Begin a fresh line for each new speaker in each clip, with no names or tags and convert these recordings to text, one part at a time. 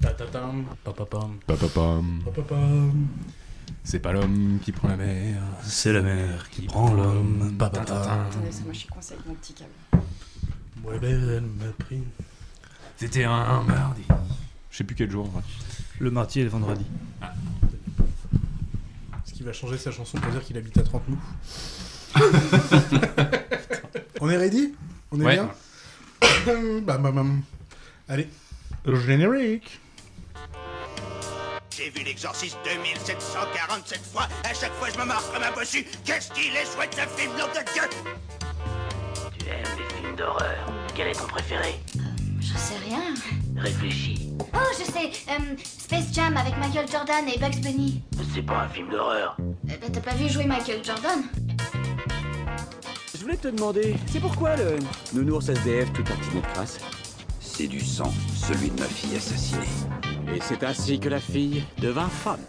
Patatam, papapam,
Papapam.
papapam.
C'est pas l'homme qui prend la mer.
C'est la mer qui prend l'homme.
Papatatin.
Attendez, ça, moi je suis coincée avec mon petit câble.
Moi, belle, elle m'a pris.
C'était un, mardi. Je sais plus quel jour. ouais.
Le mardi et le vendredi.
Ce qui va changer sa chanson pour dire qu'il habite à 30 nous. On est ready On est
Ouais.
bien Bam bam bam. Allez, le générique
J'ai vu l'exorciste 2747 fois, à chaque fois je me marre comme un bossu. Qu'est-ce qu'il est chouette ce film, nom de Dieu
Tu aimes les films d'horreur. Quel est ton préféré
Je sais rien.
Réfléchis.
Oh, je sais. euh, Space Jam avec Michael Jordan et Bugs Bunny.
C'est pas un film d'horreur.
Euh, bah, T'as pas vu jouer Michael Jordan
Je voulais te demander, c'est pourquoi le nounours SDF tout tartiné de crasse
C'est du sang, celui de ma fille assassinée.
Et c'est ainsi que la fille devint femme.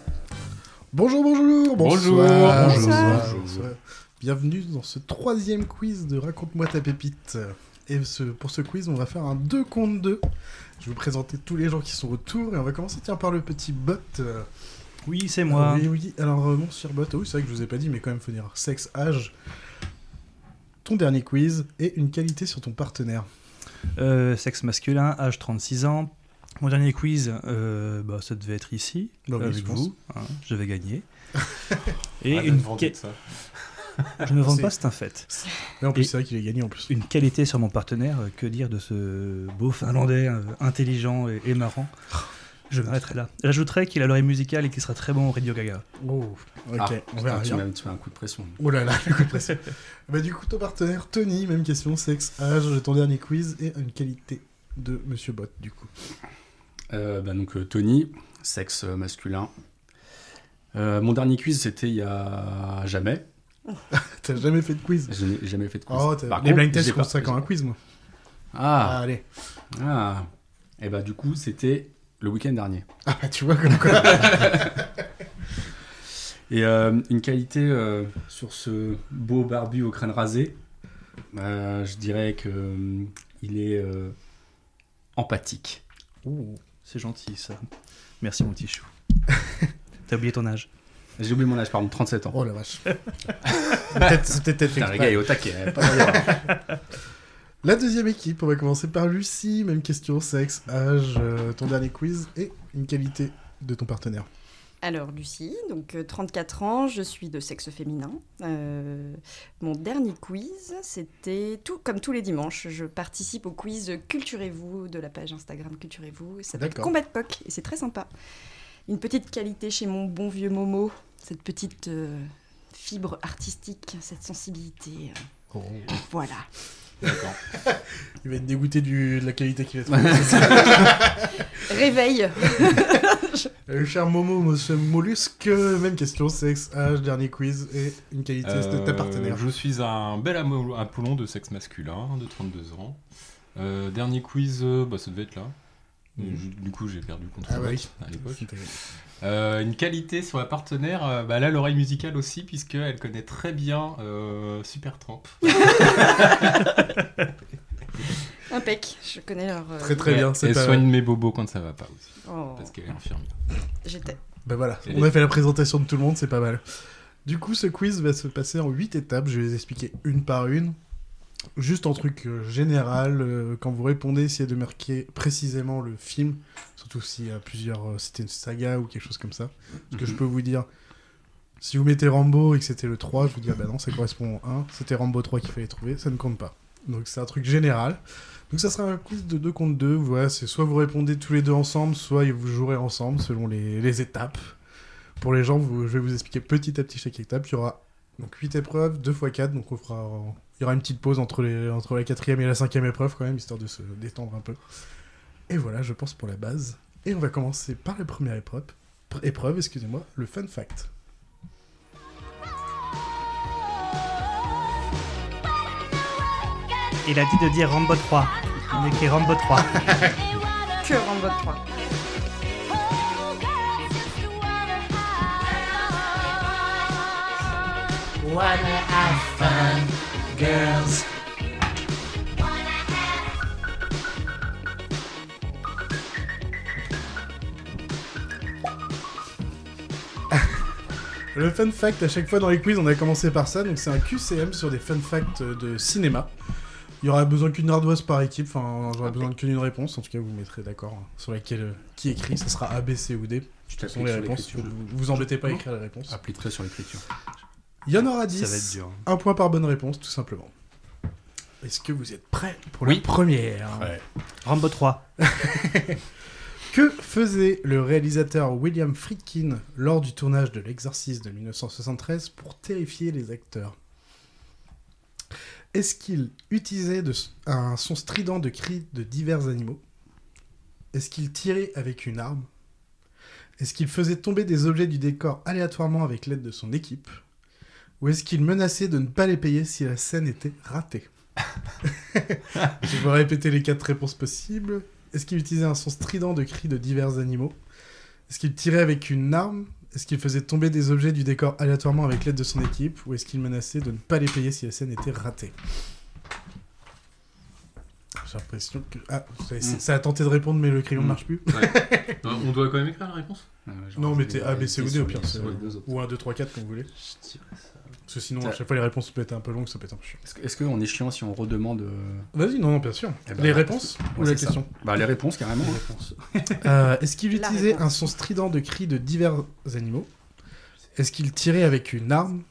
Bonjour, bonjour
Bonjour,
bonsoir,
bonjour,
bonsoir,
bonjour.
bonsoir. Bienvenue dans ce troisième quiz de Raconte-moi ta pépite. Et ce- pour ce quiz, on va faire un 2 contre 2. Je vais vous présenter tous les gens qui sont autour et on va commencer tiens, par le petit bot. euh,
Oui, c'est moi.
Oui, oui. Alors, euh, mon surbot, ah oui, c'est vrai que je vous ai pas dit, mais quand même, faut dire sexe, âge, ton dernier quiz et une qualité sur ton partenaire.
Euh, sexe masculin, âge 36 ans. Mon dernier quiz, euh, bah, ça devait être ici,
Bah oui, je
avec
pense.
vous. hein, je vais gagner. Et
Ah,
une
Vendette,
quai-
ça.
Je ne vends
C'est-
pas, c'est un fait.
Mais en plus,
Et-
c'est vrai qu'il a gagné en plus.
Une qualité sur mon partenaire, euh, que dire de ce beau Finlandais euh, intelligent et, et marrant je m'arrêterai là. J'ajouterai qu'il a l'oreille musicale et qu'il sera très bon au Radio Gaga.
Oh, ok,
Ah,
on verra
tu
bien.
m'as tu m'as un coup de pression.
Oh là là, le coup de pression. bah, du coup, ton partenaire, Tony, même question, sexe, âge, ton dernier quiz et une qualité de Monsieur Bot, du coup.
Euh, bah donc euh, Tony, sexe euh, masculin. Euh, mon dernier quiz, c'était il y a jamais.
T'as jamais fait de quiz
Je n'ai jamais fait de quiz.
Oh, t'as-
Par
les
contre,
blind tests,
j'ai
je compte
pas-
ça comme un quiz, moi.
Ah,
Allez.
ah. Et bah du coup, c'était le week-end dernier.
Ah, bah, tu vois, comme quoi.
Et euh, une qualité euh, sur ce beau barbu au crâne rasé, euh, je dirais que euh, il est euh, empathique.
C'est gentil ça. Merci mon petit chou. T'as oublié ton âge.
J'ai oublié mon âge, pardon, 37 ans.
Oh la vache. Peut-être- c'est peut-être fait
Putain, le
exprès.
gars est au taquet. hein, pas mal.
La deuxième équipe, on va commencer par Lucie. Même question, sexe, âge, euh, ton dernier quiz et une qualité de ton partenaire.
Alors, Lucie, donc euh, 34 ans, je suis de sexe féminin. Euh, mon dernier quiz, c'était tout comme tous les dimanches, je participe au quiz Culturez-vous de la page Instagram Culturez-vous. Ça s'appelle
D'accord.
Combat de Poc et c'est très sympa. Une petite qualité chez mon bon vieux Momo, cette petite euh, fibre artistique, cette sensibilité. euh,
Oh.
Voilà.
Il va être dégoûté du- de la qualité qu'il va trouver.
Réveil
Euh, cher Momo, monsieur Mollusque, euh, même question, sexe, âge, dernier quiz et une qualité de ta
Euh,
partenaire.
Je suis un bel amo- apollon de sexe masculin de 32 ans. Euh, dernier quiz, euh, bah, ça devait être là. Et je- Du coup, j'ai perdu contre
Mm. Ah
Bot
oui.
à l'époque. Euh, une qualité sur la partenaire, euh, bah là l'oreille musicale aussi, puisqu'elle connaît très bien euh, Super
Impec, je connais leur... euh,
Très très bien, c'est
Elle
pas...
soigne mes bobos quand ça va pas aussi,
Oh,
parce qu'elle est infirmière.
J'étais...
Bah voilà,
Et
on a fait la présentation de tout le monde, c'est pas mal. Du coup, ce quiz va se passer en 8 étapes, je vais les expliquer une par une. Juste en truc euh, général, euh, quand vous répondez, essayez de marquer précisément le film, surtout s'il y a plusieurs, euh, c'était une saga ou quelque chose comme ça. Parce que je peux vous dire, si vous mettez Rambo et que c'était le 3, je vous dis, ah bah non, ça correspond au 1, c'était Rambo 3 qu'il fallait trouver, ça ne compte pas. Donc c'est un truc général. Donc ça sera un quiz de 2 contre 2, voilà, c'est soit vous répondez tous les deux ensemble, soit vous jouerez ensemble selon les, les étapes. Pour les gens, vous- je vais vous expliquer petit à petit chaque étape. Il y aura donc 8 épreuves, 2 x 4, donc on fera, en- il y aura une petite pause entre, les, entre la quatrième et la cinquième épreuve quand même, histoire de se détendre un peu. Et voilà, je pense pour la base. Et on va commencer par la première épreuve, pr- épreuve excusez-moi, le fun fact.
Il a dit de dire Rambo 3. Il écrit Rambo 3.
Que Rambo 3.
Ah,
Le fun fact, à chaque fois dans les quiz, on a commencé par ça. Donc c'est un QCM sur des fun facts de cinéma. Il y aura besoin qu'une ardoise par équipe. Enfin, j'aurai besoin qu'une réponse. En tout cas, vous vous mettrez d'accord hein, sur laquelle euh, qui écrit. Ça sera A, B, C ou D.
Tu
Ce sont les réponses. Vous vous embêtez pas à écrire les réponses.
Applique-toi sur l'écriture.
Il y en aura
Ça va être
10.
dur. hein.
Un point par bonne réponse, tout simplement. Est-ce que vous êtes prêts pour
Oui.
la première
Rambo 3.
Que faisait le réalisateur William Friedkin lors du tournage de L'Exorciste de 1973 pour terrifier les acteurs Est-ce qu'il utilisait de- un son strident de cris de divers animaux Est-ce qu'il tirait avec une arme Est-ce qu'il faisait tomber des objets du décor aléatoirement avec l'aide de son équipe Ou est-ce qu'il menaçait de ne pas les payer si la scène était ratée Je vais répéter les quatre réponses possibles. Est-ce qu'il utilisait un son strident de cris de divers animaux Est-ce qu'il tirait avec une arme Est-ce qu'il faisait tomber des objets du décor aléatoirement avec l'aide de son équipe Ou est-ce qu'il menaçait de ne pas les payer si la scène était ratée J'ai l'impression que... Ah, ça,
Hmm.
Mm.
ça a tenté de répondre mais le crayon ne
Mm.
marche plus.
Euh, on doit quand même écrire la réponse
Ah, Euh,
Non, mais t'es A, B, C ou D au pire. c'est-
Sur les deux autres.
Ou 1, 2, 3, 4 comme vous voulez. Parce que sinon, à
T'as-
chaque fois, les réponses peuvent être un peu longues, ça peut être un peu chiant.
Est-ce que- Est-ce qu'on est chiant si on redemande euh,
Vas-y, non, non, bien sûr.
Eh ben,
les
la
réponses ou
Ouais,
la
c'est ça.
question
bah, les réponses carrément hein.
Euh, Est-ce qu'il
La
utilisait
réponse.
un son strident de cris de divers animaux Est-ce qu'il tirait avec une arme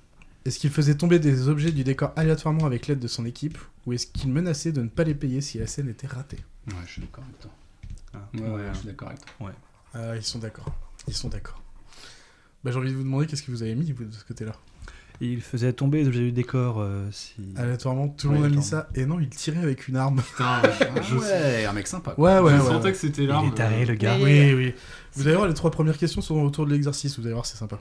Est-ce qu'il faisait tomber des objets du décor aléatoirement avec l'aide de son équipe Ou est-ce qu'il menaçait de ne pas les payer si la scène était ratée
Ouais, je suis d'accord avec toi.
Ah,
Ouais,
ouais.
ouais, je suis d'accord avec toi.
Ah, Ils sont d'accord. Ils sont d'accord. Bah, J'ai envie de vous demander qu'est-ce que vous avez mis vous, de ce côté-là.
Il faisait tomber les objets du décor euh, si.
Aléatoirement, tout le
Ouais,
monde a mis
attends.
ça. Et non, il tirait avec une arme.
Putain,
Ah
je,
ouais, un mec sympa. quoi.
Ouais, ouais,
je
ouais.
sentais que c'était euh, là.
Il est taré, le gars.
Et-
Oui, oui. Vous allez voir, les trois premières questions sont autour de l'exercice. Vous allez voir, c'est sympa.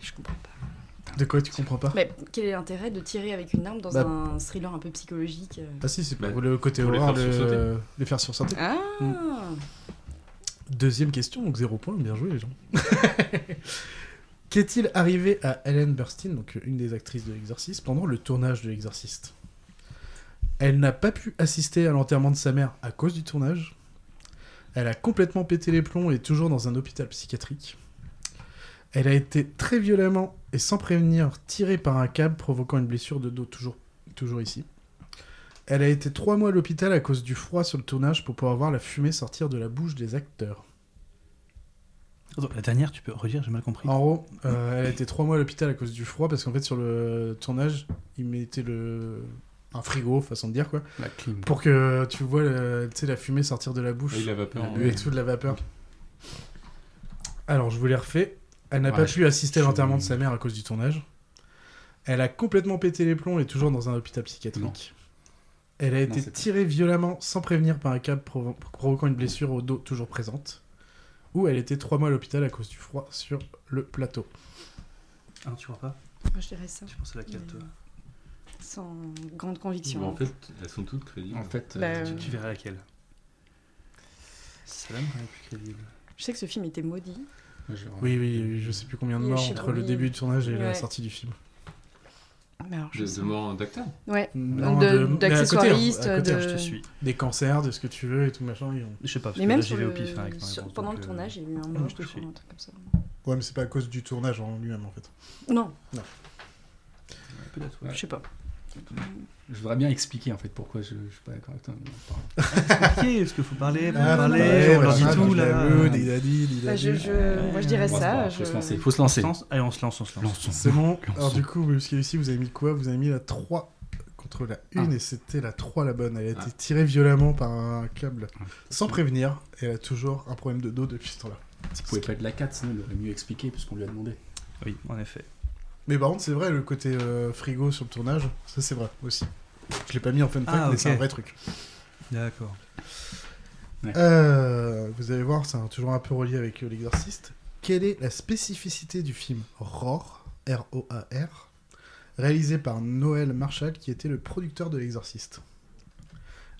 Je comprends pas.
De quoi tu comprends pas
Mais quel est l'intérêt de tirer avec une arme dans
Bah-
un thriller un peu psychologique euh
Ah si, c'est pour
Bah,
le côté
pour les
horreur,
faire
le-
sursauter.
les faire sursauter.
Ah
Deuxième question, donc zéro point, bien joué les gens. Qu'est-il arrivé à Helen Burstyn, donc une des actrices de l'exorciste, pendant le tournage de l'exorciste Elle n'a pas pu assister à l'enterrement de sa mère à cause du tournage. Elle a complètement pété les plombs et est toujours dans un hôpital psychiatrique. Elle a été très violemment et sans prévenir tirée par un câble provoquant une blessure de dos toujours, toujours ici. Elle a été trois mois à l'hôpital à cause du froid sur le tournage pour pouvoir voir la fumée sortir de la bouche des acteurs.
Attends, la dernière, tu peux redire, j'ai mal compris.
En gros, euh, elle a été trois mois à l'hôpital à cause du froid parce qu'en fait sur le tournage, ils mettaient le un frigo, façon de dire quoi,
La clim.
pour que tu vois le- tu sais, la fumée sortir de la bouche
Il a vapeur.
et tout de la vapeur. Alors je vous les refais. Elle n'a
Ouais,
pas
je-
pu assister à
je-
l'enterrement de sa mère à cause du tournage. Elle a complètement pété les plombs et est toujours dans un hôpital psychiatrique.
Non.
Elle a été
c'est-
tirée violemment sans prévenir par un câble provo- provoquant une blessure au dos toujours présente. Ou elle était trois mois à l'hôpital à cause du froid sur le plateau.
Ah, tu vois pas
Moi, je dirais ça,
Tu penses à laquelle, toi
sans grande
Mais
conviction.
en fait, elles sont toutes crédibles.
En fait,
Bah,
euh,
euh,
Tu verras laquelle. Ça va me paraît plus crédible.
Je sais que ce film était maudit.
moi, je-
Oui, oui, oui, je sais plus combien de
Oui,
morts
je sais
entre
pas,
le
oui.
début du tournage et la
Ouais.
sortie du film.
Mais alors, je
De, de
sais.
mort d'acteur.
Ouais.
Non,
de-
de- mais à côté, hein,
d'accessoiristes,
à côté,
de-
hein, je
Je
te
te
suis.
suis.
Des cancers, de ce que tu veux et tout machin. ils ont-
Je sais pas, parce
Mais
que
même
là, j'y
sur
vais au
le...
pif hein, avec ma
sur-
réponse,
pendant
donc,
le
euh,
tournage, il y a eu un
non,
mort,
je
je
te
crois,
suis.
un truc comme ça.
Ouais, mais c'est pas à cause du tournage en lui-même en fait.
Non,
Peut-être, ouais.
je sais pas.
Je voudrais bien expliquer en fait pourquoi je, je suis pas d'accord avec toi. mais on parle.
Ok, parce qu'il faut parler, faut
Ah,
parler,
ouais,
on leur dit
voilà,
tout
je
là.
l'avoue, dis la dis, dis la
Bah, je,
dis.
je... Moi, je dirais
On
ça.
va se voir, Faut
je-
se lancer. Faut se lancer.
On se lance Allez, on se lance, on se lance.
C'est bon. Alors
Lançons.
du coup, parce qu'ici vous avez mis quoi Vous avez mis la 3 contre la
Ah.
1 et c'était la 3 la bonne. Elle a été tirée violemment par un câble
Ah,
sans prévenir et elle a toujours un problème de dos depuis ce temps-là.
Ça pouvait pas être la 4, sinon il aurait mieux expliqué puisqu'on lui a demandé.
Oui, en effet.
Mais par contre, c'est vrai le côté euh, frigo sur le tournage, ça c'est vrai aussi. Je l'ai pas mis en fun fact,
Ah,
mais
ok.
c'est un vrai truc.
D'accord.
Euh, vous allez voir, c'est un- toujours un peu relié avec euh, l'exorciste. Quelle est la spécificité du film Roar, R-O-A-R, réalisé par Noël Marshall, qui était le producteur de l'exorciste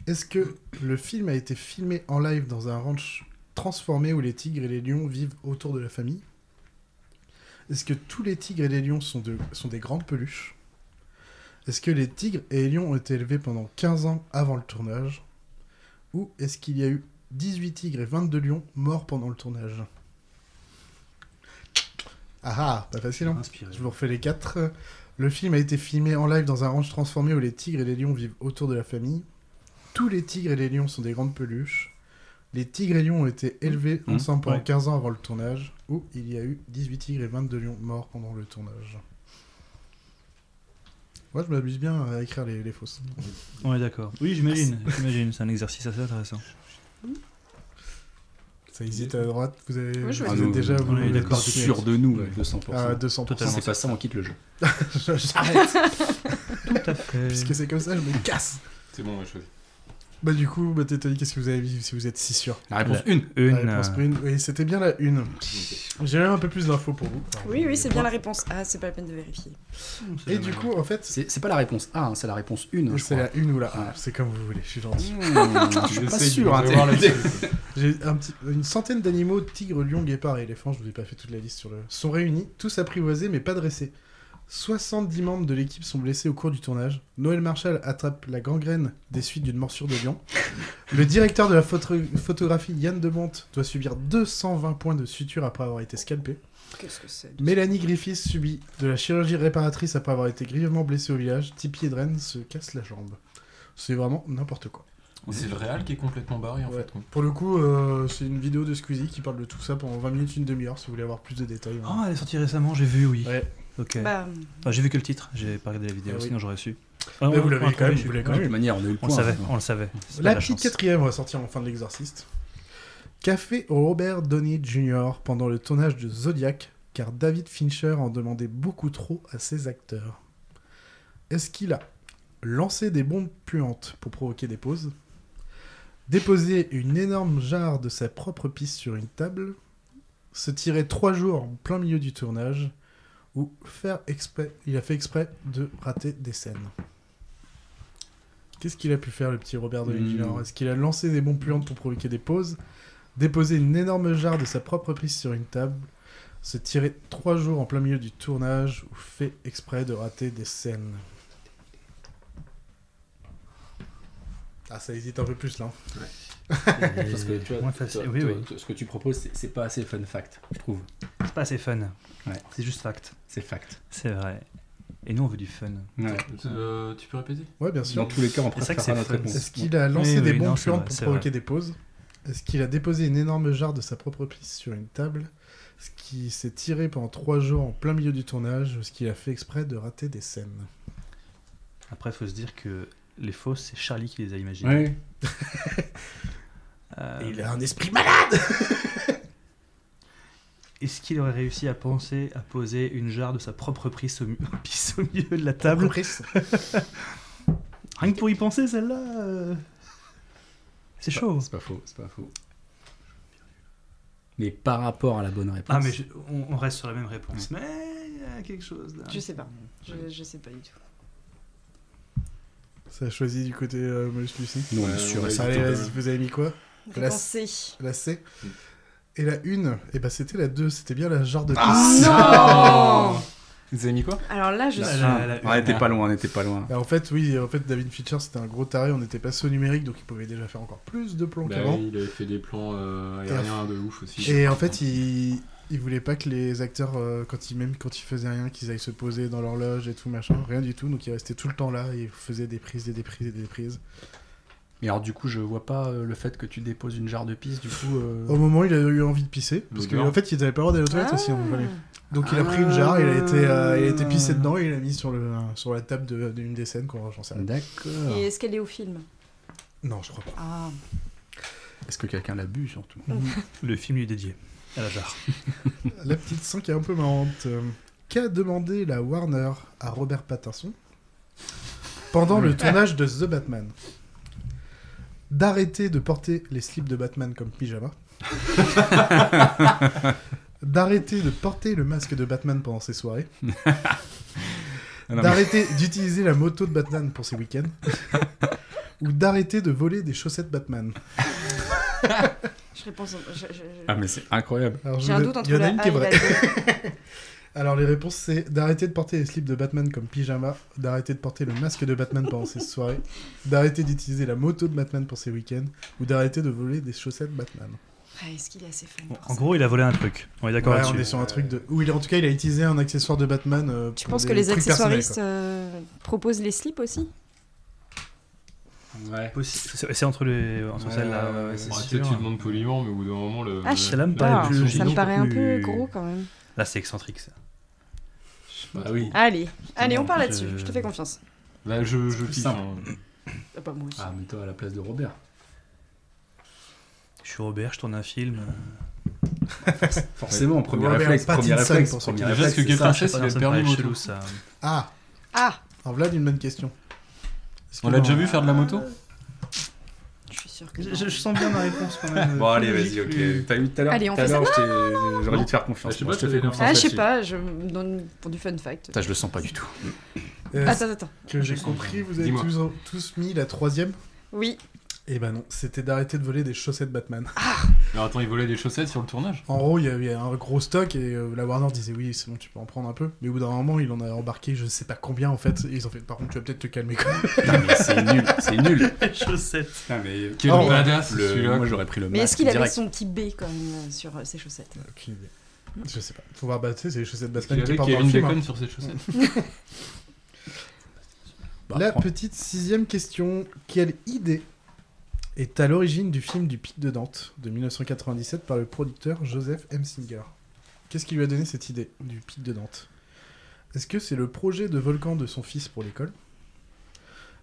Est-ce que le film a été filmé en live dans un ranch transformé où les tigres et les lions vivent autour de la famille Est-ce que tous les tigres et les lions sont, de- sont des grandes peluches Est-ce que les tigres et les lions ont été élevés pendant 15 ans avant le tournage Ou est-ce qu'il y a eu 18 tigres et 22 lions morts pendant le tournage. Ah ah, pas facile, hein
Inspiré.
Je vous refais les quatre. Le film a été filmé en live dans un ranch transformé où les tigres et les lions vivent autour de la famille. Tous les tigres et les lions sont des grandes peluches. Les tigres et lions ont été élevés
Mmh,
ensemble pendant
ouais.
15 ans avant le tournage, où il y a eu 18 tigres et 22 lions morts pendant le tournage. Moi, je m'abuse bien à écrire les, les fausses.
On est d'accord. Oui, j'imagine. J'imagine. C'est un exercice assez intéressant.
Ça hésite à droite, vous avez
Oui, je
vous
vais
êtes
nous,
Ah, déjà
on est
vous-
d'accord. Ah,
vous-
sûr de nous, ouais, 200%.
à 200%.
Totalement.
C'est pas ça, on quitte le jeu.
J'arrête,
Tout à fait.
puisque c'est comme ça, je me casse.
C'est bon, on a choisi.
Bah du coup, bah, Tétoni, qu'est-ce que vous avez vu si vous êtes si sûr
La réponse
La-
1.
Une.
La réponse
euh,
pour une. Oui, c'était bien la une. J'ai même un peu plus d'infos pour vous.
Oui, oui, c'est bien la réponse. Ah, c'est pas la peine de vérifier.
c'est
Et
la
du
même.
coup, en fait,
C'est c'est pas la réponse A, hein, c'est la réponse 1. Je
c'est
crois.
la une ou la
Ouais.
un. C'est comme vous voulez, je suis gentil.
Mmh, je suis pas
J'essaye de
sûr. hein,
voir
t'es-
là-dessus.
J'ai un petit- une centaine d'animaux, tigres, lions, guépards et éléphants, je vous ai pas fait toute la liste sur le. sont réunis, tous apprivoisés mais pas dressés. 70 membres de l'équipe sont blessés au cours du tournage. Noël Marshall attrape la gangrène des suites d'une morsure de lion. Le directeur de la photo- photographie, Yann Demonte, doit subir 220 points de suture après avoir été scalpé.
Qu'est-ce que c'est
Mélanie Griffiths subit de la chirurgie réparatrice après avoir été grièvement blessée au village. Tipeee Edren se casse la jambe. C'est vraiment n'importe quoi.
C'est le réal qui est complètement barré en
Ouais.
fait.
Pour le coup, euh, c'est une vidéo de Squeezie qui parle de tout ça pendant 20 minutes, une demi-heure, si vous voulez avoir plus de détails.
Oh, elle est sortie récemment, j'ai vu, oui.
Ouais.
Ok.
Bah,
Enfin, j'ai vu que le titre, j'ai pas regardé la vidéo,
Eh oui.
sinon j'aurais su.
Mais vous
Ah, on-
l'avez
on a
quand même,
trouvé,
vous
j'ai-
l'avez quand
De
même.
toute manière, on a eu le
On
point.
le savait,
hein.
on le savait. C'est
La
pas
petite
chance.
quatrième va sortir en fin de l'exorciste. Café au Robert Downey Jr. pendant le tournage de Zodiac, car David Fincher en demandait beaucoup trop à ses acteurs. Est-ce qu'il a lancé des bombes puantes pour provoquer des pauses Déposé une énorme jarre de sa propre piste sur une table Se tirer trois jours en plein milieu du tournage Ou faire exprès, il a fait exprès de rater des scènes Qu'est-ce qu'il a pu faire, le petit Robert Downey
Hmm.
Jr. Est-ce qu'il a lancé des bombes puantes pour provoquer des pauses Déposer une énorme jarre de sa propre piste sur une table se tirer trois jours en plein milieu du tournage ou fait exprès de rater des scènes. Ah, ça hésite un peu plus là.
Parce que tu vois,
Moins facile.
toi-
Oui,
toi,
oui.
toi, ce que tu proposes, c'est- c'est pas assez fun fact, je trouve.
C'est pas assez fun.
Ouais.
C'est juste fact.
C'est fact.
C'est vrai. Et nous, on veut du fun.
Ouais.
Euh, tu peux répéter
Ouais, bien
Dans
sûr.
tous les cas, on
C'est ça que
préférera
c'est
notre
fun.
réponse.
Est-ce qu'il a lancé
Oui,
des
oui, non,
bombes
c'est
puantes
vrai,
pour
c'est
provoquer des pauses Est-ce qu'il a déposé une énorme jarre de sa propre piste sur une table Est-ce qu'il s'est tiré pendant trois jours en plein milieu du tournage ou est-ce qu'il a fait exprès de rater des scènes
Après, faut se dire que les fausses, c'est Charlie qui les a imaginées.
Ouais.
Euh,
Il a un esprit malade
Est-ce qu'il aurait réussi à penser à poser une jarre de sa propre prise au, mi- pisse au milieu de la table Rien que pour y penser, celle-là. euh, C'est
pas-
chaud.
C'est pas faux, c'est pas faux. Mais par rapport à la bonne réponse.
Ah, mais je- on, on reste sur la même réponse. Mais il y a quelque chose là. Mmh.
je sais pas. Je, je sais pas du tout.
Ça a choisi du côté euh, Molus Lucie.
Non,
Ouais,
sûr
ouais,
et
ouais.
certain.
Allez,
plutôt,
vas-y,
euh,
vous avez mis quoi La-
Réponse C.
La C. Et la une, eh ben, c'était la 2, c'était bien la jarre de Ah, pisse.
Ah,
Non
Vous avez mis quoi
Alors là, je
La-
suis.
la- la-
Ah, On était pas loin, on était pas loin.
Bah, en fait, oui, en fait, David Fincher, c'était un gros taré, on était passé au numérique, donc il pouvait déjà faire encore plus de plans
Bah
qu'avant.
oui, Il avait fait des plans euh,
Et-
aériens de ouf aussi.
Et en fait, il... il voulait pas que les acteurs, euh, quand ils... même quand ils faisaient rien, qu'ils aillent se poser dans leur loge et tout, machin, rien du tout, donc ils restaient tout le temps là, et ils faisaient des prises et des prises et des prises.
Mais alors, du coup, je vois pas euh, le fait que tu déposes une jarre de pisse, du coup. euh,
Au moment, il a eu envie de pisser, parce
L'odeur.
qu'en en fait, ils avaient pas le droit d'aller aux toilettes
Ah.
aussi, en Valais. Donc il a pris une jarre, il a été, euh, il a été pissé dedans, et il l'a mis sur, le, sur la table de- d'une des scènes, quoi, j'en sais rien.
Ah.
D'accord.
Et est-ce qu'elle est au film
Non, je crois pas.
Ah.
Est-ce que quelqu'un l'a bu surtout
Mhm. Le film lui est dédié. À la jarre.
La petite 5 est un peu marrante. Euh, Qu'a demandé la Warner à Robert Pattinson pendant le tournage de The Batman D'arrêter de porter les slips de Batman comme pyjama. D'arrêter de porter le masque de Batman pendant ses soirées.
Ah non, mais-
D'arrêter d'utiliser la moto de Batman pour ses week-ends. Ou d'arrêter de voler des chaussettes Batman.
Je réponds. je- je- je-
Ah, mais c'est incroyable.
Alors, je
J'ai un
vous-
doute entre
il y en a
la
une
A
qui est
et
vraie.
la B.
Alors les réponses c'est d'arrêter de porter les slips de Batman comme pyjama, d'arrêter de porter le masque de Batman pendant ses soirées, d'arrêter d'utiliser la moto de Batman pour ses week-ends, ou d'arrêter de voler des chaussettes Batman.
Ouais, Ah, Est-ce qu'il est assez fan
Bon,
pour
en
ça
gros, il a volé un truc. On est d'accord
Ouais, on
là-dessus.
est sur un truc de. Ou il- en tout cas, il a utilisé un accessoire de Batman. euh,
Tu
pour
penses
des
que les
trucs personnels,
accessoiristes euh, proposent les slips aussi
Ouais.
Possi- C'est c'est entre, les... entre
Ouais,
celle-là.
ouais,
euh,
ouais, c'est
Bon,
sûr.
peut-être tu demandes poliment, mais au bout d'un moment, le.
Ah, je-
le-
Ça me
la-
paraît
la-
plus
la-
Ça me
logique.
paraît un peu
plus-
gros quand même.
Là, c'est excentrique, ça.
Bah oui.
Allez, allez, on parle
je-
là-dessus. Je te fais confiance.
Là, je, je
plus
kiffe.
simple.
hein.
Ah, bah, moi aussi.
Ah, mais toi à la place de Robert.
Je suis Robert, je tourne un film.
Forcément, premier
Robert
réflexe, premier
Pattinson,
réflex,
pour ceux qui
premier
le
Déjà,
réflexe.
ce que
c'est ça.
quelqu'un
Je
sait, c'est
sais pas,
qu'il a
ça me
perdu
paraît
moto.
chelou, ça.
quoi. Ah,
Ah,
alors voilà une bonne question. Est-ce
On
que
l'a
dans-
déjà vu faire de la moto
je suis sûre que.
Je,
non.
je- je sens bien ma réponse quand même.
Bon, allez,
Plus
vas-y,
logique, plus-
ok. T'as eu tout à l'heure.
Allez, on
tout à
fait ça.
l'heure, je t'ai- J'aurais dû te faire
Ah,
confiance.
je sais
Moi,
pas,
je te
ça
fais
fait
confiance.
Ah, je sais
là-dessus.
pas, je me donne pour du fun fact.
Putain, je le sens pas du tout.
Euh,
Attends, attends.
que j'ai compris, vous avez
Dis-moi.
tous, tous mis la troisième
Oui,
Eh ben non, c'était d'arrêter de voler des chaussettes Batman.
Alors attends, il volait des chaussettes sur le tournage
En gros, il y avait un gros stock et euh, la Warner disait oui, c'est bon, tu peux en prendre un peu. Mais au bout d'un moment, il en a embarqué je sais pas combien en fait. Et ils ont fait par contre, tu vas peut-être te calmer quand même.
Putain, mais c'est nul, c'est nul.
Chaussettes.
Putain, mais.
Quel
Ah ouais.
badass
Le-
celui-là
Moi, j'aurais pris le
mais
masque
est-ce qu'il avait
direct.
son petit B quand même euh, sur euh, ses chaussettes
Aucune idée. Je sais pas. Faut voir, bah, tu sais, c'est les chaussettes
Il
Batman qui
avait
partent dans le
Kevin
film. hein.
Bacon sur ses chaussettes.
Bah,
La
prends.
petite sixième question. Quelle idée est à l'origine du film du Pic de Dante de 1997 par le producteur Joseph M. Singer Qu'est-ce qui lui a donné cette idée du Pic de Dante Est-ce que c'est le projet de volcan de son fils pour l'école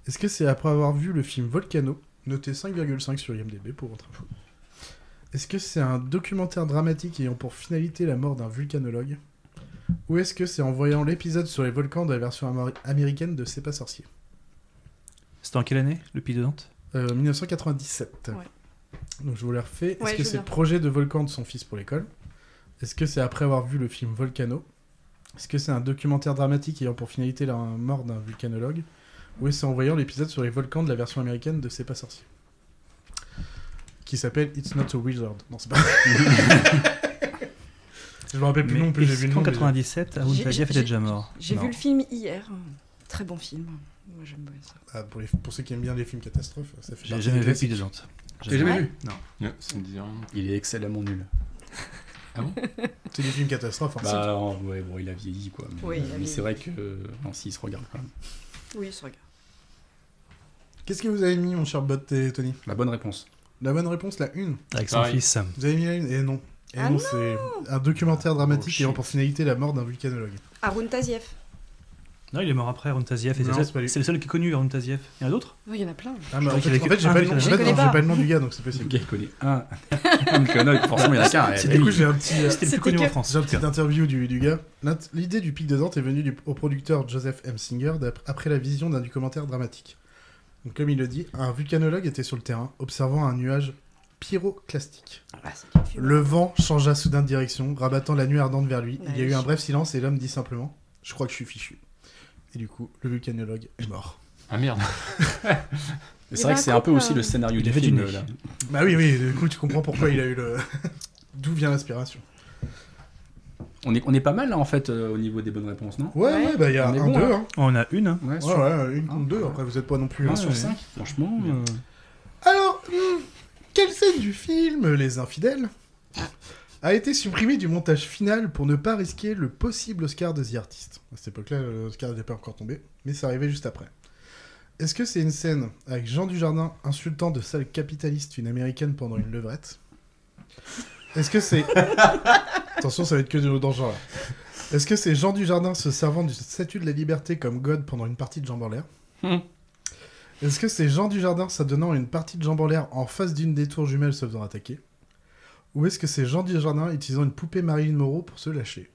Est-ce que c'est après avoir vu le film Volcano, noté 5,5 sur IMDb pour votre info Est-ce que c'est un documentaire dramatique ayant pour finalité la mort d'un vulcanologue Ou est-ce que c'est en voyant l'épisode sur les volcans de la version amari- américaine de C'est pas sorcier
C'était en quelle année, le Pic de Dante
euh, 1997.
Ouais.
Donc je vous la refais. Est-ce
Ouais, je veux
que c'est
bien.
le projet de Volcan de son fils pour l'école Est-ce que c'est après avoir vu le film Volcano Est-ce que c'est un documentaire dramatique ayant pour finalité la mort d'un vulcanologue Ou est-ce en voyant l'épisode sur les volcans de la version américaine de C'est pas sorcier Qui s'appelle It's Not a Wizard. Non, c'est pas. je me rappelle plus
Mais
non plus, j'ai vu le nom.
En
mais- Ah,
97, Aoun
J'ai-
Tagieff était
j'ai-
déjà mort.
J'ai
Non.
vu le film hier. Très bon film. Moi j'aime bien ça.
Ah, pour, les- pour ceux qui aiment bien les films catastrophes, ça fait
J'ai
partie des
jamais vu le
classiques.
Pic de Dante.
T'as jamais vu
Ouais, Ça me dit rien.
Il est excellemment nul.
Ah C'est des films catastrophes. hein.
Bah, non, ouais, bon, il a vieilli, quoi. Mais,
Oui, il a
mais
vieilli.
c'est vrai que. euh, Non, si, il se regarde quand même.
Oui, ça regarde.
Qu'est-ce que vous avez mis, mon cher Bot et Tony
La bonne réponse.
La bonne réponse, la une.
Avec son
Pareil.
fils.
Vous avez mis la une Et non. Et
Ah
non, c'est un documentaire
Oh,
dramatique
shit.
ayant pour finalité la mort d'un vulcanologue.
Arun Taziev.
Non, il est mort après Aoun Taziev. et
Non,
C'est le
c'est pas lui.
seul- c'est le seul qui est connu, Aoun Taziev. Il y en a d'autres
Oui, il y en a plein.
Ah, mais en
crois qu'il
fait,
avait
en
que
fait, j'ai
un
pas, le- en fait,
vulcanologue.
Je
non,
connais
j'ai
pas.
pas le nom du gars, donc c'est
Le
possible.
gars, il connaît un. Comme Clonoid, forcément, il y en a qu'un. eh,
C'était
Du
bah,
coup, j'ai un petit, euh,
C'était
C'était
le plus connu
que-
en France.
j'ai
en
un
tout
petit
cas.
interview du, du gars. L'int- L'idée du pic de Dante est venue du- au producteur Joseph M. Singer d'ap- après la vision d'un documentaire dramatique. Donc, comme il le dit, un vulcanologue était sur le terrain, observant un nuage pyroclastique.
Ah, c'est du film.
Le vent changea soudain de direction, rabattant la nuit ardente vers lui. Il y a
Ouais.
eu un bref silence et l'homme dit simplement Je crois que je suis fichu. Et du coup, le vulcanologue est mort.
Ah merde
C'est vrai que c'est un peu aussi le scénario
Il
du
avait du
film,
nez.
là.
Bah oui, oui, du coup, tu comprends pourquoi il a eu le. D'où vient l'inspiration.
On est, on est pas mal là en fait euh, au niveau des bonnes réponses, non
Ouais,
Ouais.
ouais, bah il y a
On est
un
bon,
2, hein.
On en a une. hein.
Ouais,
Ouais, ouais, une
Ah,
contre deux,
ouais.
après vous êtes pas non plus.
un
hein,
sur
ouais.
5, franchement.
Bien.
euh,
Alors, hmm, quelle scène du film Les Infidèles a été supprimée du montage final pour ne pas risquer le possible Oscar de The Artist À cette époque-là, l'Oscar n'était pas encore tombé, mais ça arrivait juste après. Est-ce que c'est une scène avec Jean Dujardin insultant de sale capitaliste une américaine pendant une levrette Est-ce que c'est. Attention, ça va être que de dans ce genre là. Est-ce que c'est Jean Dujardin se servant du statut de la liberté comme God pendant une partie de Jean Borlaire
Hmm.
Est-ce que c'est Jean Dujardin s'adonnant à une partie de jambes en l'air en face d'une des tours jumelles se faisant attaquer Ou est-ce que c'est Jean Dujardin utilisant une poupée Marilyn Moreau pour se lâcher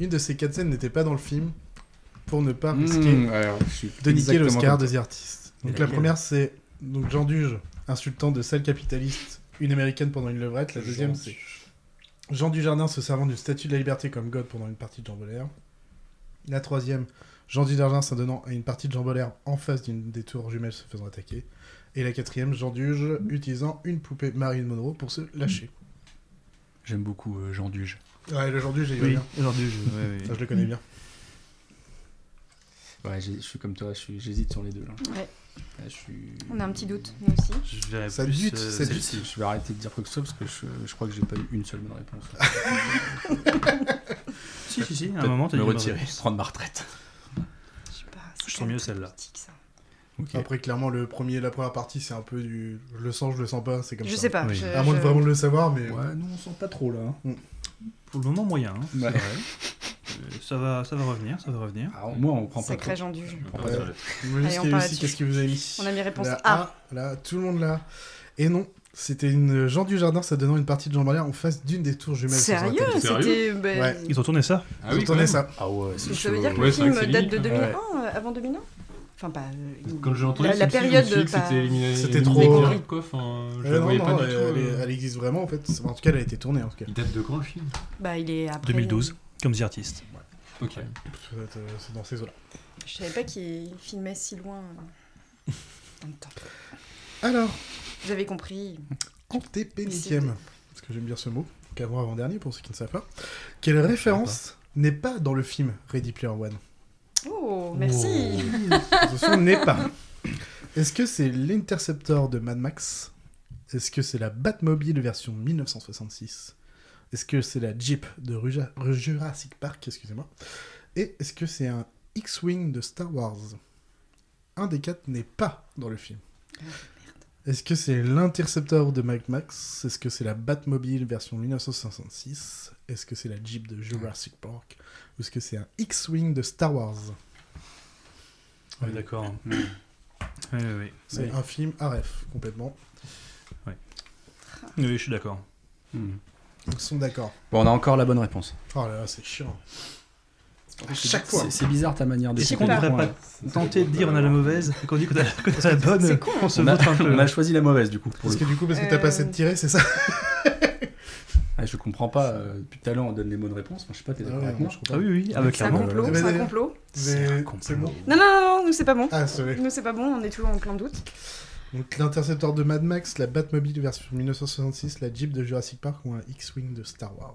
Une de ces quatre scènes n'était pas dans le film pour ne pas risquer
Mmh, alors, je suis
de niquer
exactement
l'Oscar
comme-
des artistes. Donc
Et
la
la
première Ah, c'est donc Jean Duge insultant de sale capitaliste une américaine pendant une levrette. La deuxième
Jean
c'est Jean Dujardin se servant du statut de la liberté comme God pendant une partie de Jean Bolaire. La troisième, Jean Dujardin s'adonnant à une partie de Jean Bolaire en face d'une des tours jumelles se faisant attaquer. Et la quatrième, Jean Duge utilisant une poupée Marilyn Monroe pour se lâcher.
J'aime beaucoup euh, Jean Duge.
Ouais, le Jean Duge, il va
Oui,
bien.
aujourd'hui. je- ouais, ouais.
Ça, je le connais bien.
Ouais, j'ai- je suis comme toi, je suis- j'hésite sur les deux là.
Ouais.
Là, je suis...
On a un petit doute, nous aussi.
Je verrais
Ça
plus,
bute,
euh,
ça bute.
Celle-ci, je vais arrêter de dire quoi que ce soit parce que je, je crois que j'ai pas eu une seule bonne réponse.
Si, si, si, à un moment, t'as
me
dit- bah,
retirer, prendre ma retraite.
Je sais pas. c'est
Je sens
quand même
mieux
très
celle-là.
politique, ça.
Mm.
Après, clairement, le premier, la première partie, c'est un peu du je le sens, je le sens pas, c'est comme
Je
ça.
sais pas.
Oui.
je-
À moins de
je-
vraiment de le savoir, mais. Mm.
Ouais, nous on sent pas trop là. hein.
Pour le moment, moyen. hein, c'est
Ouais.
vrai. Euh, Ça va, ça va revenir, ça va revenir.
Ah, moi on prend pas trop.
Sacré Jean du jeu.
Je prends
Ouais.
pas sur la tête.
Vous voyez
Allez,
ce
on
qu'il y a
part
aussi,
là-dessus.
qu'est-ce que vous avez mis
On a mis réponse
La
A.
A, là, tout le monde là. Et non, c'était une Jean du Jardin s'adonnant une partie de Jean Barrière en face d'une des tours jumelles. sur sa
Sérieux
tête.
Sérieux
C'était. ben,
Ouais.
Ils ont tourné ça
Ah oui,
Vous
quand
entendez
même.
ça.
Ah ouais,
Donc ça veut dire que
Ouais,
le
c'est vrai
film
que c'est
date de
limite,
2001,
ouais.
euh, avant 2001 Enfin, pas. euh,
Quand j'ai entendu
la, la
ce film,
période.
je me suis dit que
pas-
c'était éliminé.
C'était
éliminé
trop-
direct, quoi. Enfin, je
Ouais,
la
non,
voyais pas
non,
du
elle,
tout.
elle est-
euh.
elle existe vraiment en fait. En tout cas, elle a été tournée hein. en tout cas.
Il date de quand le film
Bah, il est après.
2012, comme The Artist.
Ok.
C'est euh, c'est dans ces eaux-là.
euh, Je savais pas qu'il filmait si loin. euh, dans le temps.
Alors,
Vous avez compris.
antépénitième, parce que j'aime bien ce mot, qu'avant avant-dernier pour ceux qui ne savent pas. Quelle référence n'est pas dans le film Ready Player One
Oh, merci.
Attention, n'est pas. Est-ce que c'est l'Interceptor de Mad Max Est-ce que c'est la Batmobile version 1966 Est-ce que c'est la Jeep de Ruja- Jurassic Park Excusez-moi. Et est-ce que c'est un X-Wing de Star Wars Un des quatre n'est pas dans le film.
Ah,
Est-ce que c'est l'Interceptor de Mad Max Est-ce que c'est la Batmobile version 1966 Est-ce que c'est la Jeep de Jurassic Park Ou est-ce que c'est un X-Wing de Star Wars
Ouais, d'accord. Oui, oui, oui.
C'est
Oui.
un film RF, complètement.
Oui, je suis d'accord.
Ah. Hmm.
Ils sont d'accord.
Bon, on a encore la bonne réponse.
Oh là là, c'est chiant. À chaque fois.
C'est- C'est bizarre ta manière de
Et si
faire
qu'on
tes
devrait
points,
pas
là.
tenter de dire on a la mauvaise et qu'on dit qu'on a, qu'on a la bonne,
C'est con. hein.
on se
On a,
vautre un peu.
on a choisi la mauvaise du coup. Pour
Parce
le...
que du coup, parce que t'as
Euh,
pas assez de tirée, c'est ça
Ah, je comprends pas. euh, Depuis tout à l'heure on donne les bonnes réponses. Moi, je sais pas, t'es d'accord
Ah ouais,
avec
non,
moi
je comprends
Ah oui, oui, ah, bah,
C'est un
clairement.
complot.
Eh ben,
C'est un
d'ailleurs.
complot.
Mais c'est bon.
Non, non, non, non, nous c'est pas bon.
Ah, c'est
Nous c'est pas bon, on est toujours en plein doute.
Donc l'intercepteur de Mad Max, la Batmobile version 1966, la Jeep de Jurassic Park ou un X-Wing de Star Wars.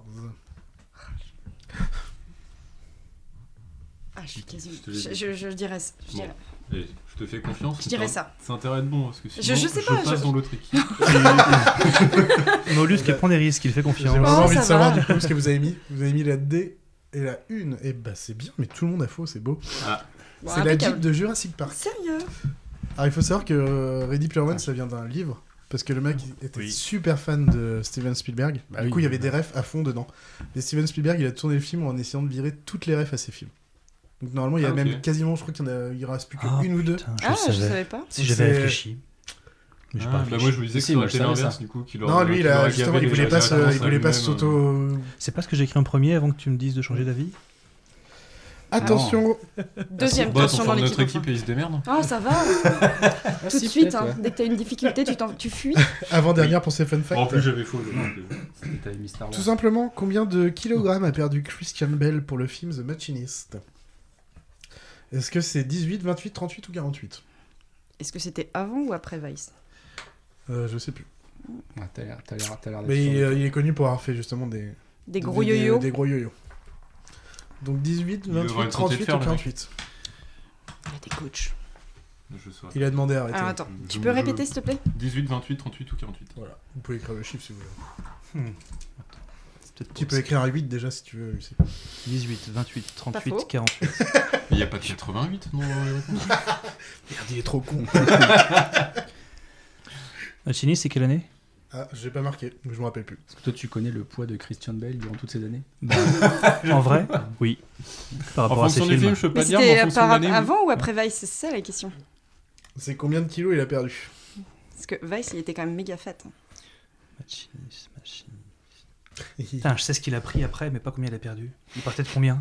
Ah, je suis quasi.
Je te l'ai
Je,
dit.
je, je dirais, je
Bon.
dirais,
Et je te fais confiance.
je dirais
mais
ça.
C'est intérêt de bon parce que sinon
Je- je sais pas,
passe
je-
dans l'autre équipe.
Maulus qui prend des risques, il fait
J'ai
confiance.
vraiment
Oh,
envie
ça
de savoir
va.
du coup ce que vous avez mis. Vous avez mis la D et la 1. Et bah c'est bien, mais tout le monde a faux, c'est beau.
Bon,
c'est la
impeccable.
Jeep de Jurassic Park.
Sérieux
Alors il faut savoir que euh, Ready Player One, ça vient d'un livre. Parce que le mec il était
Oui.
super fan de Steven Spielberg.
Bah
du
oui.
coup, il y avait des refs à fond dedans. Mais Steven Spielberg, il a tourné le film en essayant de virer toutes les refs à ses films. Donc normalement, il y a
Ah, ok.
même quasiment, je crois qu'il y en a, il reste plus qu'une
Ah,
ou deux.
Putain, je
Ah,
le
je
savais.
savais pas.
Si j'avais
C'est-
réfléchi. Mais j'ai
Ah,
pas
bah
réfléchi.
moi je me disais que
Si,
ça
moi,
aurait
je
été
savais
l'inverse
ça.
du coup. qu'il
Non,
aurait-
lui,
qu'il
il, a-
aurait
justement,
gavé
il
les-
voulait
la
pas se,
référence
il
à
voulait pas
lui-même, euh.
s'auto.
C'est pas ce que j'ai écrit en premier avant que tu me dises de changer d'avis
Attention,
Deuxième
Bon, on
tension dans
forme
l'équipe.
notre équipe
enfin.
et ils se démerdent.
Ah, ça va Tout de suite, hein. dès que t'as une difficulté, tu, t'en- tu fuis.
avant dernière pour ces fun facts.
En plus j'avais faux.
T'avais mis Star Wars.
Tout simplement, combien de kilogrammes a perdu Christian Bell pour le film The Machinist Est-ce que c'est 18, 28, 38 ou 48
Est-ce que c'était avant ou après Vice
euh, Je sais plus.
Ouais, T'as l'air t'as l'air- t'as l'air d'être
Mais
sûr
il,
de-
euh, il est connu pour avoir fait justement des,
Des gros
des- des-
yo-yo
Des, gros yo-yo. Donc 18,
Il devrait
28,
tenter
38
de
ou
faire, le mec.
48.
Il y a des coachs.
Je sois.
Il a demandé à arrêter.
Alors attends,
Je-
tu peux
je-
répéter s'il te plaît
18, 28, 38 ou 48.
Voilà. Vous pouvez écrire le chiffre si vous voulez.
Hmm.
C'est peut-être
Tu
pour
peux écrire un 8 déjà si tu veux. Lucie.
18, 28, 38,
Pas faux.
48.
Mais il n'y a pas de 88 non euh, dans les réponses
Merde, il est trop con.
Machini, c'est quelle année
ah, j'ai pas marqué, donc je me rappelle plus.
Est-ce que toi tu connais le poids de Christian Bale durant toutes ces années
Bah, En vrai Oui. Par
En
rapport à ces
fonction des films,
films.
je peux pas
Mais
dire, mais
c'était
en
euh,
fonction
par-
de l'année, oui.
avant ou après Vice C'est ça la question.
C'est combien de kilos il a perdu
Parce que Vice, il était quand même méga fat. hein.
Machiniste, machiniste.
Mhm.
Putain, je sais ce qu'il a pris après, mais pas combien il a perdu. Il partait de combien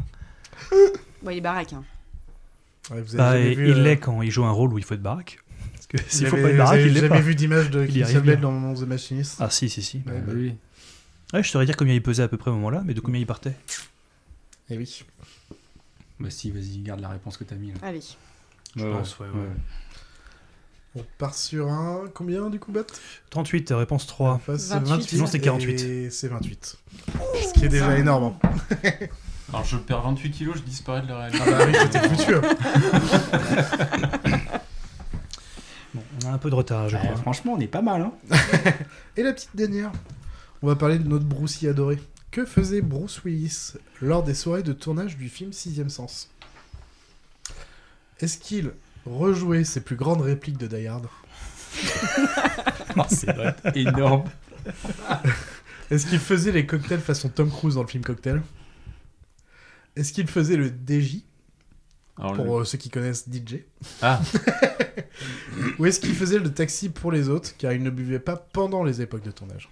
Bon, il est baraque. Hein.
Ouais, vous avez
Bah,
jamais
il
vu, euh,
l'est quand il joue un rôle où il faut être baraque. Parce que
vous
s'il faut
avez-
pas être
vous
baraque,
avez
il l'est
jamais
pas.
vu d'image de
y
Christian
arrive
Bell
bien.
dans The Machinist
Ah si, si, si.
Ouais, bah,
Oui.
Ouais, je t'aurais dire combien il pesait à peu près au moment-là, mais de combien il partait.
eh oui.
Bah si, vas-y, garde la réponse que t'as mis. Là.
Allez.
Je pense, ouais, ouais.
On part sur un. Combien du coup, Bat
38, réponse 3.
Face
28.
Sinon, c'est 48.
Et c'est 28. Ce qui est déjà énorme. hein.
Alors je perds 28 kilos, je disparais de la
Ah
réalité.
bah oui, c'était foutu. hein.
On a un peu de retard, je
Bah,
crois.
franchement, on est pas mal. Hein.
Et la petite dernière, on va parler de notre Brucey adoré. Que faisait Bruce Willis lors des soirées de tournage du film Sixième Sens Est-ce qu'il rejouait ses plus grandes répliques de Die Hard
Non, c'est vrai, énorme.
Est-ce qu'il faisait les cocktails façon Tom Cruise dans le film Cocktail Est-ce qu'il faisait le DJ,
Alors, le-
pour euh, ceux qui connaissent DJ
Ah.
Ou est-ce qu'il faisait le taxi pour les autres, car il ne buvait pas pendant les époques de tournage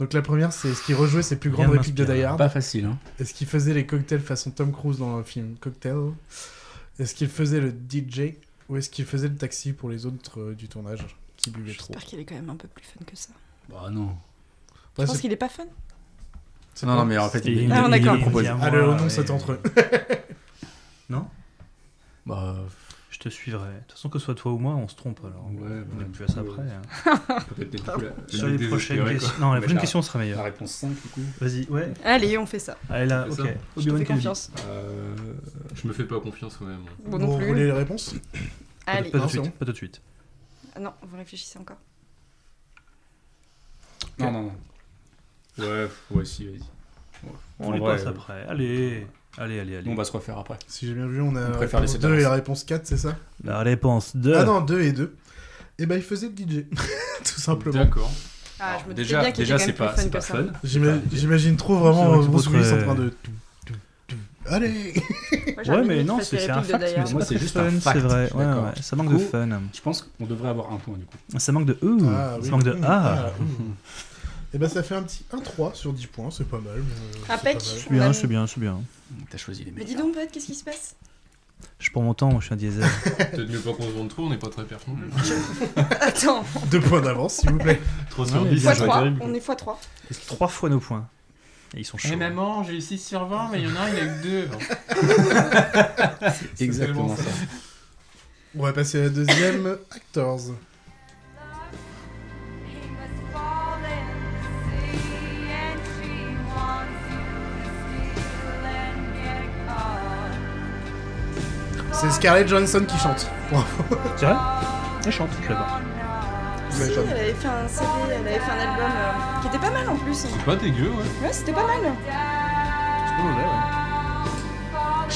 Donc la première, c'est est-ce qu'il rejouait ses plus
Rien
grandes répliques de
m'inspire.
Die Hard
Pas facile. Hein.
Est-ce qu'il faisait les cocktails façon Tom Cruise dans le film Cocktail Est-ce qu'il faisait le DJ Ou est-ce qu'il faisait le taxi pour les autres euh, du tournage qui buvaient trop
J'espère qu'il est quand même un peu plus fun que ça.
Bah non.
Ouais,
Je pense
c'est-
qu'il est pas fun.
c'est
non,
pas-
non, mais en fait,
Il-
il,
Ah,
il-
d'accord.
il le propose.
Bien.
Ah, le
Moi,
nom,
mais-
c'est entre eux.
Bah,
Euh, Je te suivrai. De toute façon, que ce soit toi ou moi, on se trompe alors.
Ouais,
on
ouais.
n'est plus à ça près. hein.
peut-être mettre du coup la-
Sur
la-
les prochaines
désespérée, quoi.
questions. Non, la
Mais
prochaine
la-
question sera
La
meilleure.
réponse 5, du coup.
Vas-y, ouais.
Allez, on fait ça.
Allez là,
C'est
ok.
Je
ça.
te
Obi-Wan
fais
Kenobi.
confiance.
Euh,
je me fais pas confiance moi-même.
Bon
Vous
non
roulez
plus.
les réponses
Pas de-
Allez.
Pas
Non,
tout de
c'est
suite.
bon.
Pas tout de suite.
Ah Non, vous réfléchissez encore.
Non, non, non. Ouais, f- ouais, si, vas-y.
On
En
les
vrai,
passe
euh,
après. Allez, allez, allez, allez.
On va se refaire après.
Si j'ai bien vu, on a
On
la
préfère
réponse
laisser de
2 et
l'avance.
la réponse 4, c'est ça
La réponse 2.
Ah non, 2 et 2. Et ben, il faisait le DJ, tout simplement.
D'accord.
Ah,
Alors,
je me doutais
déjà,
bien qu'il était
déjà
quand
c'est
même plus
pas,
fun
c'est
que
pas
ça.
fun. Bah,
J'ima- J'imagine trop
C'est
vraiment
vrai que
Bruce
votre,
Willis en
euh,
train de... tout, tout, tout. Allez
Moi, j'aurais
Ouais,
aimé
mais
qu'il
non,
fasse
c'est
les
c'est un
répliques de
fact.
Die Hard.
mais
Moi,
c'est
c'est
pas
juste
fun,
un
c'est
fact,
vrai.
je suis
Ouais,
d'accord.
ouais, Ça manque
Du
de
coup-
fun.
Je pense qu'on devrait avoir un point du coup.
Ça manque de
euh,
ouh.
Ah, oui.
Ça manque de
Mmh,
ah.
ah, mmh. Et ben, ça fait un petit 1-3 sur 10 points, c'est pas mal. euh, c'est
Ah,
pas
Peck.
hein,
mal.
C'est bien, c'est bien, c'est bien.
T'as choisi les
Mais
meilleurs.
dis donc, Bud, qu'est-ce qui se passe
Je prends mon temps, moi, je suis un diesel.
Peut-être mieux pas qu'on se vende trop, on n'est pas très performant.
Attends,
Deux points d'avance, s'il vous plaît.
3
Non,
sur
mais
10,
bien
c'est
joué.
pas
x3,
terrible.
on est x3.
Et c'est Trois fois nos points. Et ils sont chauds.
maman, j'ai eu 6 sur 20, mais il y en a un, il a eu 2.
Exactement
C'est
ça.
tellement
On va passer à la deuxième, Actors. C'est Scarlett Johansson qui chante.
C'est vrai Ils chantent, je sais pas.
Vous avez
Si,
pas
elle
vu.
avait fait un CD, elle avait fait un album euh, qui était pas mal en plus.
C'est pas dégueu, ouais.
Ouais, c'était pas mal. Je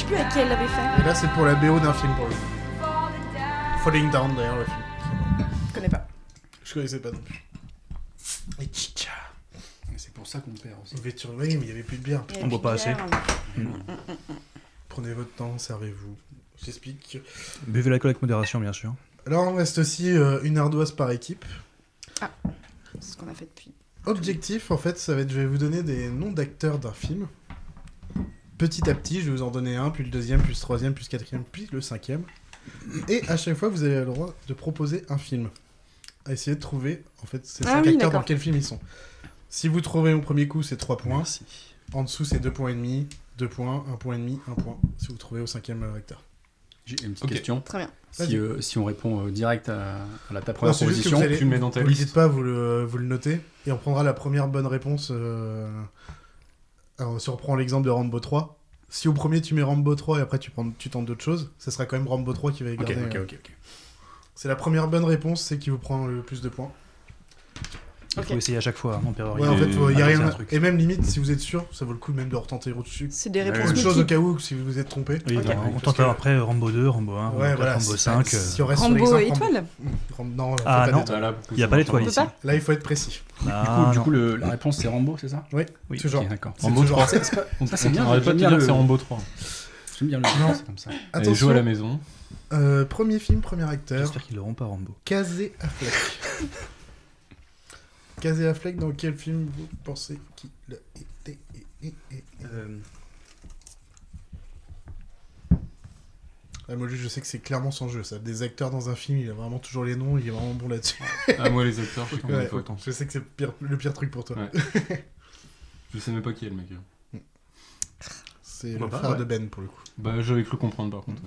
sais plus à qui elle l'avait fait.
Et là, c'est pour la BO d'un film pour lui. Falling Down, d'ailleurs, le film.
Je connais pas.
Je connaissais pas non plus. Et chicha.
C'est pour ça qu'on perd aussi.
Vous devez tourner, mais il y avait plus de bière.
Il y a
On boit pas Mm.
Pierre,
Prenez votre temps, servez-vous. J'explique.
Buvez l'alcool avec modération, bien sûr.
Alors, on reste aussi euh, une ardoise par équipe.
euh, C'est ce qu'on a fait depuis.
Objectif, en fait, ça va être je vais vous donner des noms d'acteurs d'un film. Petit à petit, je vais vous en donner un, puis le deuxième, puis le troisième, puis le quatrième, puis le cinquième. Et à chaque fois, vous avez le droit de proposer un film. À essayer de trouver, en fait, ces
Ah
cinq
oui,
acteurs dans
d'accord.
quel film ils sont. Si vous trouvez au premier coup, c'est 3 points. En dessous, c'est 2 points et demi, 2 points, 1 point et demi, 1 point. Si vous trouvez au cinquième euh, acteur.
J'ai une petite
Ok.
question.
Très bien.
Vas-y.
Si, euh, si on répond euh, direct à, à la, ta première
Non, c'est juste que
proposition,
vous allez-
tu le mets dans ta
Vous le
liste.
dites pas, vous le, vous le notez, et on prendra la première bonne réponse. euh, Alors, si on reprend l'exemple de Rambo 3, si au premier tu mets Rambo 3 et après tu, prends, tu tentes d'autres choses, ça sera quand même Rambo 3 qui va
Ok,
garder.
ok,
euh.
ok. ok.
C'est la première bonne réponse, c'est qui vous prend le plus de points.
Il
Ok.
faut essayer à chaque fois, hein, on perd
Ouais,
rien.
en
est-
fait, faut- y a
Ah, c'est
rien.
un truc.
Et même limite, si vous êtes sûr, ça vaut le coup même de retenter autre chose.
C'est des réponses
Autre
oui.
chose au
multiples.
cas où, si vous vous êtes trompé.
Oui,
Ok.
non, on
Parce
tente
que-
après Rambo 2, Rambo 1, Rambo 4, Rambo
si-
5. euh,
Si on reste sur
Rambo
l'exemple,
et étoile
Rambo- Rambo- Non, faut
Ah,
pas
non.
d'étoile.
Voilà, pour le coup,
Il n'y a
ça
pas
marche
l'étoile
On peut
ici.
pas
Là, il faut être précis. Ah,
Du coup, du coup, le- la réponse c'est Rambo, c'est ça
Oui,
Ah, Oui,
toujours.
Ok, d'accord.
C'est
Rambo
toujours-
3.
C'est- c'est pas-
On
Ça, c'est bien,
t'arrête pas
j'aime
de te
bien
dire que c'est
le-
Rambo 3.
J'aime bien le
Non.
c'est comme ça.
Allez, joue à la
Attention,
maison.
euh, premier film, premier acteur.
J'espère qu'ils l'auront pas, Rambo.
Casé Affleck. Casé Affleck, dans quel film vous pensez qu'il a été Eh, eh, eh, eh. Ah, Moi, lui, je sais que c'est clairement son jeu, ça. Des acteurs dans un film, il a vraiment toujours les noms, il est vraiment bon là-dessus.
Ah, moi, les acteurs, je connais
Ouais,
pas autant.
je sais que c'est le pire- le pire truc pour toi.
Ouais. Je sais même pas qui est le mec. hein.
C'est
Bah,
le
bah,
frère
ouais.
de Ben, pour le coup.
Bah, j'avais cru comprendre par contre.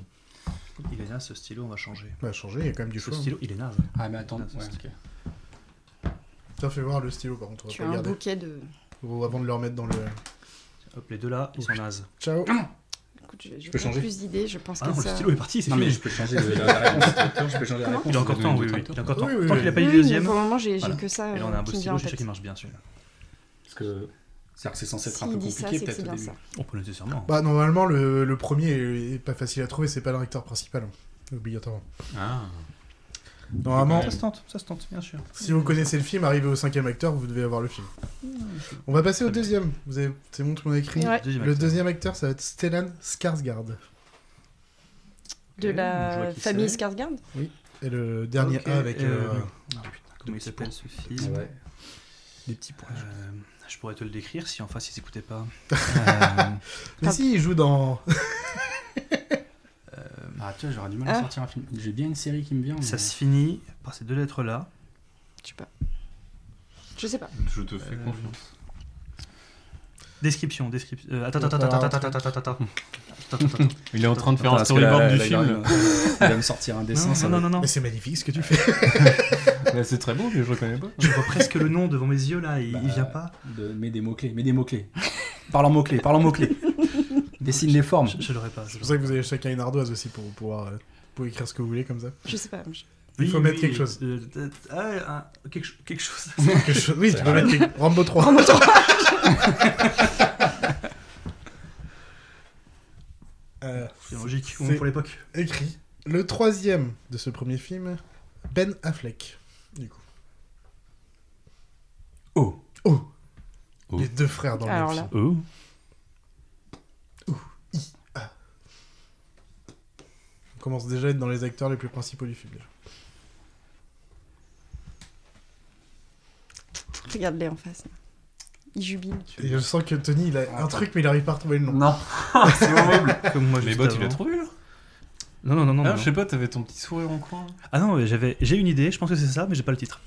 Il est naze, ce stylo, on va changer.
Bah, changé, il y a quand même du
Ce
choix.
stylo, il est naze.
Ah, mais attends,
Non, c'est
ouais,
ce
ok.
hein. Tiens, fais voir le stylo, par contre, on va
Tu
pas
as un
regarder.
bouquet de.
Ou avant de le remettre dans le...
Hop, les deux là, ils sont nazes.
Ciao
écoute, je, je
peux
n'ai
changer
plus d'idées, je pense
Ah
qu'à
non, le
ça.
stylo est parti, c'est
Non, mais
fini.
je peux changer de la réponse. Docteur, Je peux changer la réponse.
Il a encore
Oui,
temps,
oui,
oui, oui.
oui.
Il a encore temps.
Oui, oui,
Tant
oui.
qu'il a pas
Oui,
eu le
mais
deuxième.
Pour le moment, j'ai j'ai
Voilà.
que ça.
Et là, on a
euh,
un beau
qui me vient
stylo,
en
je suis sûr
tête.
qu'il marche bien celui-là.
Parce que c'est-à-dire que c'est censé être un
S'il
peu
dit ça, c'est
compliqué,
que c'est
peut-être au
bien
début.
ça.
On peut le noter sûrement.
Bah, normalement, le, le premier est- est pas facile à trouver, c'est pas le recteur principal, hein, obligatoirement.
Ah.
Normalement,
Ça se tente, ça se tente, bien sûr.
si vous connaissez le film, arrivé au cinquième acteur, vous devez avoir le film. On va passer au deuxième. Vous avez... C'est bon, tout le monde a écrit
Ouais.
Deuxième
Le
acteur.
deuxième acteur, ça va être Stellan Skarsgård.
De
Ok, je vois
la
qui
famille
c'est.
Skarsgård
Et le dernier
Ok,
A avec...
euh,
euh,
ah, putain, comment il s'appelle ce film
Ouais.
Des petits points.
Ah Euh, Je pourrais te le décrire si en face il s'écoutait pas. Euh,
Mais si, il joue dans...
Ah, tu vois, j'aurais du mal à
Ah.
sortir un film. J'ai bien une série qui me vient.
Euh, Ça
mais-
se finit par ces deux lettres-là.
Je sais pas. Je sais pas.
Je te fais
Euh,
confiance.
Description, description. euh, attends,
On va
attends,
faire
attends,
un
attends,
truc.
attends, attends, attends, attends. Attends, attends, attends.
Il est en train de faire
Attends, parce
un
que là,
storyboard du
là, il va
film.
me- Il va me sortir un dessin. ça
Non,
va-
non, non, non.
Mais c'est magnifique ce que tu fais.
Bah, c'est très beau, mais je reconnais pas.
Je vois presque le nom devant mes yeux là, il,
Bah,
il vient pas.
de- Mets des mots-clés, mets des mots-clés. Parle en mots-clés, parle en mots-clés. Dessine des formes.
Je, je l'aurais pas. je
C'est
l'aurais
pour ça que vous avez chacun une ardoise aussi pour pouvoir... euh, Pour écrire ce que vous voulez comme ça.
Je sais pas. je-
pas.
il faut
Oui,
mettre
oui,
quelque chose.
euh, euh, ah, un- quelque, cho- quelque chose. Ah.
Quelque chose- Oui, tu peux mettre quelque- Rambo 3. Euh,
C'est logique,
C'est-
pour l'époque.
écrit. Le troisième de ce premier film, Ben Affleck. Du coup.
Oh.
Oh.
Oh.
Les deux frères dans
Alors
le
là.
même
Oh.
Oh.
film. On commence déjà à être dans les acteurs les plus principaux du film. déjà.
Regarde-les en face. Ils jubilent.
Et je sens que Tony, il a un truc, mais il arrive pas à retrouver le nom.
Non, c'est horrible.
Ah, Comme moi,
Mais
juste
bah, tu
avant.
l'as trouvé là
Non, non, non, non.
Ah,
non.
je sais pas, t'avais ton petit sourire en coin.
Ah non, mais j'avais, j'ai une idée. Je pense que c'est ça, mais j'ai pas le titre.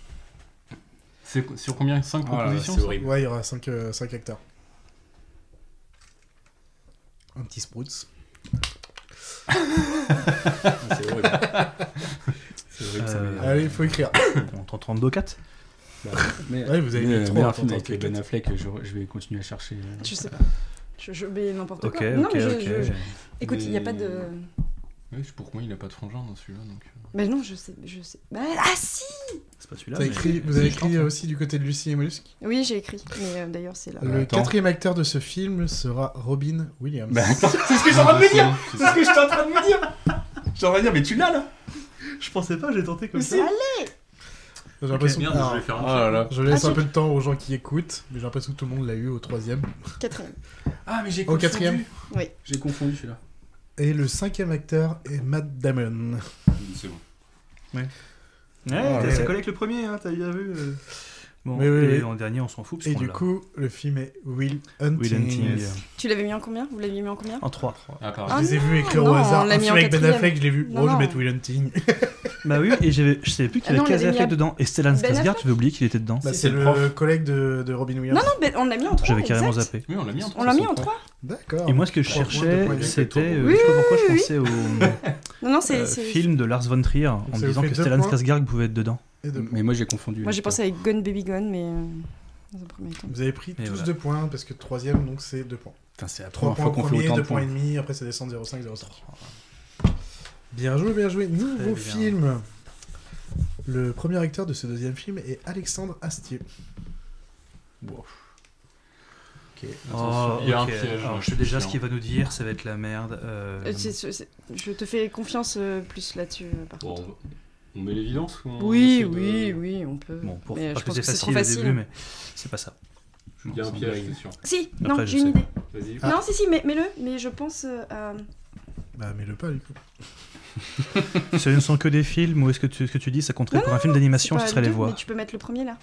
C'est co- sur combien
Oh
5
là là,
propositions
c'est
ça
horrible.
Ouais, il y aura 5 acteurs. Un petit Sprouts.
C'est horrible. C'est horrible, ça
Euh,
m'énerve.
Allez, il faut écrire.
On t'en 32 4
Bah, mais,
Ouais, vous avez
mais,
mis trop
mais un
à
film
tenter
avec
le
Ben
cut.
Affleck, je, je vais continuer à chercher. euh,
Je sais pas. Je, je mets n'importe
Ok,
quoi.
ok,
non, mais je,
ok.
je- Écoute, il n'y a
Mais-
pas de.
Ouais, je sais pourquoi il a pas de frangin dans celui-là. Donc... euh.
Mais non, je sais. Je sais. Bah, ah si
C'est pas celui-là.
Vous avez
mais-
écrit, vous avez
Je pense,
écrit euh,
hein.
aussi du côté de Lucie et Mollusque
Oui, j'ai écrit. Mais euh, d'ailleurs, c'est là.
Le
Attends.
quatrième acteur de ce film sera Robin Williams.
Bah, attends, c'est ce que
Ah, bah,
dire
c'est-
C'est ce que j'étais en train de me dire J'étais en train de dire, mais tu l'as là
Je pensais pas, j'ai tenté comme
Mais
ça.
j'ai l'impression
merde,
que-
je vais faire un
Oh là là.
Je laisse
Ah,
un
tu-
peu de temps aux gens qui écoutent, mais j'ai l'impression que tout le monde l'a eu au troisième.
Quatrième.
Ah, mais j'ai
Au quatrième.
Oui.
J'ai confondu celui-là.
Et le cinquième acteur est Matt Damon.
C'est bon.
Ouais,
Ah, Ouais.
t'as- ça collait avec le premier, hein, t'as bien vu. euh. Bon,
Mais oui,
et
oui.
en dernier, on s'en fout. parce
Et
qu'on
du
l'a.
coup, le film est Will Hunting.
Will Hunting.
Tu l'avais mis en combien Vous l'aviez mis en combien
En 3.
Ah,
Je
pardon.
Ah,
les ai vus écrire
non,
au
on
hasard.
l'a
Un
mis
film
en
avec Ben
quatrième.
Affleck, je l'ai vu.
Non,
oh, je
non.
vais mettre Will Hunting.
Bah oui, et j'avais- je savais plus qu'il y
Ah non,
avait
on l'avait
Casey
mis à-
Affleck dedans et Stellan
Ben
Skarsgård,
Affleck.
j'avais oublié qu'il était dedans.
Bah,
Si,
c'est
c'est le
le,
prof.
collègue de, de Robin Williams.
Non, non, ben, on l'a mis en trois.
J'avais carrément
exact.
zappé.
Oui, on l'a mis en trois,
On l'a
ce
mis en
point.
trois.
D'accord.
Et moi, ce que je
Trois points, deux points,
cherchais,
deux
c'était.
points.
euh, je sais pas pourquoi je pensais au euh,
Non, non, c'est. c'est-
film de Lars von Trier en
ça
me
vous
disant
fait
que
deux
Stellan
points.
Skarsgård pouvait être dedans.
Et deux points.
Mais moi j'ai confondu.
Moi, j'ai pensé avec Gone Baby Gone, mais. euh, Dans un premier temps.
Vous avez pris
Et
tous
voilà.
deux points, parce que troisième, donc c'est deux points.
Putain, c'est la
Trois
première
points
fois qu'on fait
premier,
autant
deux
de
points et
points.
demi, après ça descend de 0,5, 0,3. Bien joué, bien joué. Nouveau
bien.
film. Le premier acteur de ce deuxième film est Alexandre Astier.
Attention, il y a un
Oh, ok.
piège. hein,
Alors, je sais déjà ce qu'il va nous dire, ça va être la merde. euh,
Euh, c'est- c'est- c'est- je te fais confiance euh, plus là-dessus, euh, par
Bon,
contre.
on- on met l'évidence ou on
Oui,
essaie de-
oui, oui, on peut.
Bon, pour
mais
pas
je
que
pense
c'est
que c'est trop
facile au
facile.
début, mais c'est pas ça.
Il y a un piège, c'est sûr.
Si,
Après,
non,
je
j'ai une
sais.
idée.
Vas-y.
Ah.
Non, si, si, mais, mets-le, mais je pense euh, à.
Bah, mais le pas, du coup.
Ce ne sont que des films, ou est-ce que tu, ce que tu dis, ça compterait
Non,
pour un film d'animation,
C'est
ce
pas
serait
les
les
deux, Mais
voix.
tu peux mettre le premier là.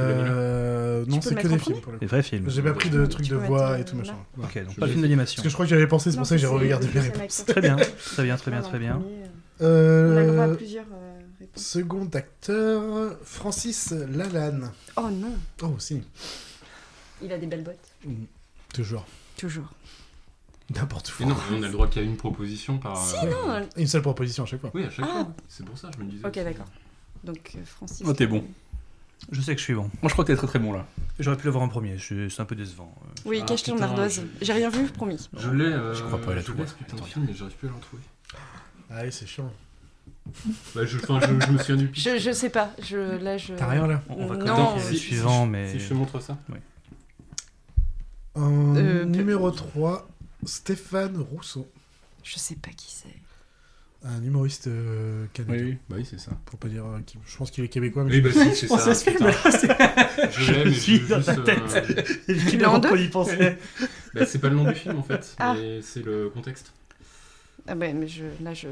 Euh, non,
Tu peux
c'est
le mettre
que
en
des
premier
films pour le coup.
Les vrais films.
J'ai pas pris de trucs
Tu
de
peux
voix
mettre,
et tout
euh,
machin.
là.
Voilà.
Ok, donc
Je-
pas de film
Parce
d'animation.
que je crois que j'avais pensé, c'est
Non,
pour ça que j'ai
c'est le
regardé mes
deuxième
réponses.
acteur.
Très bien, très bien, très bien, très bien.
Premier, euh, On a le droit à
Euh,
plusieurs euh, réponses.
second acteur, Francis Lalanne.
Oh non,
Oh, si,
il a des belles bottes.
toujours.
Toujours.
N'importe
Mais
quoi.
non, on a le droit qu'à une proposition par.
Si,
euh,
non
Une seule proposition à chaque fois.
Oui, à chaque
Ah.
fois. C'est pour ça, je me disais.
Ok, d'accord. Donc, euh, Francis.
Oh, t'es bon.
Je sais que je suis bon.
Moi je crois que t'es très très bon là.
J'aurais pu l'avoir en premier, je- c'est un peu décevant.
Oui,
Ah,
cache ton
putain,
ardoise.
je-
J'ai rien vu, promis.
Je l'ai. euh,
Je crois pas, elle a
je
tout.
l'ai, ce putain de film, mais j'arrive plus à l'en trouver.
Ah oui, c'est chiant.
Bah, je, enfin, je, je me souviens du pitch.
Je, je sais pas. Je, là, je.
T'as rien là
On, on va
Non.
quand
Si-
même
si-
le suivant,
si-
mais.
Si je te montre ça.
En
Euh,
Numéro 3, Stéphane Rousseau,
Je sais pas qui c'est.
un humoriste euh, canadien.
Oui, bah oui, c'est ça.
Pour pas dire. euh, qui- je pense qu'il est québécois, mais
Oui, bah si, c'est
pense
ça.
à ce film,
putain.
là, c'est-
Je l'ai,
Je
mais
suis
je-
dans
juste,
ta tête.
euh,
évidemment
deux
qu'on y pensait.
bah, c'est pas le nom du film en fait,
Ah.
mais c'est le contexte.
Ah ouais, mais je, là, je.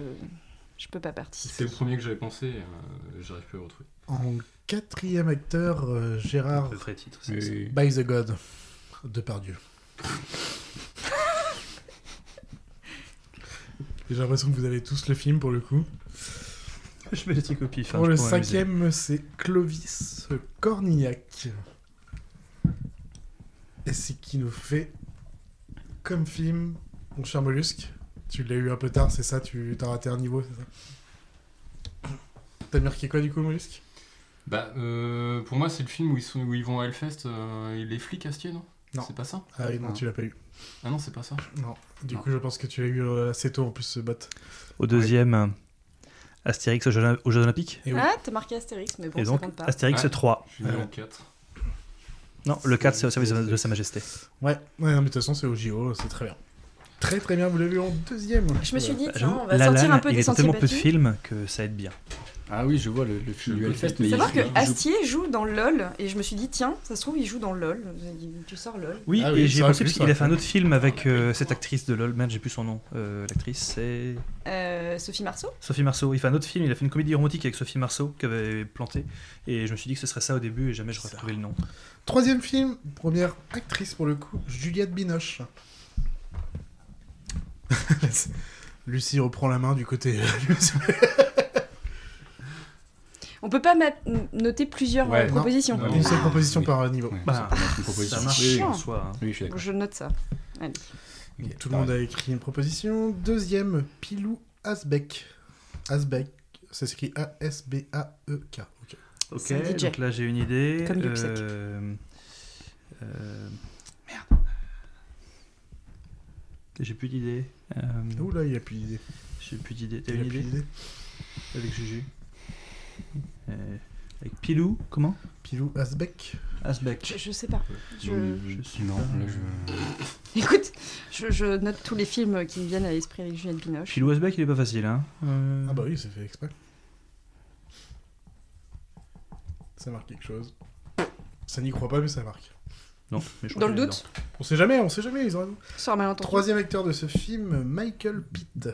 Je peux pas participer.
C'est le premier que j'avais pensé, euh, j'arrive plus à le retrouver.
en quatrième acteur, euh, Gérard
Le vrai titre, c'est ça.
Oui.
By the God, Depardieu. J'ai l'impression que vous avez tous le film pour le coup.
Je mets des petites copies.
pour le cinquième, c'est Clovis Cornillac. Et c'est qui nous fait comme film, mon cher Mollusque. Tu l'as eu un peu tard, c'est ça Tu t'as raté un niveau, c'est ça T'as marqué quoi du coup, Mollusque
Bah, euh, pour moi, c'est le film où ils, sont, où ils vont à Hellfest, euh, les flics astier, non
Non.
C'est pas ça
Ah oui, non, tu l'as pas eu.
Ah non, c'est pas ça.
Non. Du coup, je pense que tu l'as eu euh, assez tôt en plus, ce bot.
Au deuxième, euh, Astérix aux Jeux, aux Jeux Olympiques.
Et oui.
Ah, t'as marqué Astérix, mais bon,
et
ça
donc,
compte pas.
Astérix
Ouais.
3.
Je l'ai en 4.
Non, le 4, c'est au service de, de Sa Majesté.
Ouais, ouais non, mais de toute façon, c'est au JO, c'est très bien. Très très bien, vous l'avez vu en deuxième.
Je me suis dit, tiens,
Bah, J'avoue,
on va
La
sortir
Lane,
un peu
il
des
est dans
sentiers
tellement peu de
battus.
films que ça aide bien.
Ah oui, je vois le, le film du
Je vois.
Hellfest, mais
Savoir
il-
que
il-
Astier joue dans LOL, et je me suis dit, tiens, ça se trouve, il joue dans LOL. Tu sors LOL.
Oui,
Ah oui,
et j'ai
ça aurait pu,
pensé parce
ça
qu'il a
aurait
fait un autre film avec euh, cette actrice de LOL, merde, j'ai plus son nom. Euh, L'actrice, c'est
Euh, Sophie Marceau
Sophie Marceau. Il fait un autre film, il a fait une comédie romantique avec Sophie Marceau qui avait planté. Et je me suis dit que ce serait ça au début et jamais je retrouvais le nom.
Troisième film, première actrice pour le coup, Juliette Binoche. Lucie reprend la main du côté.
On peut pas ma- noter plusieurs
Ouais,
euh,
non.
propositions.
Non.
Une seule proposition
oui.
par niveau.
Ouais,
Bah,
ça peut être une proposition.
Ça marche
Oui, oui,
en soi. hein.
oui, je suis
Bon,
d'accord.
je note ça. Allez.
Donc, Tout le monde a écrit une proposition. Deuxième, Pilou Asbeck. Asbeck, ça s'écrit A-S-B-A-E-K. Ok.
Ok,
C'est un DJ.
donc là j'ai une idée.
Comme Yupsek.
Euh, euh, Merde. J'ai plus d'idée. Euh,
Ouh là, il a plus d'idée.
J'ai plus d'idée. T'as
Il a
une
plus
idée
d'idée.
Avec Juju. Euh, avec Pilou, comment
Pilou Asbeck.
Asbeck.
Je, je sais pas. Je-
Je suis
Non,
pas-
là, je...
Écoute, je, je note tous les films qui me viennent à l'esprit avec Juliette Binoche.
Pilou Asbeck, il est pas facile, hein Euh,
Ah bah oui, c'est fait exprès. Ça marque quelque chose. Ça n'y croit pas, mais ça marque.
Non, mais je crois
Dans le
qu'il est
doute,
On sait jamais, on sait jamais, ils ont raison.
sort malentendu.
Troisième acteur de ce film, Michael Pitt.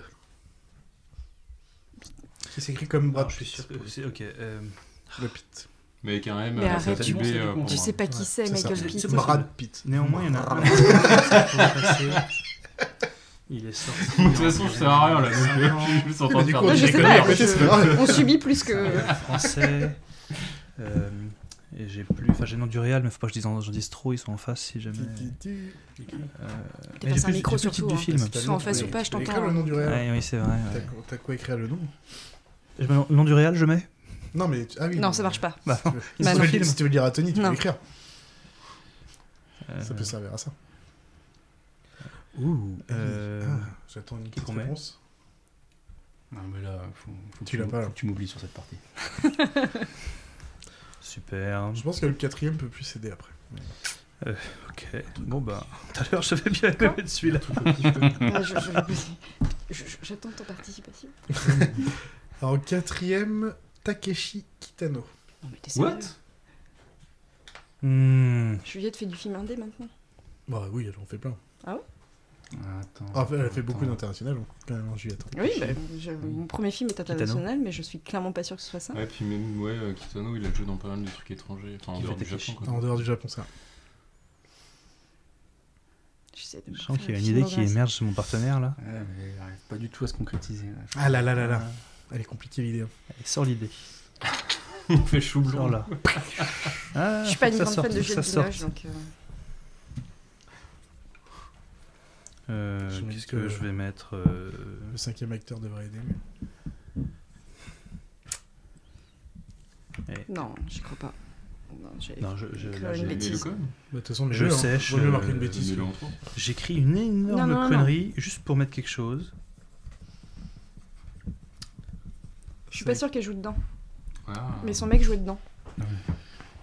Qui s'écrit comme
dedans.
Brad
Ah, je suis
Pitt.
sûr que c'est ok. euh,
Le Pitt.
Mais avec un M,
Mais
euh,
arrête,
ça
tu-
tubé,
tu
euh, pour
Tu
moi.
sais pas qui
Ouais,
c'est,
c'est
Michael
ça.
C'est
Pitt.
possible.
Brad Pitt.
Néanmoins, il y en a un. Ça pourrait passer. Il est sorti.
De toute façon, je sers à rien là, donc euh, je suis juste en
Mais
train de
du
faire
coup, on
Non,
des
je sais
déconne
pas,
à
conneries.
côté,
je-
c'est pas grave.
On subit plus que.
Euh, français. euh, et j'ai plus. Enfin, j'ai le nom du Real, mais faut pas que je dise, en- j'en dise trop, ils sont en face si jamais. Euh,
T'es
mais j'ai
face à un
plus- j'ai
micro
plus le titre
surtout.
du
hein.
film.
Que ce soit en face ou pas, je
T'as écrit le
t'entends. hein.
nom du réel.
Ouais, oui, c'est vrai.
T'as
ouais.
quoi- T'as quoi écrire le nom
Je mets ben, Le nom du Real, je mets
Non, mais. tu- Ah oui.
Non, ça marche pas.
Bah, non.
Si
Bah,
tu
non.
veux le- si tu veux le dire à Tony, tu peux
Non.
l'écrire.
Euh,
Ça peut servir à ça.
Ouh. euh,
Ah, J'attends une petite
qu'on met
réponse.
Non, mais là, faut, faut que
Tu l'as pas, là.
faut que tu m'oublies sur cette partie.
Super. Euh,
Je pense que le quatrième peut plus aider après.
Ok. Bon, bah, tout à l'heure, je vais bien aimé de celui-là.
Ah, je- je- je- je- J'attends ton participation.
En quatrième, Takeshi Kitano.
Non, mais t'es
What
sérieux.
Hmm.
Juliette fait du film indé maintenant. Ah
Bah oui, elle en fait plein.
Attends.
Ah, elle a fait beaucoup
attends.
d'internationales, quand même, en juillet.
Oui, bah, je- mon premier film est international, mais je suis clairement pas sûr que ce soit ça.
Ouais, puis même, ouais, euh, Kitano, il a joué dans pas mal de trucs étrangers. Enfin, en
Qui
dehors
fait
du
des
Japon, quoi.
En dehors du Japon, ça.
J'essaie de me
Je sens qu'il y a
faire
une idée qui
filmographie.
émerge chez mon partenaire, là.
Ouais, mais elle arrive pas du tout à se concrétiser. là.
Ah là là là là. Elle est compliquée l'idée.
Allez, sors l'idée.
On fait chou blanc.
Sors là. Ah,
Je suis pas
faut
une
que ça
grande
sorte,
fan de
faut que ça
Juliette Binoche,
sorte.
donc. euh,
Euh,
Je me dis
Qu'est-ce
que-
que je vais mettre euh,
Le cinquième acteur devrait aider. mais-
Non, je crois pas. Non, j'ai-
Non, je, je- là,
Une
j'ai-
Mais
bêtise.
le com
Bah, De toute façon,
Je
mieux, hein.
sèche,
Vaut mieux
euh,
marquer une
Euh,
bêtise.
mets-le en trop.
j'écris une énorme
Non, non, non,
connerie juste pour mettre quelque chose.
Je suis pas sûre qu'elle joue dedans.
Ah,
Mais son mec jouait dedans.
Non,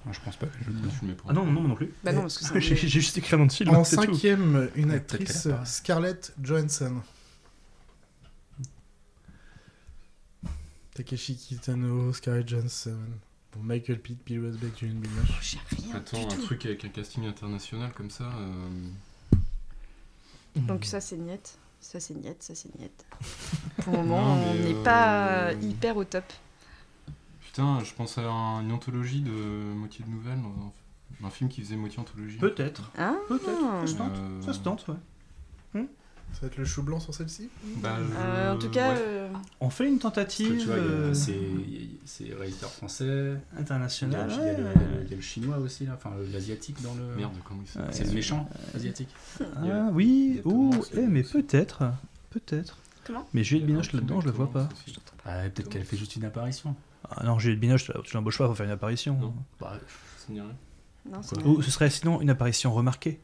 Ah je pense pas. Je...
je mets
Ah non, non, moi non plus.
Bah non, parce que c'est un
J'ai j'ai juste écrit un nom de film,
En
c'est tout.
cinquième, une
Ouais,
actrice,
peut-être qu'elle a pas.
Scarlett Johansson. Takeshi Kitano, Scarlett Johansson. Bon, Michael Pitt, Bill Westbeck, Julian Binoche.
Oh, J'ai rien
Attends,
du
un
tout.
truc avec un casting international comme ça. euh,
Mhm.
Donc ça c'est niette, ça c'est niette, ça c'est niette. Pour le moment,
Non,
on
mais,
n'est
euh,
pas hyper au top.
Putain, je pense à un- une anthologie de moitié de nouvelle, dans un, un film qui faisait moitié anthologie.
Peut-être,
Hein
peut-être. Ça se tente,
Euh,
ça se tente, ouais.
Ça va être le chou blanc sur celle-ci
bah, je-
Euh, en tout cas,
ouais.
euh,
On fait une tentative
tu vois, il y a-
euh,
c'est- il y a- c'est réalisateur français. Il y a,
internationale.
il y a
ouais.
le, il y a le chinois aussi, là. Enfin, le- l'asiatique dans le.
Merde, comment il s'appelle
C'est le méchant asiatique.
Ah
Il y a- il y
oui,
a
oh,
Thomas,
eh,
c'est-
mais
c'est-
peut-être, peut-être.
Comment
Mais
Il y a
Juliette Binoche
un film
là-dedans, je la
avec
vois pas.
Thomas aussi.
Ah, peut-être qu'elle fait juste une apparition.
Ah non, Juliette Binoche, tu la- tu l'embauches pas pour faire une apparition.
Non.
Bah,
Ça me dit rien.
non, c'est
Oh,
Ou ce serait sinon une apparition remarquée.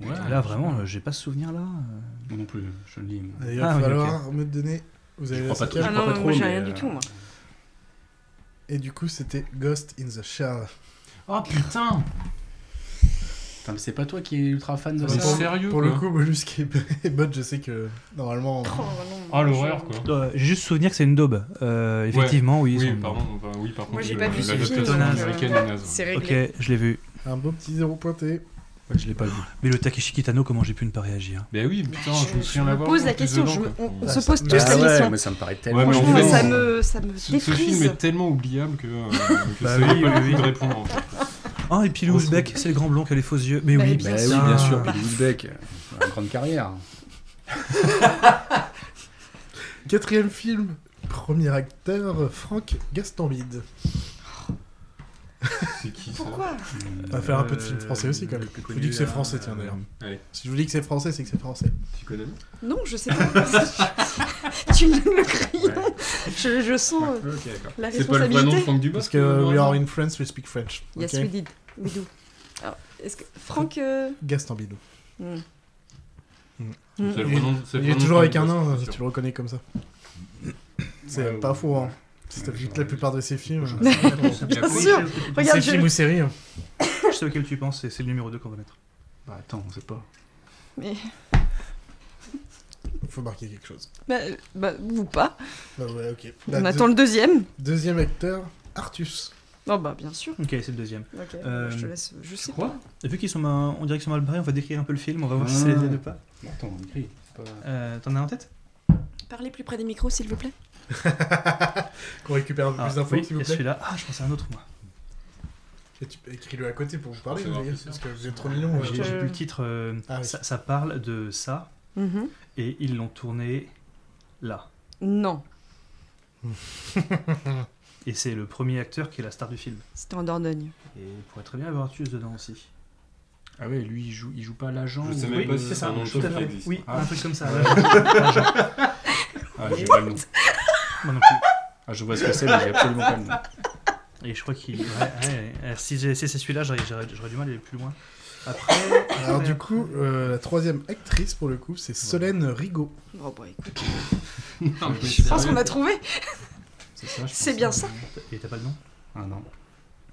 ouais,
là vraiment, euh, j'ai pas ce souvenir là.
Moi non plus, je le lis. mais-
D'ailleurs,
Ah,
il
oui,
va falloir me donner. Vous avez
Je
la
crois pas
cinquième.
Ah
je
non,
crois pas
moi j'ai
trop,
rien
mais, euh,
du tout, moi.
Et du coup, c'était Ghost in the Shell.
Ah putain
Putain, mais c'est pas toi qui es ultra fan de
Mais
ça
Ah, pour,
sérieux,
Pour
quoi.
le coup, Mollusque et- et Bud, je sais que normalement.
Oh, non,
Ah
je-
l'horreur quoi.
Euh, j'ai juste souvenir que c'est une daube. Euh, effectivement, oui. ils
Oui,
sont-
pardon, enfin, oui, par contre.
Moi, j'ai
le-
pas vu ce film,
l'adaptation
donc, euh,
américaine est naze.
C'est
Ok,
réglé.
je l'ai vu.
Un beau petit zéro pointé.
je l'ai pas vu. Mais le Takeshi Kitano, comment j'ai pu ne pas réagir
Bah oui, putain, je,
je-
me souviens
je me
l'avoir.
pose
vu
la
en plus
question,
dedans,
je me- on-
quoi.
on
Bah,
Ouais.
se pose tous la
ouais,
question.
mais ça me paraît
Ouais,
tellement.
mais en
Franchement,
fait,
ça
on-
me, ça me
Ce, ce film
défrise.
est tellement oubliable que, euh, que
Bah
ça
oui,
vaut pas le
oui,
coup de
oui.
répondre. en fait.
Ah, et Pilou Uzbek, c'est le grand blond qui a les faux yeux.
Eh
Mais
Bah,
oui,
bien
Bah
putain.
oui, bien sûr, Billy Woodbeck, une grande carrière.
Quatrième film, premier acteur, Franck Gastambide.
C'est qui ça Euh,
Pourquoi
On va faire un peu de film français aussi, quand même.
le plus
Je vous dis que c'est
connu,
français,
euh,
tiens, d'ailleurs.
Allez.
Si je vous dis que c'est français, c'est que c'est français.
Tu connais
Non, je sais pas. tu me donnes le crayon. Je, je sens euh,
Ok, d'accord.
la
C'est pas le vrai nom de
responsabilité.
Franck Dubos
Parce que
euh,
we are
non
in France, we speak French.
Yes,
ok
we did. We do. Alors, est-ce que Franck. euh,
Gastambide.
hmm.
Hmm.
Hmm.
C'est le vrai nom- c'est le vrai
Il est
nom de
toujours avec un
Franck
nain,
Dubos,
si tu le reconnais comme ça. C'est
Ouais,
pas
ouais,
fou, hein.
ouais.
Si t'as
Ouais,
vu
j'aurais-
la plupart de ses films.
j'aurais-
C'est
Il y a
Bien
quoi
sûr. Regarde, je-
film ou série. hein.
Je sais auquel tu penses, c'est- c'est le numéro 2 qu'on va mettre.
Bah attends, on sait pas.
Mais,
Faut marquer quelque chose.
bah, bah, ou pas.
Bah ouais, ok.
On
La
attend le deuxième.
deux- Deuxième acteur, Artus.
Non, bah, bien sûr.
Ok, c'est le deuxième.
Ok, bah,
Euh,
je te laisse. Je sais
crois
pas.
Vu qu'ils sont mal- on dirait qu'ils sont mal barrés, on va décrire un peu le film, on va voir si
Ah.
c'est les aides ou pas.
Bah, attends, on écrit. c'est pas-
Euh, T'en as en tête
Parlez plus près des micros, s'il vous plaît.
Qu'on récupère un
Ah,
peu plus d'infos,
oui,
s'il vous
et
plaît.
celui-là. Ah, je pensais à un autre moi.
Et tu- Écris-le à côté pour vous parler,
Ça va,
les gars,
ça.
parce que vous êtes trop mignons.
J'ai
euh,
j'ai plus le titre. euh,
Ah oui.
ça, ça parle de ça et ils l'ont tourné là.
Non,
Et c'est le premier acteur qui est la star du film.
c'était en Dordogne.
Et il pourrait très bien avoir Artus dedans aussi.
Ah ouais, lui, il joue, il joue pas l'agent.
Je sais
ou-
même pas
Oui,
si
c'est
c'est un
ça.
nom de
Tout à
film qui
fait.
existe.
Oui,
Ah.
un truc comme ça.
Ah.
là, je- là, je-
Ah, j'ai pas le nom.
moi non plus.
Ah, je vois ce que c'est, mais j'ai absolument pas le nom.
Et je crois qu'il. ouais, ouais, ouais. Si, j'ai- si c'est celui-là, j'aurais- j'aurais j'aurais du mal à aller plus loin. Après.
Alors
après-
du coup, euh, la troisième actrice pour le coup, c'est Solène Rigaud.
Bon, bah, écoute,
Non, mais
je pense
sérieux.
qu'on a trouvé.
C'est ça, je
C'est
pense.
bien ça.
Et t'as pas le nom
Ah non.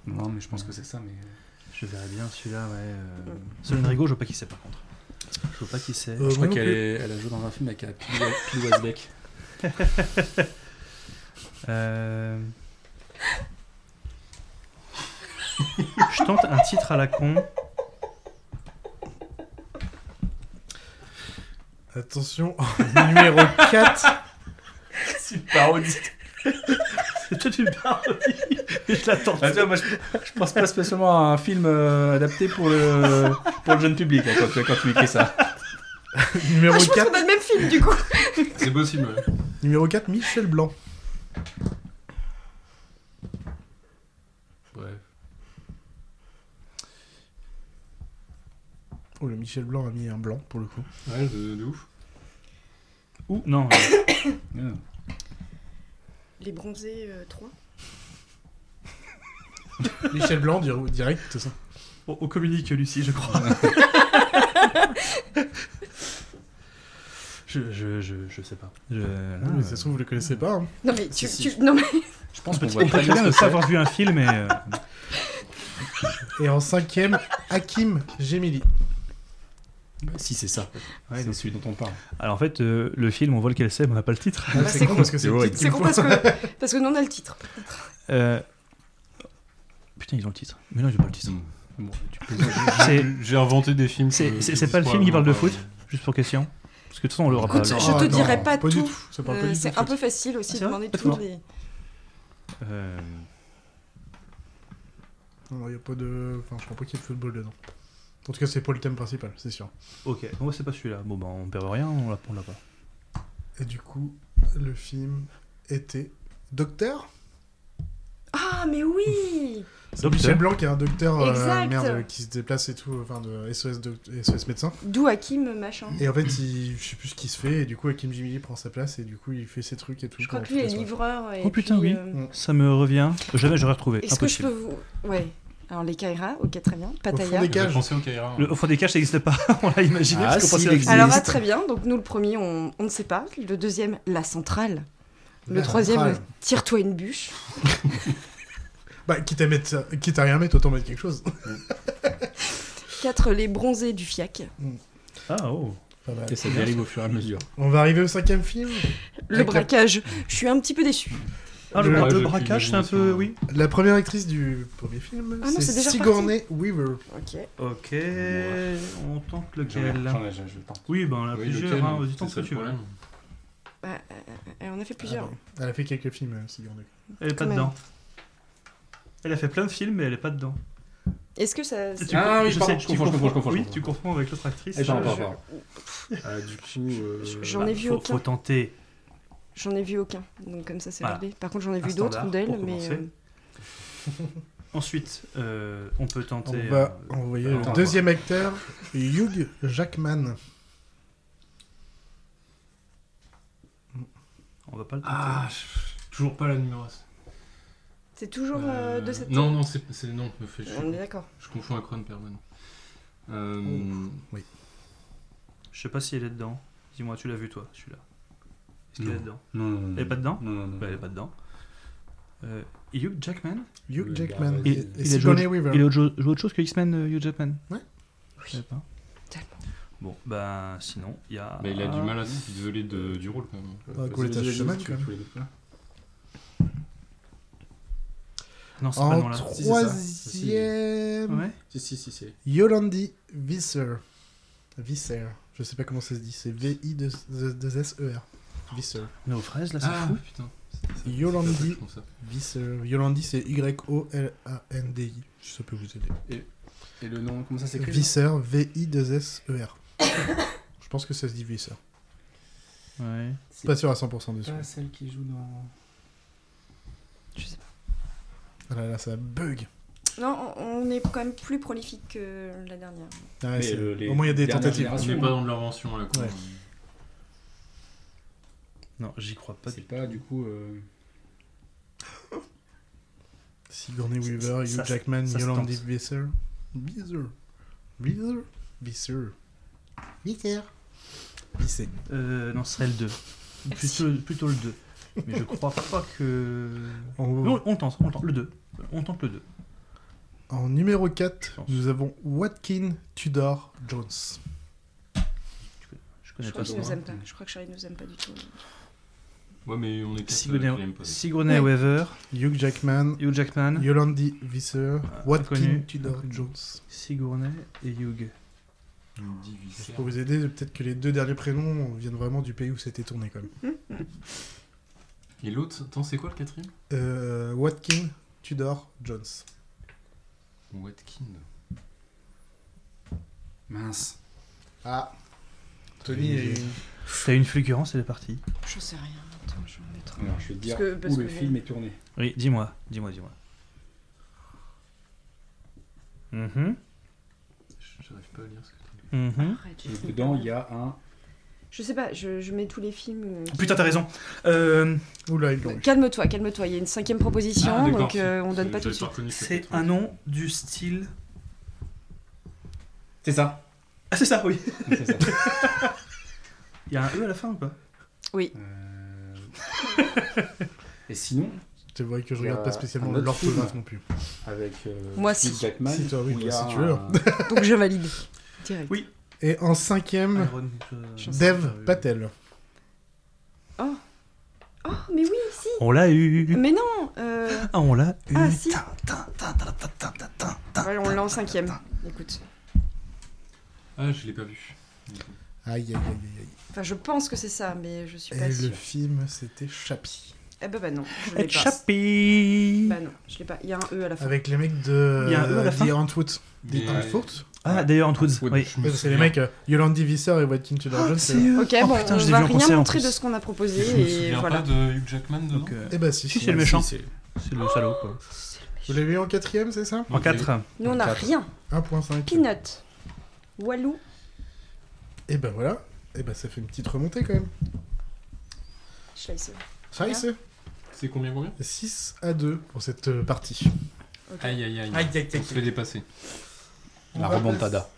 Non, mais je pense que c'est ça, mais. euh,
Je verrais bien celui-là, ouais. Euh...
Mm.
Solène Rigaud, je vois pas qui c'est par contre. Je vois pas qui c'est.
Euh,
Je crois
moi non
qu'elle
plus.
est- elle a joué dans un film avec euh, Pil Pil Westbeck.
Euh... Je tente un titre à la con.
Attention, numéro 4.
C'est une parodie.
C'est peut-être une parodie. mais Je l'attends.
Attends, Ah, moi, je, je pense pas spécialement à un film euh, adapté pour le, pour le jeune public hein, quand, tu- quand tu écris ça.
numéro,
Ah, je pense
4
qu'on a le même film, du coup.
C'est possible, ouais.
numéro 4, Michel Blanc.
Bref.
Oh, le Michel Blanc a mis un blanc pour le coup.
Ouais, de, de ouf.
Ou non. euh,
euh, Les bronzés 3.
Michel Blanc, dir- direct, c'est ça.
On, on communique, Lucie, je crois. je, je, je, je sais pas. Je- euh,
Ah, mais ça se trouve, vous le connaissez pas. hein.
Non mais tu,
Si,
tu- non mais
Je pense qu'on
On
voit
peut
très
très bien
bien
ne
ce que
pas
c'est.
avoir vu un film et. euh,
Et en cinquième, Hakim Gemili.
Bah, Si, c'est ça.
Ouais,
c'est
donc-
celui dont on parle.
Alors en fait, euh, le film, on voit lequel c'est, mais on n'a pas le titre.
Ah, c'est con parce que c'est Oh, le
C'est
titre
Bah, c'est
qu'il
con
faut.
parce que parce que nous on a le titre.
Euh, Putain, ils ont le titre. Mais non, ils ont pas le titre.
Bon, tu peux-
C'est
J'ai inventé des films.
c'est-
que-
c'est-
que
c'est pas le
soit
film qui parle de
vraiment
foot juste pour question. Parce que de toute façon, on l'aura pas.
Écoute,
alors.
je te
Ah,
dirai
non,
pas
du
tout.
Ça parle pas
Euh,
du
C'est
tout,
un
en fait.
peu facile aussi
Ah,
de
c'est vrai
demander
Pas
toujours
tout.
des.
Euh,
Non, il y a pas de. Enfin, je crois pas qu'il y ait de football dedans. En tout cas, c'est pas le thème principal, c'est sûr.
Ok, bon, bah, c'est pas celui-là. Bon, bah, on perd rien, on l'a on l'a pas.
Et du coup, le film était Docteur
Ah mais oui.
C'est
Docteur.
Michel Blanc qui est un docteur euh,
Exact.
merde, euh, qui se déplace et tout, enfin de SOS, doc- SOS médecin.
D'où Hakim machin.
Et en fait, il... je sais plus ce qu'il se fait, et du coup, Hakim Jimili prend sa place, et du coup, il fait ses trucs et tout.
Je crois
pendant
que lui est
toute la soirée.
livreur. Et
Oh, putain,
puis,
oui.
euh,
Ça me revient. Jamais j'aurais retrouvé.
Est-ce que je peux
Impossible.
vous. Ouais. Alors les Kaira, ok très bien.
Au fond
Pattaya.
des
J'ai
cages.
pensé au
hein.
Kaira.
Le, au fond des caches, ça n'existe pas. on l'a imaginé.
Ah,
parce qu'on
si,
pensait
il
à-
existe.
Alors ah,
existe.
très bien. Donc nous le premier on, on ne sait pas. Le deuxième la centrale. Le
La
troisième
centrale.
tire-toi une bûche.
Bah, quitte à, mettre... ça- quitte à rien mettre, autant mettre quelque chose.
Quatre les bronzés du fiac.
Ah, oh.
Pas mal.
Et ça dérive au fur et à mesure.
On va arriver au cinquième film.
Le
Avec la-
braquage. Je suis un petit peu déçu.
Ah, le,
Je-
bra- le
je-
braquage,
je-
c'est un peu.
je-
Oui.
La première actrice du premier film,
Ah non, c'est
c'est
déjà
Sigourney Weaver.
Ok.
Ok,
Ouais.
on tente
J'en ai-
lequel
j'en ai- j'en ai- je tente.
Oui, ben, on a
Oui,
plusieurs.
lequel,
hein, Vas-y,
c'est
tente ce
ça
que
le
tu veux.
problème.
Et Bah, euh, on a fait plusieurs.
Ah, bon. Elle a fait quelques films, euh, Sigourney.
Elle est pas
Quand même.
dedans. Elle a fait plein de films, mais elle est pas dedans.
Ah
Est-ce que ça.
Tu-
Ah oui,
je
pardon,
sais,
je
tu
confonds, je
confonds-
confonds, je confonds, je
Oui,
confonds.
tu confonds avec l'autre actrice. Euh,
Eh, j'en ai pas,
je-
pardon. Ah, du coup, euh,
J'en ai vu
bah, faut,
aucun.
faut tenter.
J'en ai vu aucun, donc comme ça c'est
Voilà.
réglé. Par contre j'en ai
Un
vu d'autres
standard,
d'elle,
pour
mais
commencer.
euh,
Ensuite, euh, on peut
On
tenter.
va
euh,
envoyer
attends,
le deuxième acteur, Hugh Jackman.
On va pas le tenter.
Ah, je- toujours pas la numération.
c'est toujours euh, de cette.
Non, non, c'est c'est- non. me fais-
On est
Je,
d'accord.
je confonds avec Ron Perlman. Euh,
Je sais pas si elle est dedans. Dis-moi, tu l'as vu toi, celui-là. Est-ce qu'elle
Non.
est dedans
Non, non, non.
Elle est pas dedans
Non, non, non.
Bah, Elle est pas dedans. Euh, Hugh Jackman
Hugh
Le
Jackman
gars,
et,
il-
et
il a
Sigourney
joué-
Weaver.
Il a autre, joue autre chose que X-Men, euh, Hugh Jackman
Ouais.
Je savais
hein.
pas.
Tellement.
Bon, ben sinon, il y a.
bah, il a du mal à se isoler de- du rôle quand même.
Euh,
Ah, cool, les tâches
Vas-y, vas-y,
chemin,
vas-y,
quand même.
tu voulais dire quoi
Non, c'est pas le
En
nom là.
Si, c'est ça.
troisième,
Ouais.
Si, si, si, si.
Yolandi Visser. Visser. Je sais pas comment ça se dit. C'est V-I-2-S-E-R. Visser.
On est aux fraises là, c'est
Ah,
fou.
putain. c'est- c'est-
Yolandi.
c'est pas ça, je pense ça.
Visser. Yolandi, c'est Y-O-L-A-N-D-I. Ça peut vous aider.
Et le nom, comment ça s'écrit là
Visser, V-I-2-S-E-R. Je pense que ça se dit Visser.
Ouais.
C'est
Pas sûr à 100% dessus.
pas celle qui joue dans.
Ah là là, ça bug.
Non, on on est quand même plus prolifique que la dernière.
Ah ouais,
Mais,
c'est-
euh, les
Au moins, il y a des
dernières
tentatives.
On
générations,
n'est pas dans de l'invention à la con.
Ouais.
Non, j'y crois pas.
C'est pas du coup. euh,
Sigourney
Ça-
Weaver,
ça-
Hugh
ça-
Jackman,
ça se
Yolandi
tente.
Visser. Visser. Visser. Visser. Visser. Visser.
Euh, non, ce serait le 2. Plutôt, plutôt le 2. Mais je crois pas que.
En,
Non, on le tente, on le tente, le 2. On tente le 2.
en numéro 4,
pense.
nous avons Watkin Tudor Jones.
Je
Je
connais
crois
pas
qu'il
son
nous
nom.
aime pas. Je crois que Charlie nous aime pas du tout.
Ouais, mais on est quatre, euh, qui
Sigourney,
l'aiment pas.
Sigourney
Ouais.
Weaver,
Hugh Jackman,
Hugh Jackman,
Yolandi Visser,
Ah,
Watkin
inconnu.
Tudor
Inconnu.
Jones.
Sigourney et Hugh.
Pour vous aider, peut-être que les deux derniers prénoms viennent vraiment du pays où c'était tourné quand même.
Et l'autre, attends, c'est quoi le quatrième
Euh, Watkin Tudor Jones.
Watkin.
Mince.
Ah. Tony est...
T'as une fulgurance, elle est partie.
J'en sais rien. Attends, je vais en mettre.
Alors, je vais te dire
que- parce
où le
que-
film est tourné.
Oui, dis-moi, dis-moi, dis-moi. Mhm,
J'arrive pas à lire ce que t'as dit.
mhm.
Arrête, j'ai
Et
fait
Mhm.
dedans,
peur.
il y a un.
Je sais pas, je, je mets tous les films. euh,
Oh,
qui-
Oh, Putain, t'as raison. Euh,
Oula, ils l'ont eu.
Calme-toi, calme-toi. Il y a une cinquième proposition,
Ah, d'accord.
donc euh, on donne pas tout de
J'avais
suite.
reconnu ce
c'est
titre.
un nom du style.
C'est ça.
Ah, c'est ça, oui.
C'est ça.
Il y a un E à la fin ou pas
Euh, Et sinon,
C'est vrai que je regarde pas
Euh,
spécialement
un autre
l'orthographe
film.
non plus.
avec euh,
Moi,
Hugh
si.
Jackman,
Si, toi,
où
oui, toi,
il y
si
a
tu veux.
un-
Donc je valide. Direct.
Ah. Oui.
Et en cinquième,
Iron, euh,
Dev Patel.
Oh, mais oui, si.
On l'a eu.
Mais non. euh,
Ah, on l'a eu.
Ah, si.
Tin, tin, tin, tin, tin, tin, tin, tin, tin.
ouais, on l'a en cinquième. Écoute.
Ah, je l'ai pas vu.
Aïe, aïe, aïe, aïe,
Enfin, je pense que c'est ça, mais je suis
aïe.
pas
Et le
sûre.
film, c'était Chappie.
Eh ben, bah non, je l'ai
Et
pas.
Chappie.
Bah non, je l'ai pas. Il y a un E à la fin.
Avec les mecs de
Il y a un E à la
The
fin
Antwood. The
Mais-
Antwood
Ah, d'ailleurs, Antwoods.
Antwoods.
Oui.
Je me
Ouais, C'est les
souviens.
mecs euh, Yolande Divisor et Watkins Tudor Jones. c'est- hein,
Ok,
Oh,
bon,
putain,
on
je l'ai
va
vu en concert,
rien
en
montrer
plus.
de ce qu'on a
Je
proposé
me
et
souviens
voilà.
pas Ah, de Hugh Jackman dedans.
Donc, euh,
Eh bah si,
si,
si,
c'est le
ouais.
méchant.
Si, c'est-
C'est le salaud, quoi.
Vous l'avez eu en quatrième, c'est ça
En
Ok.
4.
Nous on a
Quatre.
rien.
1.5.
Peanut, Walou,
Et ben voilà. Et ben ça fait une petite remontée quand même.
Schleiser.
Scheiße.
C'est combien combien
6 à 2 pour cette euh, partie.
Aïe aïe aïe. On se fait dépasser.
la remontada.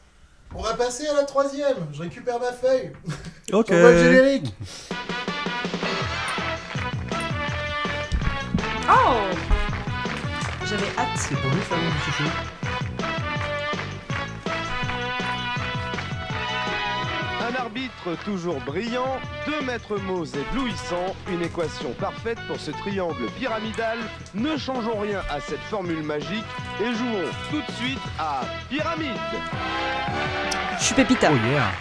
On va passer à la troisième. Je récupère ma feuille.
Ok.
On voit
bah,
le générique.
Oh J'avais hâte.
C'est pour nous, ça, mon petit chou.
Un arbitre toujours brillant, deux maîtres mots éblouissants, une équation parfaite pour ce triangle pyramidal. Ne changeons rien à cette formule magique et jouons tout de suite à Pyramide.
Je suis Pépita.
Oh yeah.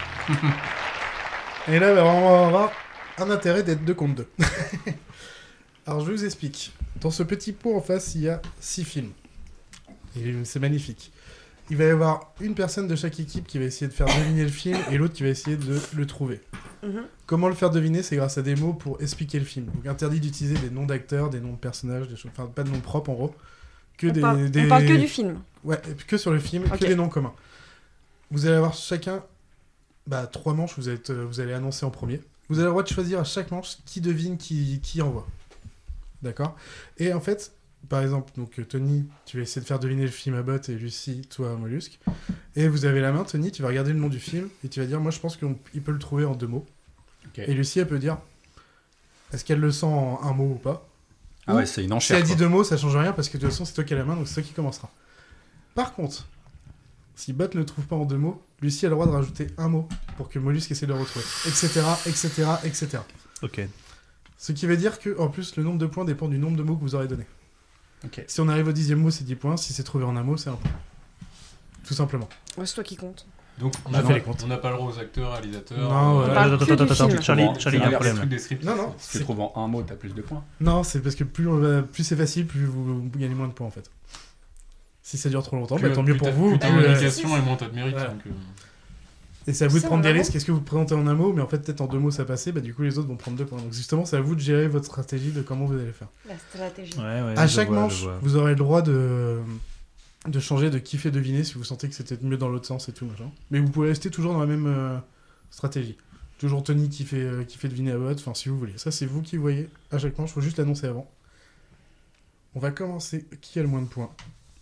Et là, bah, on va avoir un intérêt d'être 2 contre 2. Alors, je vous explique. Dans ce petit pot en face, il y a 6 films. Et c'est magnifique. Il va y avoir une personne de chaque équipe qui va essayer de faire deviner le film et l'autre qui va essayer de le trouver.
Mhm.
Comment le faire deviner C'est grâce à des mots pour expliquer le film. Donc, interdit d'utiliser des noms d'acteurs, des noms de personnages, des choses. Enfin, pas de noms propres en gros. Que
On,
des,
parle, on
des-
parle que du film.
Ouais, et puis que sur le film,
Ok.
que des noms communs. Vous allez avoir chacun bah, trois manches, vous, êtes, euh, vous allez annoncer en premier. Vous avez le droit de choisir à chaque manche qui devine qui, qui envoie. D'accord Et en fait, par exemple, donc euh, Tony, tu vas essayer de faire deviner le film à Bot et Lucie, toi à Mollusque. Et vous avez la main, Tony, tu vas regarder le nom du film et tu vas dire Moi je pense qu'il peut le trouver en deux mots.
Ok.
Et Lucie, elle peut dire Est-ce qu'elle le sent en un mot ou pas
Ah ouais, c'est une
si elle
enchère.
dit
quoi.
deux mots, ça change rien parce que de toute façon, c'est toi qui as la main, donc c'est toi qui commencera. Par contre, si Bot ne trouve pas en deux mots, Lucie a le droit de rajouter un mot pour que Mollusque essaie de le retrouver, etc., etc., etc.
Ok.
Ce qui veut dire que, en plus, le nombre de points dépend du nombre de mots que vous aurez donné.
Ok.
Si on arrive au dixième mot, c'est 10 points. Si c'est trouvé en un mot, c'est un point. Tout simplement.
Ouais, C'est toi qui compte.
Donc on
J'ai
a-
fait les comptes.
on n'a pas le droit aux acteurs, réalisateurs.
Non,
euh,
ouais.
parle
Attends,
que
attends,
du
attends,
film.
Charlie,
Bon,
Charlie, il y a un
c'est
problème.
Non, non.
Si tu
c'est-
le trouves en un mot, t'as plus de points.
Non, c'est parce que plus, on va- plus c'est facile, plus vous, vous gagnez moins de points en fait. Si ça dure trop longtemps, bah, tant mieux pour vous.
Plus ta
plus, euh,
communication et moins t'as de mérite.
Voilà.
donc, euh,
Et c'est à vous de
Ça,
prendre des
en un mot
risques. Est-ce que vous présentez en un mot, mais en fait, peut-être en deux mots ça passait, bah du coup, les autres vont prendre deux points. Donc, justement, c'est à vous de gérer votre stratégie de comment vous allez le faire.
La stratégie.
Ouais, ouais,
à
je
chaque
vois, je
manche,
vois.
vous aurez le droit de, de changer, de kiffer, deviner si vous sentez que c'était mieux dans l'autre sens et tout, machin. Mais vous pouvez rester toujours dans la même euh, stratégie. Toujours Tony qui fait, euh, qui fait deviner à votre, enfin, si vous voulez. Ça, c'est vous qui voyez à chaque manche, faut juste l'annoncer avant. On va commencer. Qui a le moins de points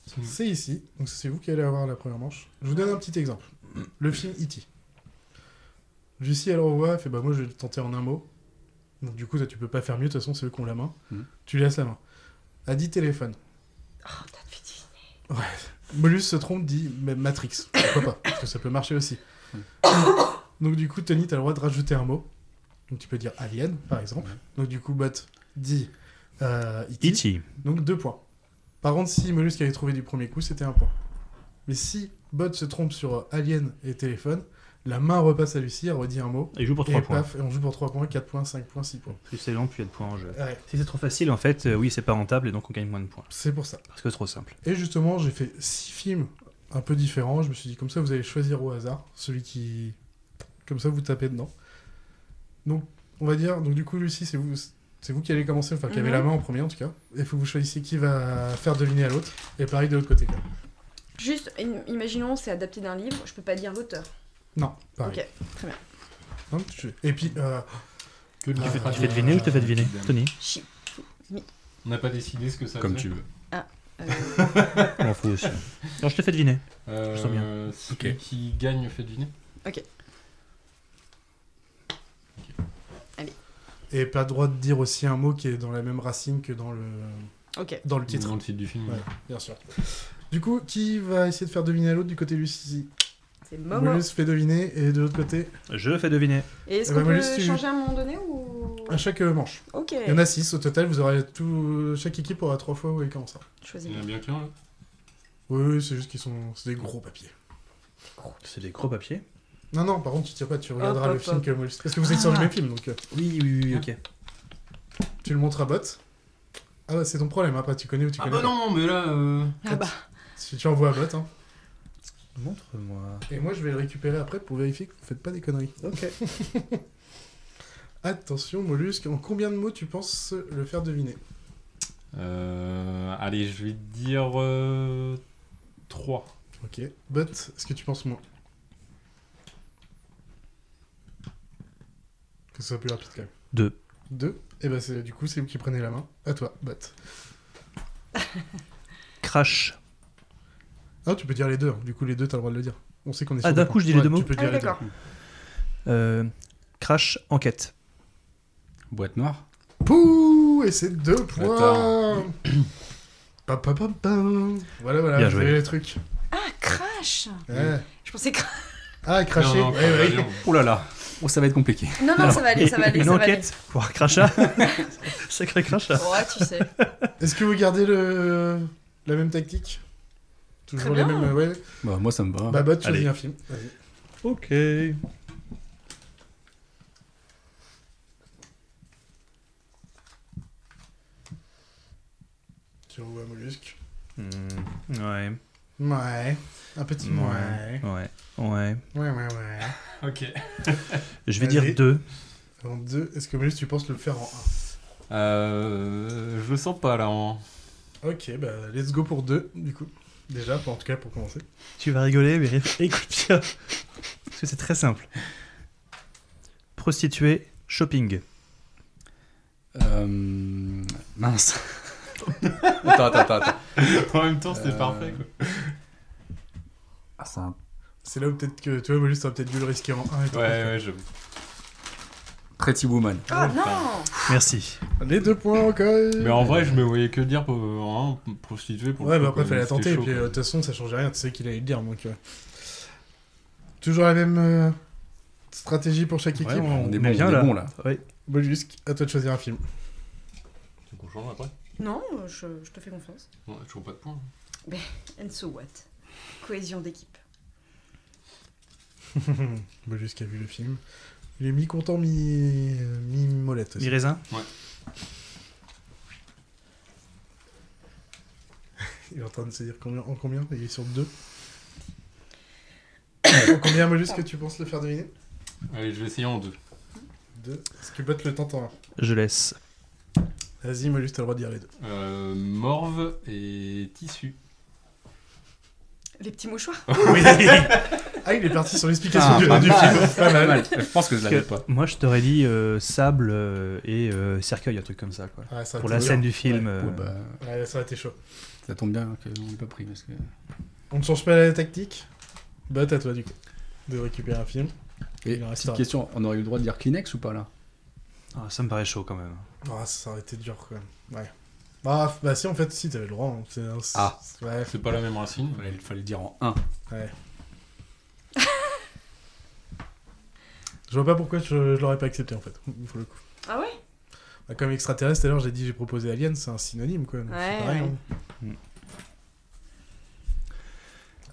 Hmm.
C'est nous.
C'est ici, donc c'est vous qui allez avoir la première manche. Je vous donne un petit exemple. Le film E E.T. Lucie, elle revoit, elle fait bah moi je vais le tenter en un mot. Donc du coup, toi tu peux pas faire mieux, de toute façon c'est eux qui ont la main.
Mm.
Mhm.
Tu laisses la main. A dit téléphone.
Oh, t'as fait du-
Molus se trompe, dit même Matrix. Pourquoi pas Parce que ça peut marcher aussi. Donc du coup, Tony, t'as le droit de rajouter un mot. Donc tu peux dire Alien, par exemple. Donc du coup, Bot dit euh, E.T.
E.T.
Donc deux points. Par contre, si Mollusque avait trouvé du premier coup, c'était un point. Mais si Bot se trompe sur euh, Alien et téléphone, la main repasse à Lucie, elle redit un mot.
Et il joue pour
Et
3 points.
paf, et on joue pour 3 points, 4 points, 5 points, 6 points.
Plus c'est lent, plus il y a de points en jeu.
Ouais,
Si c'est trop facile, en fait, euh, oui, c'est pas rentable et donc on gagne moins de points.
c'est pour ça.
Parce que c'est trop simple.
Et justement, j'ai fait 6 films un peu différents. Je me suis dit, comme ça, vous allez choisir au hasard celui qui. Comme ça, vous tapez dedans. Donc, on va dire. Donc, du coup, Lucie, c'est vous. C'est vous qui allez commencer, enfin qui avez
Mhm.
la main en premier en tout cas. Et faut que vous choisissiez qui va faire deviner à l'autre. Et pareil de l'autre côté. quoi.
Juste, im- imaginons, c'est adapté d'un livre, je peux pas dire l'auteur.
Non, pareil.
Ok, très bien.
Hein, tu- Et puis. euh,
Que de
euh,
la
Tu fais- tu fais deviner ou je te fais deviner Tony
Chi-
On n'a pas décidé ce que ça
Comme
faisait.
tu veux.
Ah, euh,
On m'en fout aussi. Non, je te fais deviner.
Euh,
Je sens bien.
Celui qui gagne fait deviner.
Et pas droit de dire aussi un mot qui est dans la même racine que dans le,
ok.
dans le titre.
Dans le titre du film.
Ouais, bien sûr. Du coup, qui va essayer de faire deviner à l'autre du côté Lucie
C'est Momo.
Molus fait deviner et de l'autre côté,
Je fais deviner.
Et est-ce
Eh
qu'on
ben,
peut
Molus, tu-
changer à un moment donné ou
à chaque euh, manche.
Ok.
Il y en a six au total, vous aurez tout... chaque équipe aura trois fois où elle commence.
Choisis.
Il y en a bien qu'un là.
Oui, oui, c'est juste qu'ils sont. C'est des gros papiers.
C'est des gros papiers.
Non, non, par contre, tu tires pas, tu regarderas
Hop,
le
hop,
film
hop.
que Molus. Parce que vous êtes sur le
Ah.
même film, donc euh,
Oui, oui, oui, ok.
tu le montres à Bot. Ah, bah, c'est ton problème, après, tu connais ou tu
Ah
connais
bah
pas.
non, mais là. euh,
Ah bah.
Si tu envoies à Bot, hein.
Montre-moi.
Et moi, je vais le récupérer après pour vérifier que vous faites pas des conneries.
Ok.
Attention, Mollusque, en combien de mots tu penses le faire deviner
euh, allez, je vais dire 3.
Ok. Bot, est-ce que tu penses moins Que ce soit plus rapide quand même.
Deux.
Deux Et bah, c'est- du coup, c'est vous qui prenez la main. À toi, Bot.
Crash.
Ah, tu peux dire les deux. hein. Du coup, les deux, t'as le droit de le dire. On sait qu'on est
Ah,
sur
d'un
des
coup,
points.
je dis les deux mots
Tu peux
Ah
dire les deux.
d'accord.
Euh, crash, enquête.
Boîte noire.
Pouh Et c'est deux points Pa, pa, pa, pa. Voilà, voilà,
Bien
vous
joué.
avez les trucs.
Ah crash.
Ouais.
Je pensais crash.
Ah, cracher
Non, non,
Ouais, ouais.
Oh là là. Oh, ça va être compliqué.
Non non ça va aller ça va aller
Une
ça va aller.
enquête pour un crachat. Sacré crachat.
Ouais tu sais.
Est-ce que vous gardez le... la même tactique Toujours
Très
les
bien.
mêmes. Ouais.
Bah, moi, ça me va.
Bah, bah, tu choisis
Allez.
un film. Vas-y.
Ok.
Tu envoies un mollusque.
Hmm, Ouais.
Ouais. Un petit ouais.
Ouais. Ouais.
Ouais, ouais, ouais.
Ok.
Je vais
Vas-y.
dire deux.
En deux, est-ce que mollusque, tu penses le faire en
Euh, je le sens pas là. en-
un Ok, bah, let's go pour deux, du coup. Déjà, pour- en tout cas, pour commencer.
Tu vas rigoler, mais ré- écoute bien. Parce que c'est très simple. Prostituée, shopping.
Euh, mince. attends, attends, attends. attends.
en même temps, c'était
Euh,
parfait. Quoi.
Ah, c'est un
C'est là où peut-être que, tu vois, mollusque, t'aurais peut-être dû le risquer en un. et tout.
Ouais, ouais, j'avoue.
Pretty Woman.
Ah non.
Merci.
Les deux points encore.
Mais en vrai, je me voyais que dire pour, hein, prostituée pour. le
Ouais,
coup,
bah après,
quoi,
fallait la
mais
tenter. Et
c'était
puis,
chaud,
euh, de
quoi.
toute façon, ça changeait rien. Tu sais qu'il allait le dire. Donc, euh, toujours la même euh, stratégie pour chaque équipe.
Ouais,
On, est
est
bon,
bien
on
là.
est bon là.
Ouais.
Mollusque, à toi de choisir un film.
Donc on change après.
Non je, je te fais confiance. Ben,
Non, toujours pas de points.
And so what. Cohésion d'équipe.
Mollusque a vu le film. Il est mi-content, mi- mi-molette aussi.
Miraisin
Il est en train de se dire combien, en combien Il est sur deux. en combien, Mollusque, tu penses le faire deviner
Allez, je vais essayer en deux.
Deux. Est-ce que Bot le tente en un
Je laisse.
Vas-y, Mollusque, t'as le droit de dire les deux.
Euh, morve et tissu.
Les petits mouchoirs.
Oui.
Ah, il est parti sur l'explication
Ah,
du,
pas
du
mal.
film. Pas
Pas
mal.
mal. Je pense que je l'avais pas.
Moi, je t'aurais dit euh, sable euh, et euh, cercueil, un truc comme ça, quoi.
Ah, ça aurait
Pour
été
la
dur.
scène du film. euh,
Ouais, bah,
Ouais, ça aurait été chaud. Ah,
ça tombe bien qu'on l'ait pas pris parce que.
On ne change pas la tactique Bot à toi du coup. De récupérer un film.
Et
Il en reste
petite
un.
question, on aurait eu le droit de dire Kleenex ou pas là
ah, ça me paraît chaud quand même.
Ah, ça aurait été dur quand même. Ouais. Bah, f- bah si, en fait, si, t'avais le droit. hein. C'est- c'est-
Ah.
Ouais.
C'est pas la même racine.
Il fallait, fallait le dire en 1.
Je vois pas pourquoi je, je l'aurais pas accepté en fait. Pour le coup.
Ah ouais.
Bah, comme extraterrestre, tout à l'heure, j'ai dit j'ai proposé Alien, c'est un synonyme quoi. donc c'est
Ouais,
pareil,
ouais.
hein.
Mm.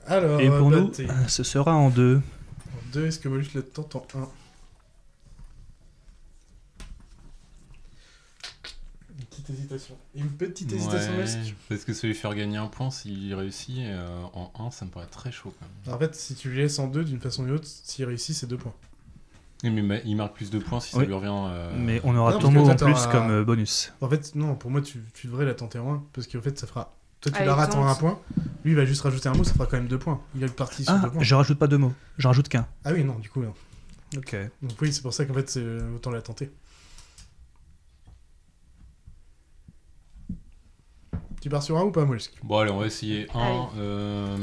Alors,
et pour
Bot,
nous,
t'es-
euh, ce sera en deux.
En deux, est-ce que Molus le tente en un Une petite hésitation. Une petite hésitation,
Ouais,
Mollusque.
parce que se lui faire gagner un point s'il réussit et, euh, en 1, ça me paraît très chaud quand même.
En fait, si tu les laisses en deux, d'une façon ou d'une autre, s'il réussit, c'est deux points.
Oui, Mais, ma- il marque plus de points si
Oui.
ça lui revient. euh,
Mais on aura
non,
ton
parce que
mot
toi,
en plus
t'auras-
comme euh, bonus.
En fait, non, pour moi, tu, tu devrais la tenter en un, parce qu'en fait, ça fera. Toi, tu
Ah,
la
il
rates en
tente.
un point, lui, il va juste rajouter un mot, ça fera quand même deux points. Il a le parti sur
Ah,
deux points.
je rajoute pas deux mots. J'en rajoute qu'un.
Ah oui, non, du coup, non.
Ok.
Donc oui, c'est pour ça qu'en fait, c'est euh, autant la tenter. Tu pars sur un ou pas, Mollusque
Bon, allez, on va essayer
Allez.
un. euh,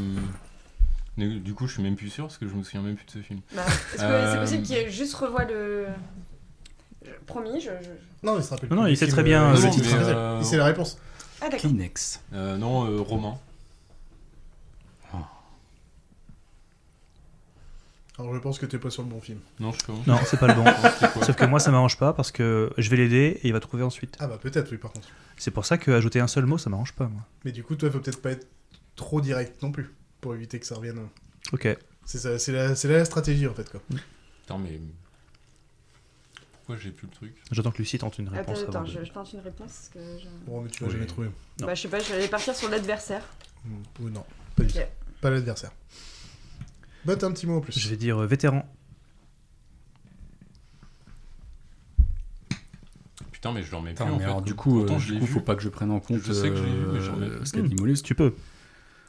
mais Du coup, je suis même plus sûr parce que je me souviens même plus de ce film.
Bah, Est-ce que c'est
Euh,
possible qu'il juste revoie le. je- Promis, je. je-
Non, il se rappelle
Non,
plus
non,
du
il sait
film,
très bien,
euh,
euh,
le
non,
titre.
mais, euh,
Il sait la réponse.
Ah, d'accord.
Kleenex.
Euh, non, euh, Romain.
Alors je pense que t'es pas sur le bon film.
Non, je suis pas bon.
Non, c'est pas le bon.
Ah,
C'était quoi
Sauf que moi, ça m'arrange pas parce que je vais l'aider et il va trouver ensuite.
Ah bah peut-être, oui, par contre.
C'est pour ça que ajouter un seul mot, ça m'arrange pas, moi.
Mais du coup, toi, faut peut-être pas être trop direct non plus, pour éviter que ça revienne. euh,
Ok. Mm.
C'est ça, c'est la, c'est la stratégie, en fait, quoi.
Attends, mais. Pourquoi j'ai plus le truc
J'attends que Lucie tente une
Attends,
réponse
attends,
avant. de-
je, je tente une réponse. parce Que je...
Bon, mais tu vas
Oui.
jamais trouver.
Non.
Bah, je sais pas, j'allais partir sur l'adversaire.
Mm, ou non, pas du
Ok.
tout. Pas l'adversaire. Botte un petit mot en plus.
Je vais dire euh, vétéran.
Putain, mais je l'en mets plus
Putain,
en
mais
fait.
alors, du coup,
Pourtant,
euh,
je
du
l'ai
coup,
vu.
faut pas que je prenne en compte
Je sais que je l'ai vu, mais j'en ai
euh,
plus.
ce qu'a dit Mollusque.
Tu peux. Mm.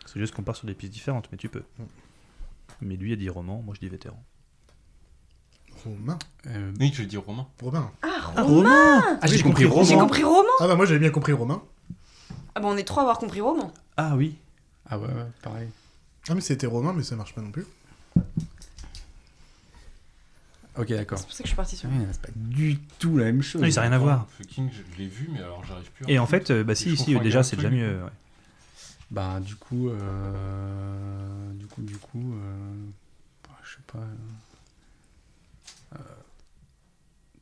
C'est juste qu'on part sur des pistes différentes, mais tu peux. Mais lui a dit roman, moi je dis vétéran.
Romain.
Euh,
Oui, je dis Romain.
Romain.
Ah, roman
Ah, j'ai compris,
J'ai
roman.
compris roman
Ah bah moi j'avais bien compris Romain.
Ah, bah, on est trois à avoir compris roman.
Ah oui.
Ah ouais, ouais, pareil.
Ah mais c'était Romain mais ça marche pas non plus.
Ok, d'accord.
C'est pour ça que je suis partie sur.
Ouais, C'est pas du tout la même chose. hein.
Non, ça n'a Ah, rien à
Attends,
voir.
Fucking, je l'ai vu, mais alors j'arrive plus. à-
Et en fait, euh, bah si,
Je
ici,
comprends
déjà,
qu'un
c'est déjà
truc.
mieux. ouais.
Bah, du coup, euh, du coup, du coup, euh, bah, je sais pas. euh, euh,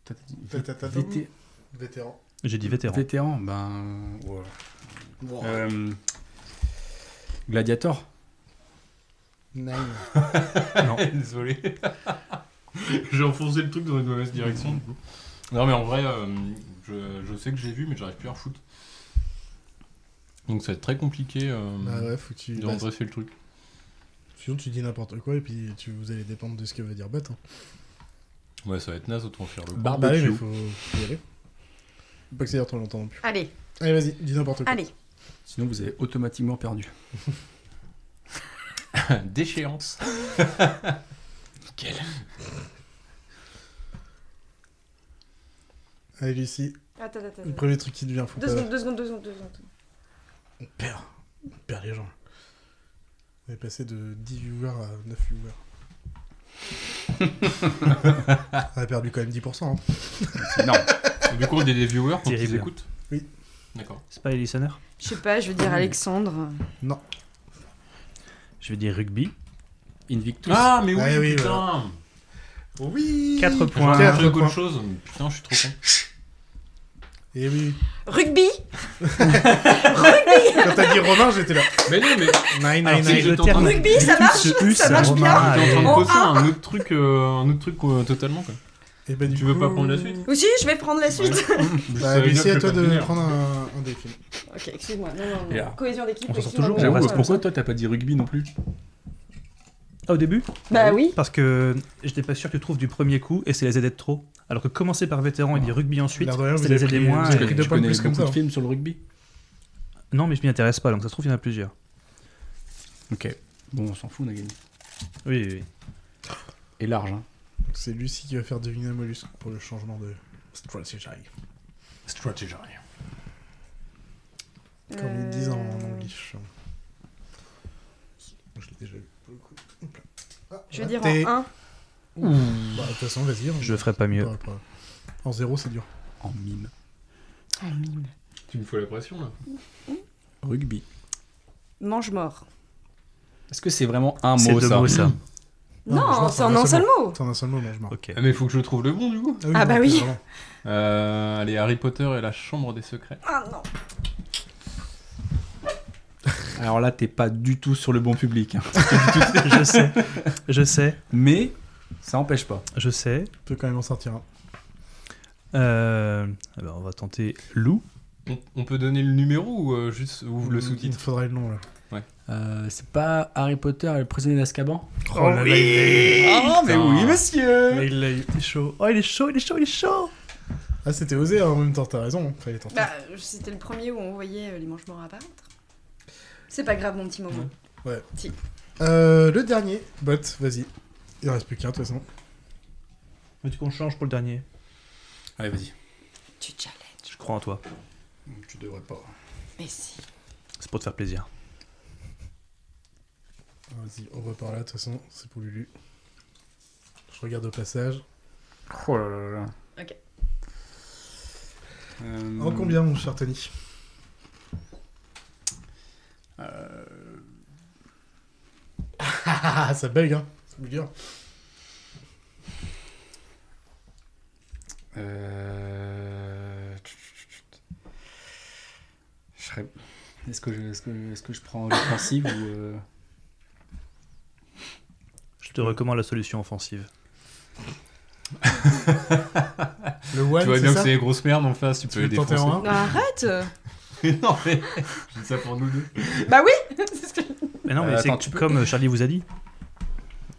t'as- t'as dit-
Ta- ta- ta- ta-
Vété-
Vétéran.
J'ai dit vétéran.
Vétéran, ben. ouais.
Wow.
Euh, Gladiator.
Nine.
Désolé. j'ai enfoncé le truc dans une mauvaise direction. du coup. Non, mais en vrai, euh, je, je sais que j'ai vu, mais j'arrive plus à foutre. Donc ça va être très compliqué euh,
Bah ouais, faut que tu...
de
bah,
redresser le truc.
sinon tu dis n'importe quoi et puis tu vous allez dépendre de ce que va dire Botte. hein.
Ouais, ça va être naze, autant faire le
Barbecue.
Bah oui mais faut, faut y aller. Faut Pas que ça dure trop longtemps non plus.
Allez,
Allez vas-y, dis n'importe quoi.
allez.
Sinon, vous avez automatiquement perdu.
Déchéance. Nickel.
Allez Lucie,
Attends, attends,
le
attends.
premier truc qui devient euh, faut
Deux
pas...
secondes, deux secondes, deux secondes, deux secondes.
On perd. On perd les gens. On est passé de 10 viewers à 9 viewers. On a perdu quand même 10%. hein.
Non.
Et du coup, on est des viewers quand
Terrible.
ils écoutent
Oui.
D'accord.
C'est pas les listeners
Je sais pas, je vais
Mmh.
dire Alexandre.
Je vais dire rugby.
Invictus.
Ah, mais oui,
Ah oui,
putain
Oui
4
J'aurais
points.
un
Quatre
truc
points.
autre chose. Putain, je suis trop con.
Et oui,
Rugby
quand t'as dit Romain, j'étais là.
Mais non, mais
Nine,
Alors,
nine,
c'est-
nine.
j'étais en train de-
Rugby, ça marche Ça marche bien Oh, ah.
J'étais euh, en train
En
de bosser un autre truc, euh, un autre truc euh, totalement quoi.
Et bah, du
Tu veux pas
coup,
prendre la suite
Ou si, je vais prendre la suite.
Bah, Lucie, à toi de prendre un, un défi.
Ok, excuse-moi. Non, non, non.
Et alors
Cohésion d'équipe.
On s'en sort
excuse-moi.
toujours, on
J'avoue,
reste comme
pourquoi toi t'as pas dit rugby non plus
Ah, au début
Bah oui.
Parce que j'étais pas sûr que tu trouves du premier coup et c'est les aider de trop. Alors que commencer par vétéran et dire rugby ensuite,
L'air de rien, Bah, vous
c'est
avez
les aider
pris-
moins.
vous avez
et-
pris deux
Tu
points de
connais
plus comme
beaucoup
ça.
de films sur le rugby
Non, mais je m'y intéresse pas, donc ça se trouve, il y en a plusieurs.
Ok. Bon, on s'en fout, on a gagné.
Oui, oui, oui.
Et large, hein.
Donc, C'est Lucie qui va faire deviner Mollusque pour le changement de stratégie.
Strategy.
Comme ils disent en
Euh,
anglais. Je l'ai déjà vu pour le coup. Hop là. Ah,
Je vais dire
raté.
en 1.
Bah, de toute façon, vas-y. on-
Je ferai pas mieux.
Ouais, pas- En zéro, c'est dur.
En mime.
Ah,
Tu me fais la pression là.
Rugby.
Mange mort.
Est-ce que c'est vraiment un
C'est
mot
deux
ça
mots, ça.
Non, je
Non,
pense
c'est
en
en
un
un
seul
seul mot.
C'est en un seul mot, mange-moi.
Ok.
Ah, mais faut que je trouve le bon du coup.
Ah bah
non,
oui.
c'est vraiment-
Euh, allez, Harry Potter et la chambre des secrets.
Ah non.
Alors là, t'es pas du tout sur le bon public. hein.
je sais, je sais,
Mais ça empêche pas.
je sais.
On peut quand même en sortir un.
Euh, eh ben, on va tenter loup.
On, on peut donner le numéro ou euh, juste ou le
Il
sous-titre
faudrait le nom, là.
Euh, c'est pas Harry Potter et le prisonnier d'Azkaban
Oh, là là, il
Ah,
mais oui,
monsieur
l'a eu. Il l'a eu. Il est chaud. Oh, il est chaud, il est chaud, il est chaud.
Ah, c'était osé hein, en même temps, t'as raison. Fallait tenter.
Bah, c'était le premier où on voyait euh, les mange morts apparaître. C'est pas grave, mon petit moment.
Euh, le dernier, bot, vas-y. Il en reste plus qu'un, de toute façon.
Mais tu qu'on change pour le dernier.
Allez, vas-y.
Tu challenges.
Je crois en toi.
Tu devrais pas.
Mais si.
C'est pour te faire plaisir.
Vas-y, on va par là, de toute façon, c'est pour Lulu. Je regarde au passage.
Oh là là là.
Ok.
Euh,
En Oh, combien, mon cher Tony
euh,
Ah, ça bug, hein C'est plus dur.
euh, tchut, tchut, tchut. Je serais- Est-ce que, est que, est que je prends l'offensive ou. euh,
Je te recommande la solution offensive.
Le one,
tu vois bien
c'est
que
ça
c'est des grosses merdes en face, tu
Tu
peux
veux
les
tenter
défoncer.
en
Non, arrête
non, mais je dis ça pour nous deux.
Bah oui C'est ce que-
Mais non,
Euh,
mais c'est
attends, tu peux-
comme Charlie vous a dit.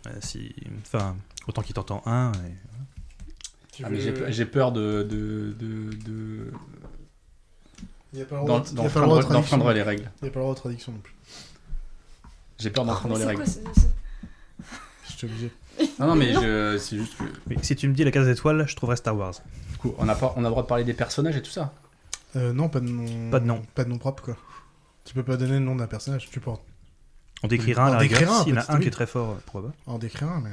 Euh, si... Enfin, autant qu'il t'entend un. et-
Tu
Ah,
veux-
mais j'ai pe- j'ai peur de. de, de, de...
Il n'y a pas le droit
d'en-
il y a pas le droit de
D'enfreindre
traduction.
d'enfreindre les règles.
Il n'y a pas le droit de traduction non plus.
J'ai peur
Mais
d'enfreindre les
c'est
règles.
quoi ce- ce-
Je suis obligé.
Non, non, mais je- c'est juste que.
Mais si tu me dis la case étoile, je trouverai Star Wars.
Du coup, on a, pas, on a le droit de parler des personnages et tout ça.
Euh, non, pas de nom.
Pas de nom.
Pas de nom propre, quoi. Tu peux pas donner le nom d'un personnage, tu portes.
On décrira un
On
à la rigueur,
décrira un,
s'il y en
petit
a un
oui.
qui est très fort, euh, pourquoi pas.
En décrire un, mais.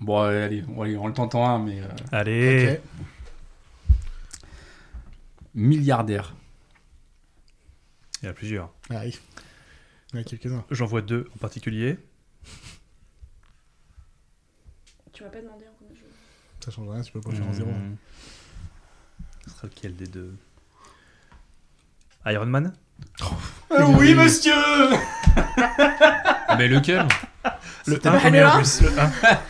Bon, euh, allez, on, allez, on le tente en un, mais. euh,
Allez
Ok.
milliardaire.
Il y en a plusieurs.
Ah oui. Il y en a quelques-uns.
J'en vois deux en particulier.
Tu m'as pas demandé en combien je...
Ça change rien, tu peux pas faire en zéro.
Mmh.
Hmm. Ce sera lequel des deux Iron Man
Euh,
Ah oui,
monsieur Mais lequel
Le 1 premier en plus. Le 1.
Ah.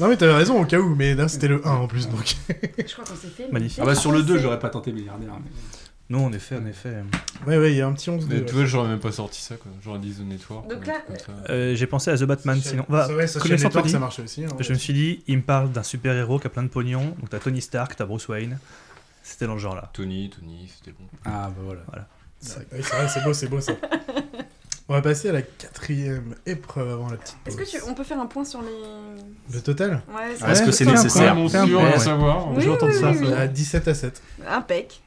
Non, mais t'avais raison au cas où, mais là c'était le 1 en plus donc.
Je crois qu'on s'est fait.
Magnifique.
Ah bah sur le 2, j'aurais pas tenté milliardaire. mais-
Non, en effet, en effet.
Ouais, ouais, il y a un petit 11 de.
Mais tu vois, j'aurais même pas sorti ça, quoi. J'aurais dit The Network.
Donc
ou un
là,
truc comme ça.
Euh, J'ai pensé à The Batman,
Ça-
sinon. Bah,
ça, ouais, ça, chez
connaissant
Network,
Tony,
ça marche aussi. hein,
je me
ouais.
suis dit, il me parle d'un super-héros qui a plein de pognon. Donc t'as Tony Stark, t'as Bruce Wayne. C'était dans le genre là.
Tony, Tony, c'était bon.
Ah bah voilà.
C'est ouais, c'est vrai, c'est beau, c'est beau ça. On va passer à la quatrième épreuve avant la petite pause.
Est-ce que tu... on peut faire un point sur les.
Le total
Ouais, c'est
Ah, Est-ce que c'est
fais un
nécessaire
point,
Mon
fais un
sûr,
point.
à savoir.
Oui,
J'entends
oui,
ça,
oui,
ça.
oui.
À 17 à 7,
Impec.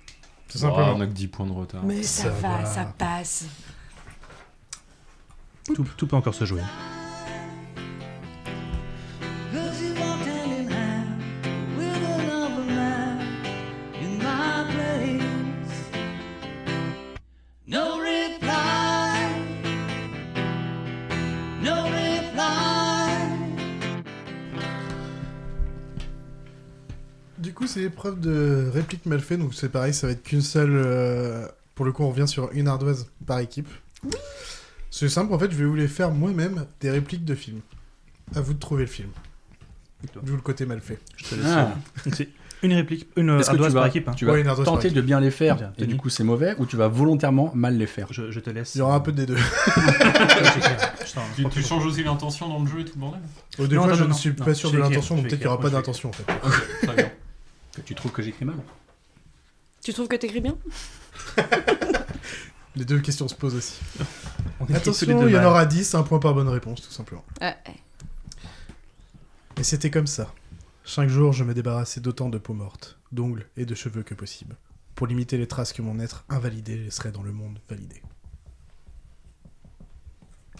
tout
Oh,
simplement.
on a que 10 points de retard.
Mais
ça
ça,
va.
va, ça passe.
Tout, tout peut encore se jouer.
Du coup, c'est l'épreuve de réplique mal fait, donc c'est pareil, ça va être qu'une seule. euh, Pour le coup, on revient sur une ardoise par équipe. C'est simple, en fait, je vais vous les faire moi-même des répliques de films. À vous de trouver le film.
Et toi
D'où le côté mal fait.
Je te laisse.
Ah.
Donc, c'est une réplique, une
Est-ce que tu
ardoise par
vas,
équipe. hein.
tu vas
Ouais, une ardoise par
tenter de bien les faire
Bien.
et du coup c'est mauvais ou tu vas volontairement mal les faire
Je, je te laisse.
Il y aura Ah, un peu des deux.
Tu, tu changes aussi l'intention dans le jeu et tout le bordel
Au début,
non,
je
non,
ne
non,
suis
non,
pas sûr
je
de
vais
l'intention,
écrire,
donc
je
peut-être
vais
qu'il n'y aura pas
écrire, moi, je vais
d'intention en fait.
Ok, très bien.
Tu trouves que j'écris mal
Tu trouves que t'écris bien
Les deux questions se posent aussi.
On écrit tous les
Attention,
deux
il y en
mal.
aura 10, un point par bonne réponse, tout simplement.
Ah,
Et c'était comme ça. Chaque jour, je me débarrassais d'autant de peaux mortes, d'ongles et de cheveux que possible, pour limiter les traces que mon être invalidé laisserait dans le monde validé.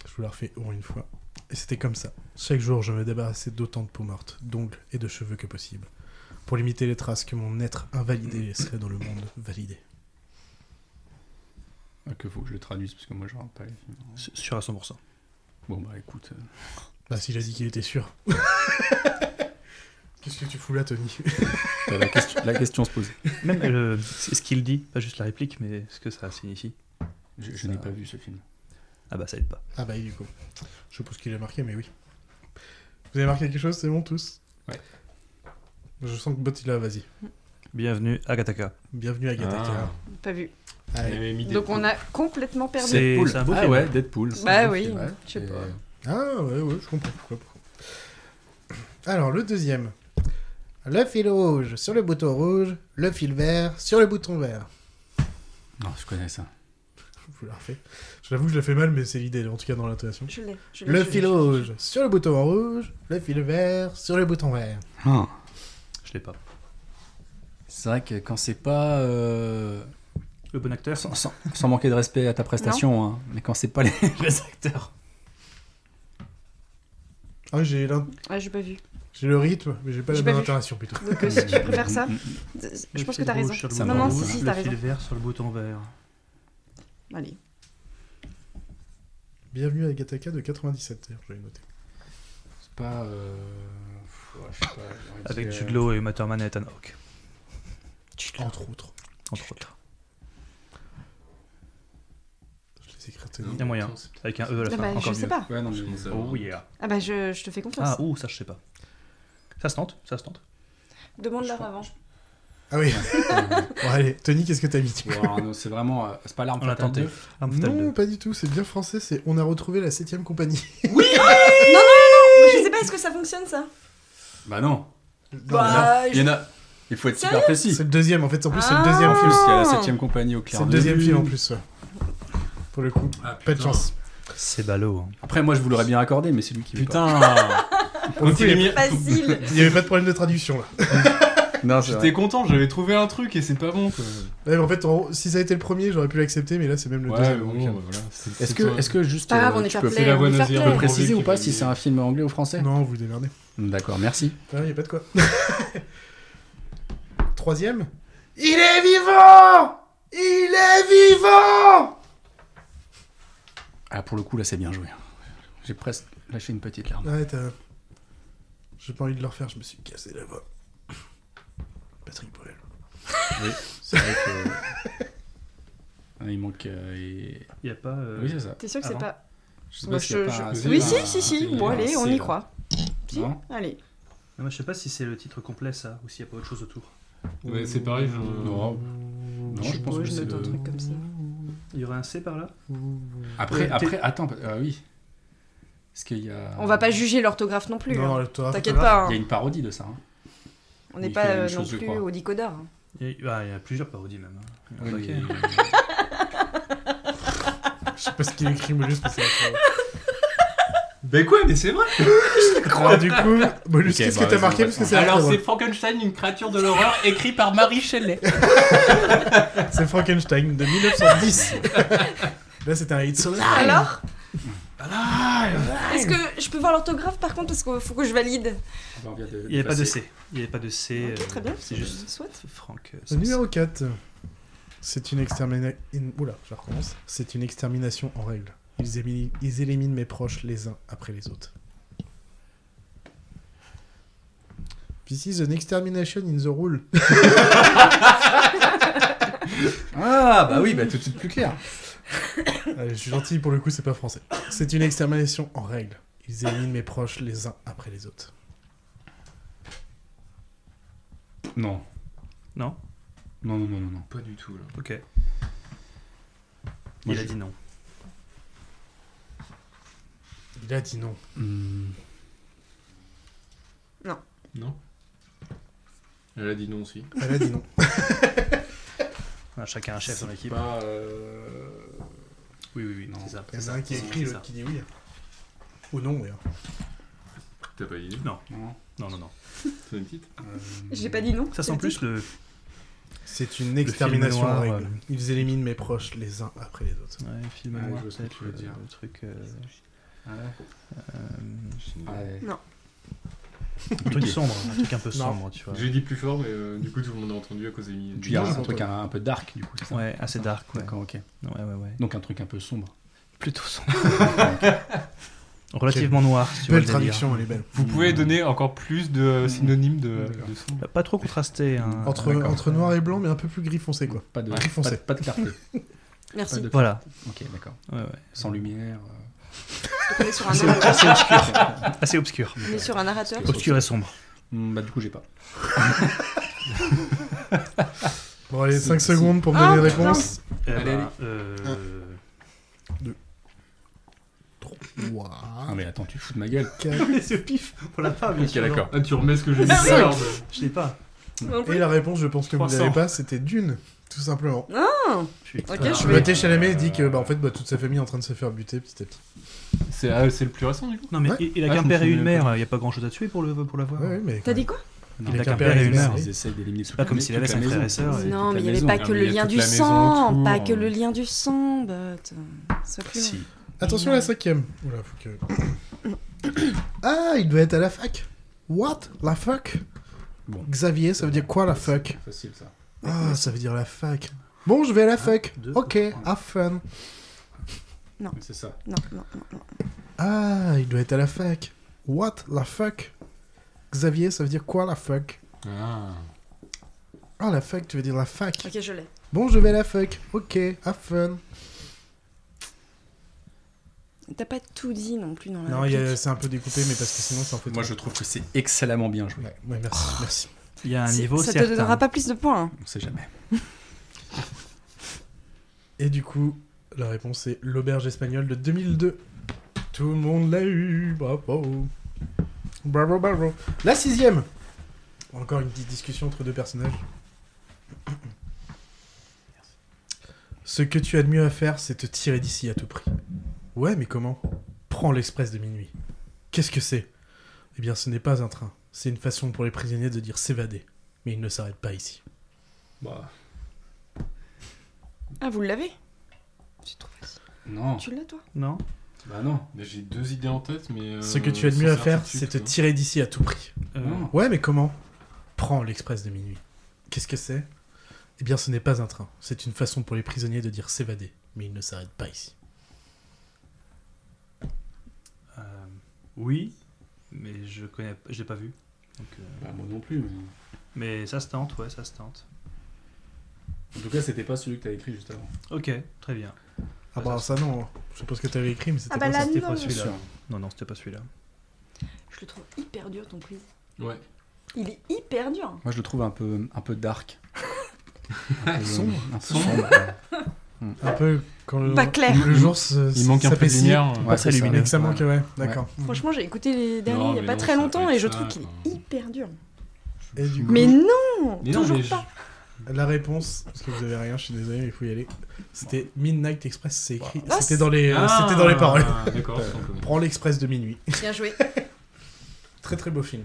Je vous la refais au moins une fois. Et c'était comme ça. Chaque jour, je me débarrassais d'autant de peaux mortes, d'ongles et de cheveux que possible, pour limiter les traces que mon être invalidé laisserait dans le monde validé.
Ah, Que faut que je le traduise parce que moi je rentre pas les films.
Sûr à 100%.
Bon bah écoute. euh,
Bah, s'il a dit qu'il était sûr. Qu'est-ce que tu fous là, Tony
t'as la, question, la question se pose.
Même le- c'est ce qu'il dit, pas juste la réplique, mais ce que ça signifie.
Je, je
Ça-
n'ai pas vu ce film.
Ah bah ça aide pas.
Ah bah oui, du coup. Je sais pas ce qu'il a marqué, mais oui. Vous avez marqué quelque chose, c'est bon tous
Ouais.
Je sens que Bot il a, vas-y.
Bienvenue à Gattaca.
Bienvenue à
Ah.
Gattaca.
pas vu.
On
Allez.
avait mis des
Donc on a complètement perdu.
C'est-
Deadpool.
un beau
ah
film.
ouais, Deadpool. c'est
Bah
un beau
oui,
film, ouais.
je sais
Et-
pas.
Ah ouais, ouais, je comprends pourquoi. pourquoi. Alors, le deuxième. Le fil rouge sur le bouton rouge, le fil vert sur le bouton vert.
Non, je connais ça.
Je vous la refais. Je J'avoue que je la fais mal, mais c'est l'idée, en tout cas dans l'intonation.
Je l'ai, je l'ai,
Le euh.
je l'ai,
fil
je l'ai,
rouge sur le bouton rouge, le fil vert sur le bouton vert.
Je l'ai pas.
Ah. C'est vrai que quand c'est pas. euh,
Le bon acteur
sans, sans- sans manquer de respect à ta prestation, hein, mais quand c'est pas les, les acteurs.
Ah, j'ai l'in-
Ouais, j'ai pas vu.
j'ai le rythme, mais j'ai pas la
J'ai
bonne
pas vu.
intonation plutôt.
Donc euh, si tu préfères ça, je pense que t'as raison. Non, non, si, si, t'as
Le
raison.
fil vert sur le bouton vert.
Allez.
Bienvenue à Gataka de 97, d'ailleurs, j'avais noté.
C'est pas. euh, pff, ouais, je sais pas, j'ai envie de
Avec
dire, euh,
Jude Law et Matterman et Ethan Hawke,
Entre autres.
entre autres.
Je les ai grattés.
Il y a moyen. Avec un E à la
Ah
fin,
bah, je
encore
sais
mieux.
pas.
Ouais, non, mais-
Oh yeah.
Ah bah je, je te fais confiance.
Ah, ouh, ça je sais pas. Ça se tente, ça se tente.
Demande leur avant.
Ah oui Bon, allez, Tony, qu'est-ce que t'as mis
Ouais, Arnaud, c'est vraiment. euh, C'est pas l'arme
On l'a
fatale
tenté.
deux.
Arme fatale
Non,
deux.
pas du tout, c'est bien français, c'est On a retrouvé la 7ème compagnie.
Je sais pas, est-ce que ça fonctionne ça
Bah non.
Bah,
il, y en a, il y en a- il faut être super
Sérieux
précis.
C'est le deuxième, en fait, en plus, c'est le deuxième
Ah.
En plus,
film.
il y a la 7 compagnie au clair.
C'est le
de
deuxième
lune.
film en plus, ouais. Pour le coup,
Ah,
pas de
putain.
chance.
C'est ballot. hein.
Après, moi, je vous l'aurais bien accordé, mais c'est lui qui veut pas.
Putain
Pour le coup, il y avait-
Facile
il y avait pas de problème de traduction là.
Non, c'est
J'étais
vrai.
content, j'avais trouvé un truc et c'est pas bon quoi.
Ouais, mais en fait, en- si ça a été le premier, j'aurais pu l'accepter, mais là, c'est même le deuxième.
bon,
donc,
bah voilà. C'est-
Est-ce
c'est
que,
toi.
est que juste.
Pas grave,
euh,
on est
tu
fair
peux
C'est
play.
la
on est
voix
fair
nasillarde.
play.
Fair play.
préciser ou pas
qui
si
est-
c'est un film anglais ou français
Non, vous démerdez.
D'accord, merci.
Il Ah, y a pas de quoi. Troisième. Il est vivant Il est vivant
Ah, pour le coup, là, c'est bien joué. J'ai presque lâché une petite larme.
Ouais, t'as. J'ai pas envie de le refaire, je me suis cassé la voix. Patrick Bruel.
C'est vrai que. Ah, Il manque. euh, et-
Il y a pas. euh,
Oui, c'est ça.
T'es sûr que c'est
Avant.
pas.
Je sais
Moi,
pas s'il y a
je-
pas
je-
assez
Oui,
dans
si,
la-
si, si.
il y a
Bon,
pas
allez,
assez,
on y
là.
croit. Si,
Non
allez.
Non, Ah, moi, je sais pas si c'est le titre complet ça ou s'il y a pas autre chose autour.
Ouais, c'est pareil, je.
Non, non, je pense
Ouais,
que
je
c'est.
note un
le-
truc comme ça.
Il y aurait un C par là Euh,
Après,
Ouais,
après, attends, parce- ah oui. Parce qu'il y a.
On va pas juger l'orthographe non plus.
Non,
hein.
le- toi,
T'inquiète pas,
Il y a
hein.
une parodie de ça. hein.
on n'est
il
pas
fait la
euh,
même
non
chose, je
plus
crois.
au Nicodore. hein.
Il y, ah, il y a plusieurs parodies même. hein. Il y en a un
Oui,
paquet, hein.
Je sais pas ce qu'il écrit, mais juste parce que c'est
Ben quoi, mais c'est vrai
Alors, du coup, Bolus,
Ok,
qu'est-ce
bah,
que t'as
vas-y,
marqué
on
Parce
va
que c'est
Alors
très
c'est
drôle.
Frankenstein, une créature de l'horreur, écrit par Marie Shelley.
C'est Frankenstein de 1910. Là, c'était un hit.
Alors Est-ce que je peux voir l'orthographe par contre Parce qu'il faut que je valide.
on vient de-
Il n'y avait pas de
passer.
C. Il n'y avait pas de C.
Ok,
euh,
très bien.
C'est juste
Soit.
Franck. euh,
Le
sans
numéro 4. C'est une extermination. Oula, je recommence. C'est une extermination en règle. Ils éliminent, ils éliminent mes proches les uns après les autres. This is an extermination in the rule.
Ah, bah oui, bah tout de suite plus clair.
Allez, Euh, je suis gentil, pour le coup, c'est pas français. C'est une extermination en règle. Ils éliminent mes proches les uns après les autres.
Non.
C. Non
Non, non, non, non, non.
Pas du tout là.
Ok.
Moi,
Il a
je-
dit non.
Il a dit non.
Hmm.
Non Elle a dit non aussi.
Elle a dit non.
Ah, Chacun un chef dans l'équipe.
Pas. euh,
Oui, oui, oui.
Non.
C'est ça.
Il y
c'est
en a
ça,
un qui
c'est
écrit,
ça.
l'autre qui dit oui. hein. Ou non, d'ailleurs.
T'as pas idée
Non.
Non, non, non.
C'est une petite
euh,
J'ai pas dit non. c'est
Ça sent
le
plus
titre.
le.
C'est une
film
extermination en
noir,
règle.
euh,
Ils éliminent mes proches les uns après les autres.
Ouais, film
Ouais,
noir,
je vois ce que
peut-être,
tu veux
euh,
dire.
Le truc. euh,
Ouais.
euh,
Ouais.
Un truc
Ok.
sombre. Un truc un peu sombre, tu vois.
J'ai dit plus fort, mais euh, du coup tout le monde a entendu à cause des milliers.
Tu as
Non,
un
non,
truc
pas.
un, un peu dark du coup. c'est ça
Ouais, assez dark, ouais.
D'accord, ok.
Ouais, ouais, ouais.
Donc un truc un peu sombre.
Plutôt sombre. Relativement noir, si tu vois
Belle
le délire.
traduction, elle est belle. Mmh.
Vous pouvez donner encore plus de euh, synonymes de, de son.
Pas trop contrasté. hein.
Entre,
d'accord.
entre noir et blanc, mais un peu plus gris foncé, quoi.
Pas de,
Très
pas,
foncé.
de- pas de clarté.
Merci.
de-
Voilà.
ok, d'accord.
Ouais, ouais.
Sans lumière. euh.
On est sur un narrateur.
Assez obscur. Assez obscur.
On est sur un narrateur.
Obscur et sombre.
Hmm, bah du coup, j'ai pas.
Bon, allez,
Si,
5
si.
secondes pour me
Ah,
donner les
putain.
réponses.
Eh
Allez,
ben,
allez.
euh,
3,
Ah, mais attends, tu fous de ma gueule.
4.
Mais c'est au pif, on l'a pas, bien
Ok,
sûr. non.
d'accord.
Ah, tu remets ce que j'ai dit.
Cinq.
Alors,
Je l'ai pas.
Non plus.
Et la réponse, je pense que vous
300.
l'avez pas, c'était d'une. Tout simplement.
Ah, Ok, je vais.
Timothée Chalamet dit que bah, en fait, bah, toute sa famille est en train de se faire buter petit à petit.
C'est ah, c'est le plus récent du coup
Non, mais
Ouais.
il- il a
Ah, je
qu'un
me
père et une
souvenais
mère, il n'y a pas grand chose à tuer pour, le, pour l'avoir.
Ouais, ouais, mais
T'as dit quoi
Il a qu'un père et une mère.
Ils essayent d'éliminer
C'est pas comme s'il avait
toute la
cinq frères
maison.
et sœurs. et-
Non,
toute
mais il n'y
la
avait
maison.
pas
hein,
Ah,
que
mais il
le
y a
lien
toute
du
la maison
sang,
autour.
pas que le lien du sang, but. Sois plus Mmh.
Si.
Attention à la cinquième. Oula, faut que- ah, il devait être à la fac. What La fac
Bon.
Xavier, ça veut dire quoi la fac
Facile ça.
Ah, ça veut dire la fac. Bon, je vais à la fac.
deux,
Ok,
trois.
have fun.
C'est ça.
Non, non, non, non.
Ah, il doit être à la fac. What la fac Xavier, ça veut dire quoi la fac
Ah.
Ah, la fac, tu veux dire la fac.
Ok, je l'ai.
Bon, je vais à la fac. Ok, have fun.
T'as pas tout dit non plus dans la.
Non, il y a-
réplique.
c'est un peu découpé, mais parce que sinon, c'est un peu
Moi
trop.
je trouve que c'est excellemment bien joué.
Ouais, ouais, merci, merci.
Il y a un
Oh. C'est-
niveau
Ça te
certain.
donnera pas plus de points. hein.
On sait jamais.
Et du coup, la réponse est l'auberge espagnole de 2002. Tout le monde l'a eu, bravo. Bravo, bravo. La sixième. Encore une petite discussion entre deux personnages. Ce que tu as de mieux à faire, c'est te tirer d'ici à tout prix. Ouais, mais comment Prends l'express de minuit. Qu'est-ce que c'est Eh bien, ce n'est pas un train. C'est une façon pour les prisonniers de dire s'évader. Mais ils ne s'arrêtent pas ici.
Bah,
Ah, vous l'avez C'est trop facile.
non.
Tu l'as toi
Non
Bah non.
Mais J'ai deux idées en tête, mais. euh,
Ce que tu as de
sans
mieux à faire,
certitude,
c'est te
quoi. Ah.
tirer d'ici à tout prix.
Euh,
Non.
Ouais, mais comment Prends l'express de minuit. Qu'est-ce que c'est Eh bien, ce n'est pas un train. C'est une façon pour les prisonniers de dire s'évader. Mais ils ne s'arrêtent pas ici.
euh, oui, mais je connais, je l'ai pas vu. Donc, euh,
Bah, moi non plus. mais-
mais ça se tente, ouais, ça se tente.
En tout cas, c'était pas celui que t'as écrit juste avant.
Ok, très bien.
Ah bah ça non. Je sais pas ce que t'avais écrit, mais c'était
Ah bah
pas
là,
ça.
C'était
non,
pas
bien
celui-là.
sûr.
Non, non, c'était pas celui-là.
Je le trouve hyper dur ton quiz.
Ouais.
Il est hyper dur.
Moi je le trouve un peu, un peu dark. un peu
Sombre.
Un peu
Sombre.
sombre. Mm.
Un peu quand le,
Pas clair.
le jour se
Il manque un peu de
s'appécie.
lumière.
Ouais,
Pas
c'est
très
ça.
lumineux.
Et que ça manque, ouais. D'accord.
Mhm.
Franchement, j'ai écouté les derniers
Non,
il y a
mais
pas
non,
très
ça
longtemps
peut être
et je
ça,
trouve qu'il est
quoi.
hyper dur.
Et du coup,
Mais non
Mais non,
Toujours
mais je-
pas.
la réponse, parce que vous avez rien, je suis désolé, mais il faut y aller. C'était Midnight Express, c'est écrit.
Ah,
C'était dans les, euh, c'était dans les paroles.
Ah, D'accord, tout simplement.
Prends l'express de minuit.
Bien joué.
Très très beau film.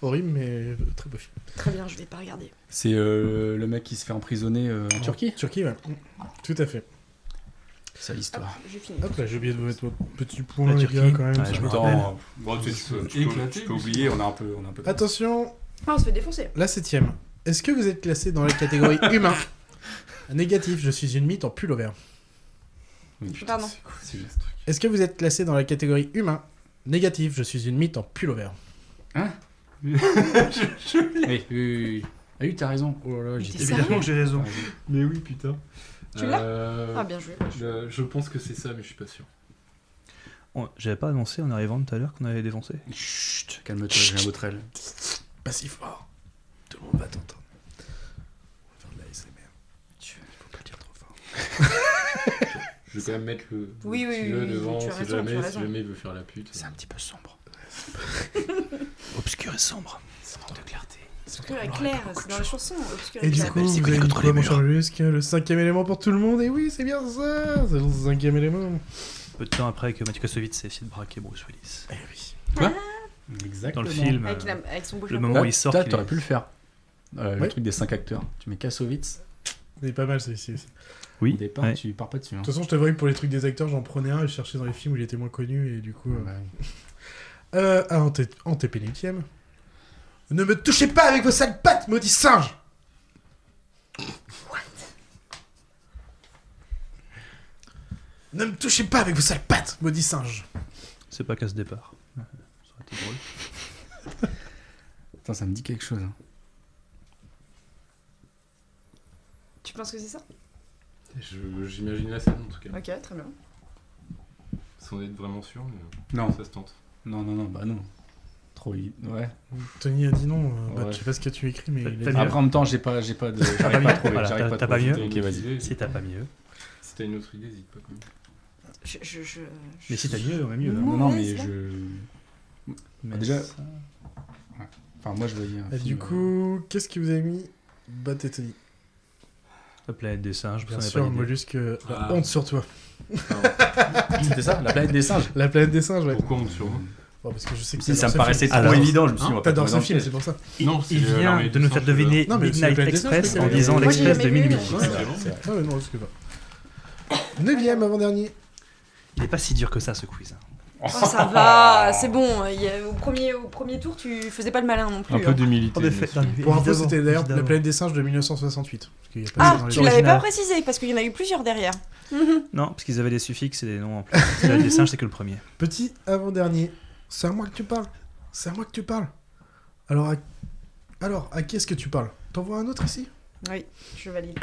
Horrible, mais très beau film.
Très bien, je vais pas regarder.
C'est euh, le mec qui se fait emprisonner euh, en Turquie.
Turquie, ouais. Tout à fait.
C'est l'histoire.
J'ai fini.
Hop là, j'ai oublié de vous mettre votre petit point,
La
les
Turquie.
gars, quand même.
Ouais, je me
Attends,
rappelle.
euh, bon, tu, tu peux, tu peux-
Éclaté,
tu peux
lui.
oublier, on a un peu. On a un peu de-
Attention,
Ah, on se fait défoncer.
la septième. Est-ce que vous êtes classé dans la catégorie humain Négatif, je suis une mythe en pull au vert.
Oui,
Pardon.
c'est quoi, c'est juste-
Est-ce que vous êtes classé dans la catégorie humain Négatif, je suis une mythe en pull au vert.
Hein? Oui, oui, oui, oui. Ah oui, t'as raison. Oh là là,
T'es
j'étais
sérieux
Évidemment que j'ai raison.
Mais oui, putain.
Tu l'as
Euh,
Ah, bien joué.
je, je pense que c'est ça, mais je suis pas sûr.
On- J'avais pas annoncé en arrivant tout à l'heure qu'on avait défoncé.
Chut, calme-toi, j'ai un autre aile.
Pas si fort. Tout le monde va t'entendre. On va faire de la SMR. Faut pas dire trop fort.
Je vais quand même mettre le
Oui,
le
oui,
petit
oui,
E
oui,
devant,
tu as
si
raison, tu as
jamais, si
raison.
jamais il veut faire la pute.
C'est un petit peu sombre. Obscur et sombre. Ça manque de clarté.
Obscur et clair, c'est dans la chanson. Obscur
Et
et
du
clair.
coup,
c'est
vous
connu
avez dit
contre
quoi,
les
mon
murs.
cher Lusque Le cinquième élément pour tout le monde. Et oui, c'est bien ça C'est le cinquième élément.
Peu de temps après que Mathieu Kassovitz ait essayé de braquer Bruce Willis.
Eh oui.
Dans
Exactement.
le film,
Avec, la-
euh,
avec son beau
le
chapeau.
moment où
Ah,
il sort.
t'as-
qu'il
T'aurais
est-
pu le faire. Euh,
Ouais.
Le truc des 5 acteurs. Tu mets Kassovitz
C'est pas mal celui-ci aussi.
Oui,
au départ,
ouais.
tu pars pas dessus. hein.
De toute façon, je t'avouerais que pour les trucs des acteurs, j'en prenais un et je cherchais dans les films où il était moins connu et du coup. euh,
Bah oui.
Euh, ah, en t- en TP-Netième. Ne me touchez pas avec vos sales pattes, maudit singe Ne me touchez pas avec vos sales pattes, maudit singe
C'est pas qu'à ce départ. Ça aurait été drôle.
Putain, ça me dit quelque chose. hein.
Tu penses que c'est ça
Je- J'imagine la scène en tout cas.
Ok, très bien.
Sans être vraiment sûr, mais
Non,
ça se tente.
non, non, non, bah non. Trop vite. Ouais.
Tony a dit non, euh, bah,
Ouais.
je sais pas ce que tu écris, mais
T'as-
il a
t'as
dit-
mieux.
Après, en même temps, j'ai pas, j'ai pas de. J'arrive pas à trouver.
Voilà,
j'arrive
t'as-
pas à
t'as pas
trouver. Ok,
mieux
vas-y.
Si t'as pas mieux.
Si t'as une autre idée, n'hésite pas. quand même.
Je, je, je,
Mais si t'as mieux, on est mieux.
Non.
hein.
Non, non,
Mauvaise, là.
mais je.
Mais
déjà-
ça-
Enfin, moi, je voyais un
Et
film,
Du
euh,
coup, qu'est-ce que vous avez mis Bat et Tony.
La planète des singes,
Bien sûr, mollusque, euh,
Ah.
la honte sur toi.
C'était Ah. ça, la planète des singes.
La planète des singes, ouais.
Pourquoi honte sur moi
Bon, parce que je sais que
Si,
t'adores
ça me
ce
paraissait
film. hein,
trop évident, je me suis dit, on va pas
T'adores
tomber
ce
dans le
film,
piège.
c'est pour ça.
Il,
Non, c'est
il
le-
vient
l'armée
de
des
nous faire
singes,
deviner
là. Non, mais c'est la
Midnight
planète des singes,
Express
c'est
en
la
disant
planète des
l'Express de
singes. Moi, j'y
minuit.
avais vu,
Ouais,
C'est bon.
c'est vrai. Ah ouais, non, risque pas. Neuvième avant-dernier.
Il n'est pas si dur que ça ce quiz. hein.
Oh, ça va, c'est bon. il y a- au, premier, au premier tour, tu faisais pas le malin non plus.
Un peu
hein.
d'humilité. bien sûr.
Pour info, c'était d'ailleurs
évidemment.
la planète des singes de 1968. parce qu'il y a pas
Ah,
ça dans les
tu l'avais
original.
pas précisé parce qu'il y en a eu plusieurs derrière.
Non, parce qu'ils avaient des suffixes et des noms en plus. La planète des singes, c'est que le premier.
Petit avant-dernier. C'est à moi que tu parles. C'est à moi que tu parles. Alors, à, Alors, à qui est-ce que tu parles T'en vois un autre ici
Oui, je valide.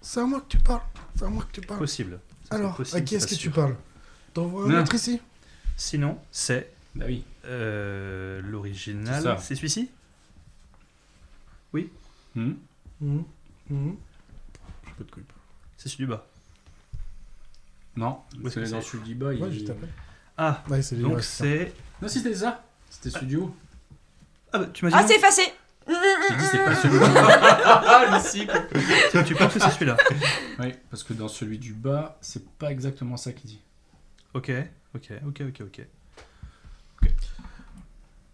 C'est à moi que tu parles. C'est à moi que tu parles.
Possible. Ça, c'est
Alors,
possible,
à qui est-ce
c'est
que
pas
tu
sûr.
parles T'en vois un
Non.
autre ici
Sinon, c'est
Bah oui.
euh,
C'est ça.
l'original. C'est celui-ci
Hmm.
Mhm. Mhm. J'ai pas de couille.
C'est celui du bas.
Non,
Où est-ce
c'est
que
dans
c'est
Studio
Ouais,
il...
juste après.
Ah,
Ouais, c'est les
donc
ouais, ça.
c'est.
Non, si c'était ça. C'était Studio.
Ah, bah, tu m'as dit.
Ah,
non
c'est effacé
J'ai dit, c'est pas celui-là.
Ah, le cycle
Tu- Tu penses que c'est celui-là
oui, parce que dans celui du bas, c'est pas exactement ça qu'il dit.
Ok, ok, ok, ok, ok.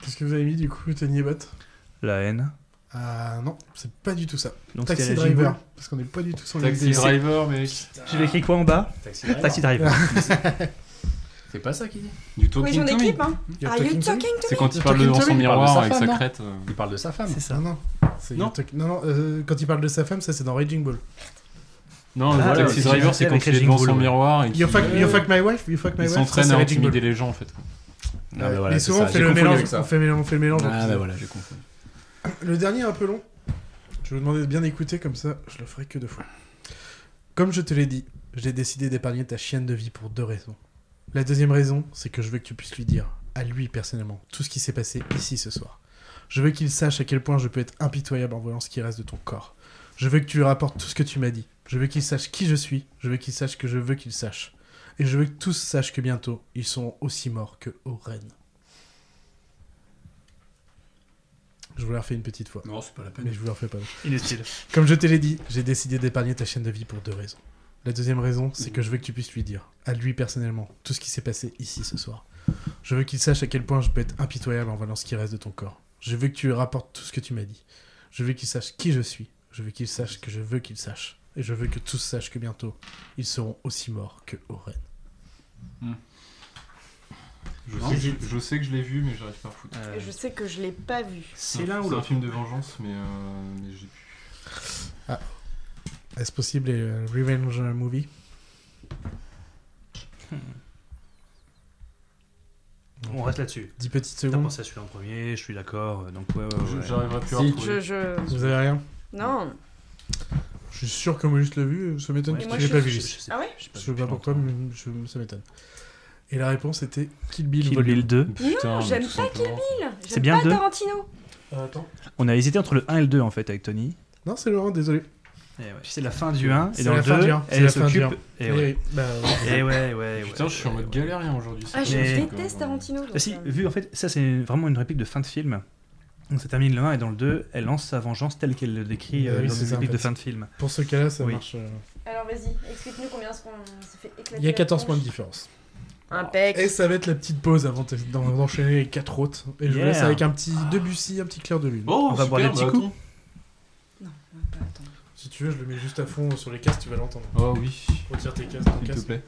Qu'est-ce que vous avez mis du coup, Tony Bot
La haine.
Ah non, c'est pas du tout ça.
Donc
Taxi
c'était la
Driver.
gigoule.
Parce qu'on n'est pas du tout sur le
Taxi Driver, mec.
J'avais écrit quoi en bas
Taxi
Taxi Driver.
C'est pas ça qu'il dit.
Du Talking
Oui, j'en ai
Tommy.
clip, hein.
You're
Are you
talking to me
talking to
C'est quand il
You're
parle
talking
devant
to
son
me.
Il parle de
miroir
sa
avec
femme,
sa
non
crête. euh.
Il parle de sa femme.
C'est ça.
Non, non. c'est
Non.
You're Talking- non, non, euh, quand il parle de sa femme, ça c'est dans Raging Ball.
Non, le
Ah,
Taxi
ouais,
Driver,
c'est
c'est quand
avec
il est devant
Raging
son
Bull, ouais.
miroir et
You
qu'il-
fuck, you fuck my wife, you fuck my
il
wife. ça,
s'entraîne
c'est
à
Raging Bull.
intimider les gens, en fait.
Ah, bah voilà,
mais
c'est
souvent
ça,
on, fait
j'ai
le
confondu
mélange,
avec ça.
on, fait, on fait le mélange. entre
Ah
les
bah
deux.
voilà, j'ai compris.
Le dernier est un peu long. Je vais vous demander de bien écouter, comme ça je le ferai que deux fois. Comme je te l'ai dit, j'ai décidé d'épargner ta chienne de vie pour deux raisons. La deuxième raison, c'est que je veux que tu puisses lui dire, à lui personnellement, tout ce qui s'est passé ici ce soir. Je veux qu'il sache à quel point je peux être impitoyable en voyant ce qui reste de ton corps. Je veux que tu lui rapportes tout ce que tu m'as dit. Je veux qu'il sache qui je suis. Je veux qu'il sache que je veux qu'il sache. Et je veux que tous sachent que bientôt, ils sont aussi morts que Oren. Je vous la refais une petite fois.
Non, c'est pas la peine.
Mais je vous la refais pas.
Inutile.
Comme je te l'ai dit, j'ai décidé d'épargner ta chaîne de vie pour deux raisons. La deuxième raison, c'est que je veux que tu puisses lui dire, à lui personnellement, tout ce qui s'est passé ici ce soir. Je veux qu'il sache à quel point je peux être impitoyable en voyant ce qui reste de ton corps. Je veux que tu lui rapportes tout ce que tu m'as dit. Je veux qu'il sache qui je suis. Je veux qu'il sache que je veux qu'il sache. Et je veux que tous sachent que bientôt, ils seront aussi morts que Oren.
Je
Non.
sais que je- je sais que je l'ai vu, mais j'arrive pas à foutre.
Euh,
Je sais que je l'ai pas vu.
C'est l'un ou
un
l'autre
film de vengeance, mais, euh, mais j'ai plus.
Ah. Est-ce possible les euh, Revenge Movie
Hmm. On reste là-dessus.
Dix petites
T'as
secondes.
pensé à celui en premier, je suis d'accord. euh, Donc ouais, ouais,
Je-
ouais.
J'arriverai plus à
Si,
retrouver.
Je, je...
Vous avez Euh, rien
Non.
Je suis sûr que Molus l'a vu, euh, ça m'étonne
Ouais,
que
moi,
tu l'aies
je-
pas
Je-
vu.
je
Gilles.
sais
Ah ouais
Je sais pas pourquoi, mais je- ça m'étonne. Et la réponse était Kill Bill.
Kill
Volume.
Bill 2.
Putain, mais
j'aime
tout
pas
simplement.
J'aime
bien
pas
le deux
Tarantino.
Euh, attends.
On a hésité entre le 1 et le 2 en fait avec Tony.
Non, c'est le 1, désolé.
Et Eh ouais, C'est la fin du 1
C'est
et dans
la
le
fin du
2,
un, c'est la
elle
fin du un.
s'occupe. Et ouais.
oui, bah,
Et Eh ouais, ouais.
Putain,
ouais,
je suis en
ouais,
mode
ouais.
galérien aujourd'hui. c'est
Ah, je
Mais-
déteste Tarantino. donc,
Ah si,
euh,
vu en fait, ça c'est vraiment une réplique de fin de film. Donc ça termine le 1 et dans le 2, elle lance sa vengeance telle qu'elle le décrit
Ah
euh,
oui,
dans
c'est
une
ça, en
réplique de
fait.
fin de film.
pour ce cas-là, ça
Oui.
marche. euh,
Alors vas-y, explique-nous combien est-ce qu'on se fait éclater.
Il y a
la
14 points de
tronche.
différence.
Impec.
Et ça va être la petite pause avant de- d'en- d'enchaîner les 4 autres. Et je vous
Yeah.
laisse avec un petit Debussy, un petit clair de lune.
Oh,
On va boire
super,
des petits
bah,
coups.
attends.
Ouais, bah, attends.
Si tu veux, je le mets juste à fond euh, sur les casques, tu vas l'entendre.
Oh oui,
Retire tes casques, ton
s'il te
casque.
plaît.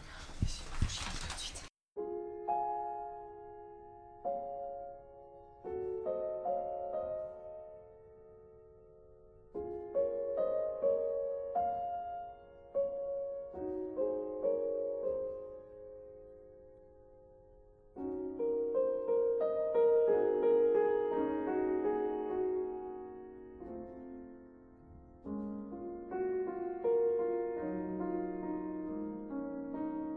Thank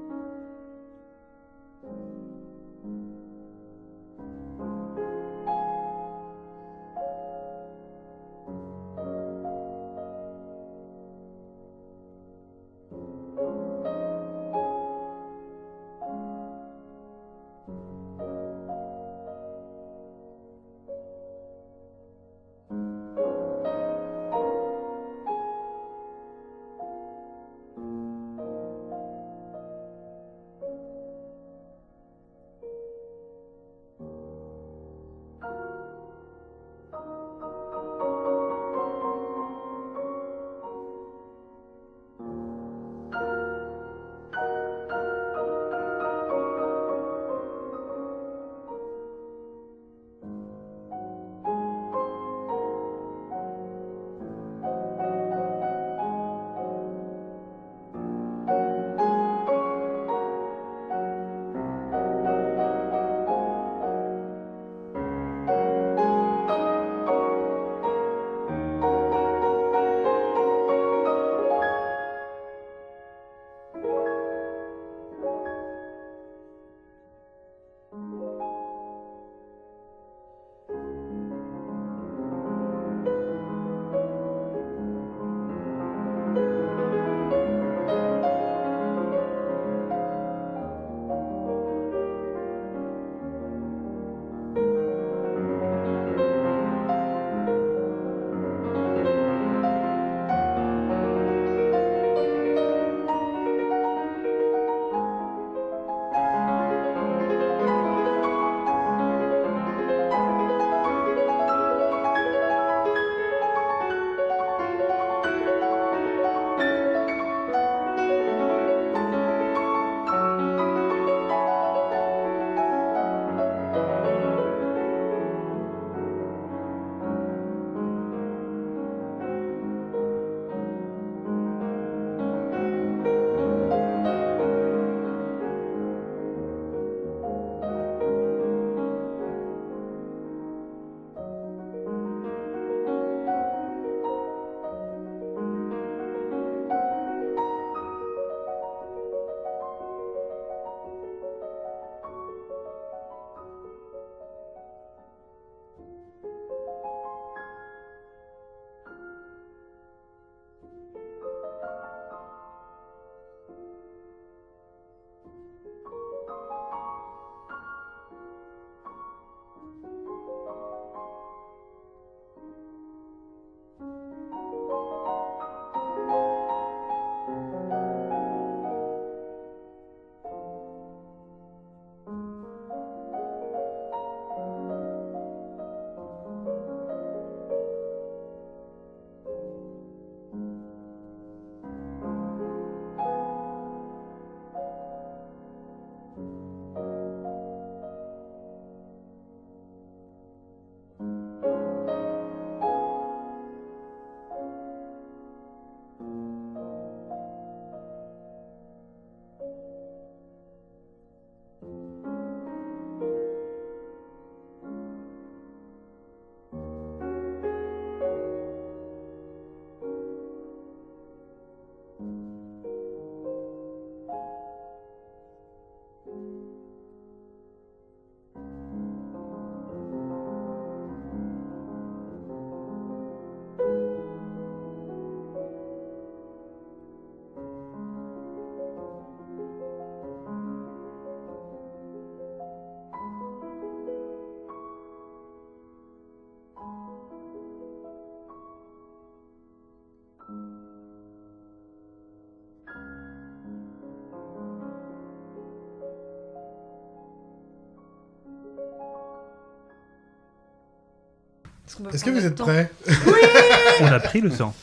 Parce qu'on peut
Est-ce que
prendre
vous
notre
êtes
temps.
prêts
On a pris le temps.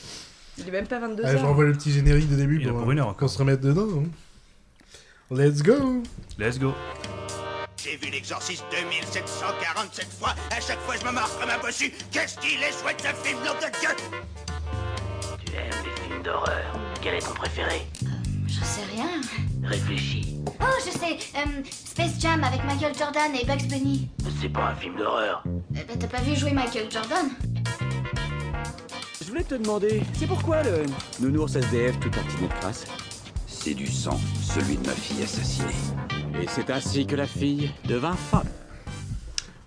Il est même pas 22
Allez,
h
je renvoie Ah, le petit générique de début
Il y en a
pour, euh,
pour une heure
qu'on se remette dedans. hein. Let's go
Let's go.
J'ai vu l'exorciste 2747 fois, à chaque fois je me marre comme un bossu. Qu'est-ce qu'il est chouette ce film, nom de Dieu
Tu aimes les films d'horreur. Quel est ton préféré
J'en sais rien.
Réfléchis.
Oh, je sais. euh, Space Jam avec Michael Jordan et Bugs Bunny.
C'est pas un film d'horreur.
Euh, bah, T'as pas vu jouer Michael Jordan
Je voulais te demander, c'est pourquoi le nounours SDF tout tartiné de crasse
C'est du sang, celui de ma fille assassinée.
Et c'est ainsi que la fille devint femme.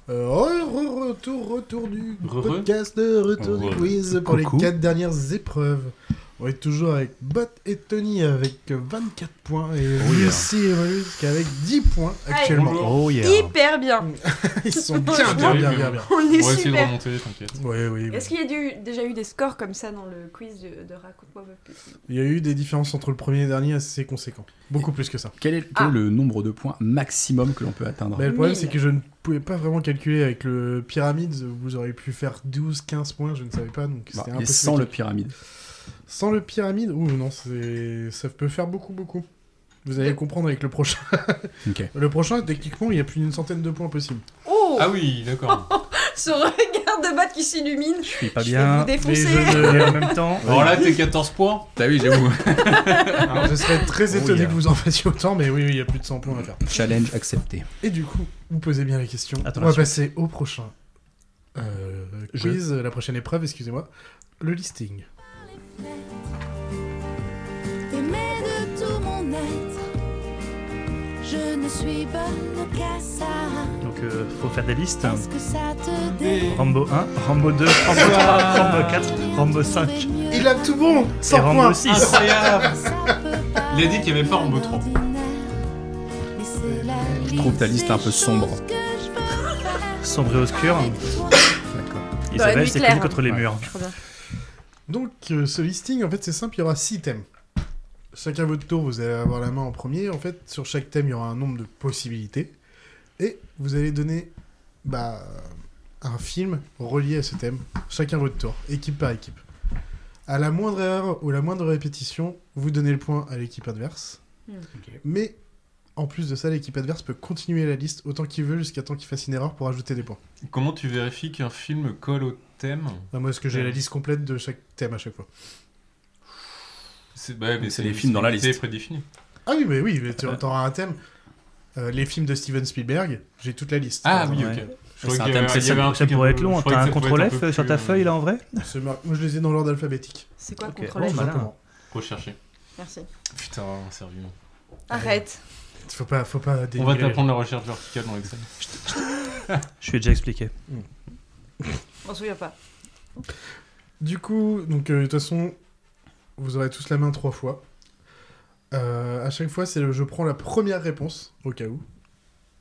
Euh, re- re- retour, retour du
Re- re-
podcast, de retour du
Re-
quiz pour
Coucou.
les 4 dernières épreuves. On est toujours avec Bot et Tony avec 24 points et
Oh yeah.
Lucie et Rusk avec 10 points
Allez.
actuellement.
Bonjour.
Oh yeah.
Hyper bien
Ils sont bien, bien, bien, bien, bien.
On
On
est
va essayer de
super
remonter, t'inquiète.
Oui, oui. oui.
Est-ce qu'il y a du- déjà eu des scores comme ça dans le quiz de, de Raconte-moi votre petit
Il y a eu des différences entre le premier et le dernier assez conséquentes. Beaucoup plus que ça.
Quel est, quel
Ah.
est le nombre de points maximum que l'on peut atteindre
Mais le problème,
Mille.
c'est que je ne pouvais pas vraiment calculer avec le pyramide. Vous auriez pu faire 12, 15 points, je ne savais pas. Donc
Bah,
c'était
Et
impossible.
sans le pyramide.
Sans le pyramide Ouh, non, c'est- ça peut faire beaucoup, beaucoup. Vous allez comprendre avec le prochain.
Ok.
Le prochain, techniquement, il y a plus d'une centaine de points possibles.
Oh
Ah oui, d'accord.
Ce regard de Bat qui s'illumine
Je suis pas
Je vais vous
bien.
Mais
défoncer
je,
Et en même temps,
Alors là, t'es 14 points.
T'as vu, j'ai où
Ah, alors, je serais très
Oh,
étonné
yeah.
que vous en fassiez autant, mais oui, oui, il y a plus de 100 points à faire.
Challenge accepté.
Et du coup, vous posez bien les questions.
Attends,
On va
la suite.
passer au prochain euh,
Je-
quiz, la prochaine épreuve, excusez-moi. Le listing.
T'aimais de tout mon être. Je ne suis bonne qu'à ça.
donc euh, faut faire des listes.
Est-ce que ça te dé
Rambo 1, Rambo 2, Rambo 3, Rambo 4, Rambo 5.
Il a tout bon
Et
100 points
Rambo 6.
Incroyable.
Il
a dit qu'il y avait pas Rambo 3.
Je
trouve ta liste un peu sombre.
Sombre et obscur.
D'accord.
Dans la
Isabelle
nuit
s'est
claire.
collée contre les murs.
Trop bien.
Donc, euh, ce listing, en fait, c'est simple, il y aura 6 thèmes. Chacun à votre tour, vous allez avoir la main en premier. En fait, sur chaque thème, il y aura un nombre de possibilités. Et vous allez donner bah, un film relié à ce thème, chacun à votre tour, équipe par équipe. À la moindre erreur ou la moindre répétition, vous donnez le point à l'équipe adverse.
Hmm.
Mais en plus de ça, l'équipe adverse peut continuer la liste autant qu'il veut jusqu'à temps qu'il fasse une erreur pour ajouter des points.
Comment tu vérifies qu'un film colle au thème
Enfin, moi, est-ce que j'ai
Ouais.
la liste complète de chaque thème à chaque fois
C'est bah, mais
C'est les films dans la
c'est
liste.
prédéfini.
Ah oui, mais oui, mais tu auras un thème. Euh, les films de Steven Spielberg, j'ai toute la liste.
Ah
par
oui,
exemple.
ok. Je croyais
C'est un
qu'il y
thème,
avait-
c'est
il y avait
ça-
un
Ça
truc un
pourrait
peu-
être long.
je
hein.
croyais
T'as un
que ça pouvait
contrôle
être un
F
peu
sur
plus,
ta
euh,
feuille là en vrai
C'est mar- Moi, je les ai dans l'ordre alphabétique.
C'est quoi
Ok.
contre
Oh,
la
malin.
Simplement.
Recherché.
Merci.
Putain, sérieux.
Arrête.
Faut pas, faut pas
On va
dénigrer les gens.
t'apprendre la recherche verticale dans Excel.
Je lui ai déjà expliqué.
On m'en souviens pas.
Du coup, donc euh, de toute façon, vous aurez tous la main trois fois. Euh, à chaque fois, c'est le, je prends la première réponse au cas où.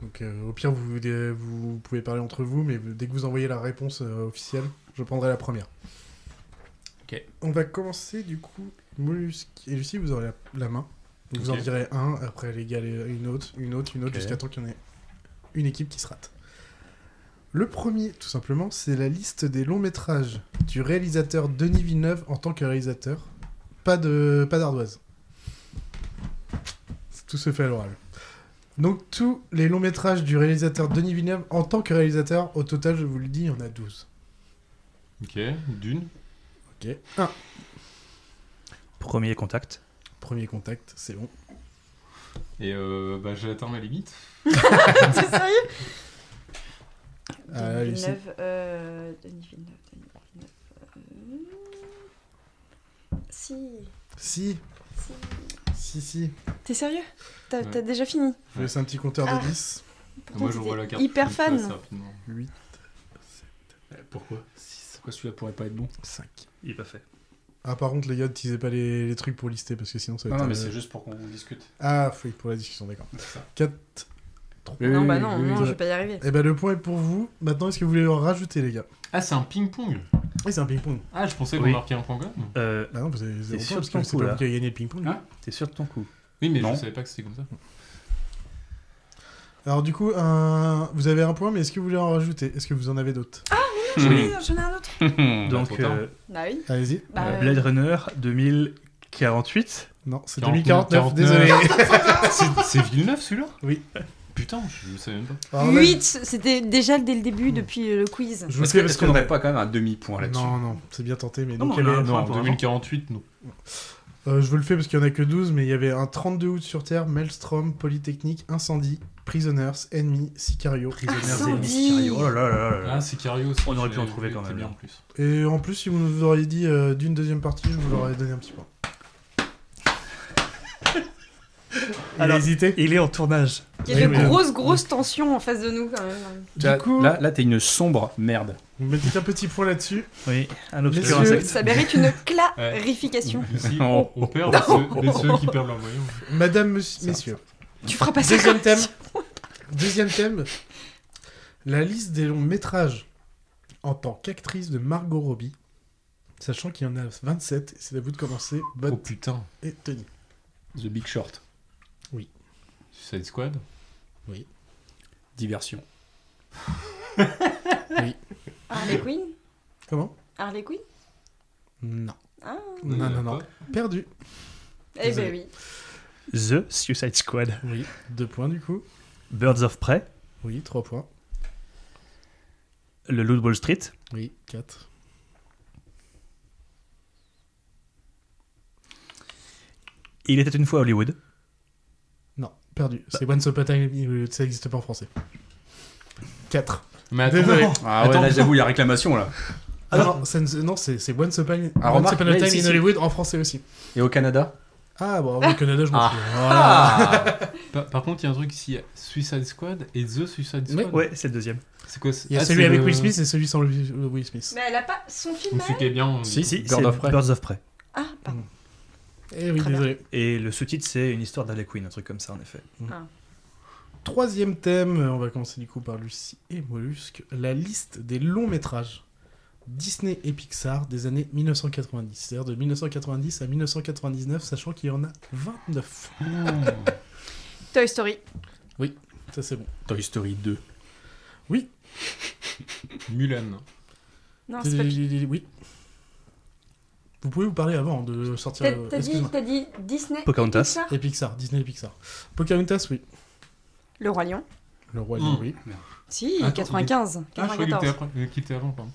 Donc euh, au pire, vous, vous pouvez parler entre vous, mais dès que vous envoyez la réponse euh, officielle, je prendrai la première.
Ok.
On va commencer du coup. Mollusque et Lucie, vous aurez la, la main. Donc, Vous
Ok.
en direz un, après les gars, les- une autre, une autre, une autre,
Ok.
jusqu'à temps qu'il y en ait une équipe qui se rate. Le premier, tout simplement, c'est la liste des longs métrages du réalisateur Denis Villeneuve en tant que réalisateur. Pas de, pas d'ardoise. Tout se fait à l'oral. Donc tous les longs métrages du réalisateur Denis Villeneuve en tant que réalisateur, au total, je vous le dis, il y en a 12.
Ok, d'une.
Ok. 1.
Premier contact.
Premier contact, c'est bon.
Et euh, bah, j'ai atteint ma limite.
T'es sérieux
Ah,
Euh,
Denis
Lucie.
Villeneuve, euh, Denis Villeneuve, Denis Villeneuve. euh, Si.
Si,
si.
si, si.
T'es sérieux T'as
Ouais.
t'as déjà fini
Je laisse un petit compteur de
Ah.
10.
Pourtant,
Moi, je
t'étais
vois la carte.
Hyper
je passe
fan.
rapidement.
8,
Pourquoi Pourquoi celui-là pourrait pas être bon
5.
Il est pas fait.
Ah par contre les gars, utilisez pas les, les trucs pour lister parce que sinon ça va
Non,
être...
non, mais
euh,
c'est juste pour qu'on discute.
Ah oui, pour la discussion, d'accord. 4.
Non, bah non, non,
oui.
je vais pas y arriver.
Et ben le point est pour vous. Maintenant, est-ce que vous voulez en rajouter les gars
Ah, c'est un ping-pong.
Oui, c'est un ping-pong.
Ah, je pensais qu'on
Oui.
marquait un point quand même.
Euh,
Bah non, vous avez zéro
C'est
point
sûr
parce
ton
que c'est
coup,
pas
là.
vous qui avez gagné le ping-pong.
Hein
T'es sûr de ton coup
Oui, mais
Non.
je savais pas que c'était comme ça.
Alors du coup, un- vous avez un point, mais est-ce que vous voulez en rajouter Est-ce que vous en avez d'autres
je l'ai, Ah j'en ai un autre.
Donc, euh,
Bah oui.
Allez-y.
Bah,
euh,
euh,
Blade Runner 2048.
Non, c'est
2049,
2049,
C'est-
désolé.
C'est Villeneuve celui-là
Oui.
Putain, je le savais même pas.
Bah,
8, c'était déjà dès le début, depuis euh, le quiz.
Je vous fais parce qu'on
n'aurait pas quand même un demi-point là-dessus
Non, non, c'est bien tenté, mais
Non,
donc
on
il y
a
avait
un point
Non,
pour
2048, non.
Euh, je vous le fais parce qu'il n'y en a que 12, mais il y avait un 32 août sur Terre, Maelstrom, Polytechnique, Incendie, Prisoners, Ennemis, Sicario.
Prisoners, Ennemis, Sicario. Oh là là là là là.
Ah, Sicario aussi.
On aurait pu en
j'avais-
trouver quand
c'était
même.
bien en plus.
Et en plus, si vous nous auriez dit euh, d'une deuxième partie, je vous l'aurais donné un petit point. Il a hésité
Il est en tournage.
Il y a de grosses, grosses tensions en face de nous quand même.
Tu vois, Là, là t'es une sombre merde.
Vous mettez un petit point là-dessus.
Oui, un
obscur
Messieurs, insecte. ça mérite une clarification.
Ici,
Oh.
on, on perd ceux, les ceux qui perdent leur moyen.
Madame, monsieur- messieurs.
Tu feras pas ça
Deuxième
comme
thème.
ça.
Deuxième thème. La liste des longs métrages en tant qu'actrice de Margot Robbie. Sachant qu'il y en a 27, et c'est à vous de commencer. Bonne
Oh putain.
et Tony.
The Big Short.
Suicide Squad
Oui.
Diversion.
Harley Quinn
Comment
Harley Quinn
Non.
Ah.
Non, non, non. Perdu.
Eh ben
Désolé.
oui.
The Suicide Squad.
Oui, deux points du coup.
Birds of Prey.
Oui, trois points.
Le Loot Wall Street.
Oui, quatre.
Il était une fois à Hollywood.
Non, perdu. C'est Once Upon a Time, ça n'existe pas en français. Quatre.
Mais
attends,
Désolé.
mais- Ah ouais, là, j'avoue, il y a réclamation, là.
Ah non, ça ne- non, c'est c'est Once Upon,
Ah,
Once
remarque,
Upon a
là,
Time
ici,
in
c'est-
Hollywood en français aussi.
Et au Canada
Ah bon, au Canada, je m'en
Ah.
fous.
Ah. par, par contre, il y a un truc ici il y a Suicide Squad et The Suicide Squad.
Ouais, c'est le deuxième.
C'est quoi c'est-
Il y a
ah,
celui
c'est
avec
le-
Will Smith et celui sans Will Will Smith.
Mais elle a pas son film.
Donc
à
celui qui est bien. on-
Si, si,
Birds
c'est
of Prey.
Birds
of Prey.
Ah, pardon.
Eh oui,
Très bien.
désolé.
Et le sous-titre, c'est une histoire d'Harley Quinn, un truc comme ça, en effet.
Ah.
Troisième thème, on va commencer du coup par Lucie et Mollusque. La liste des longs métrages Disney et Pixar des années 1990. C'est-à-dire de 1990 à 1999, sachant qu'il y en a 29.
Toy Story.
Oui, ça c'est bon.
Toy Story 2.
Oui.
Mulan.
Non, c'est pas.
Oui. Vous pouvez vous parler avant de sortir.
T'as-
le-
T'as dit,
excuse-moi.
t'as dit Disney.
Pocahontas.
Pixar
Et Pixar, Disney et Pixar. Pocahontas, oui.
Le Roi Lion.
Le Roi
Hmm.
Lion, oui.
Si,
Attends,
95.
Ah, je croyais qu'il était
94.
après- euh, qu'il était avant, pardon.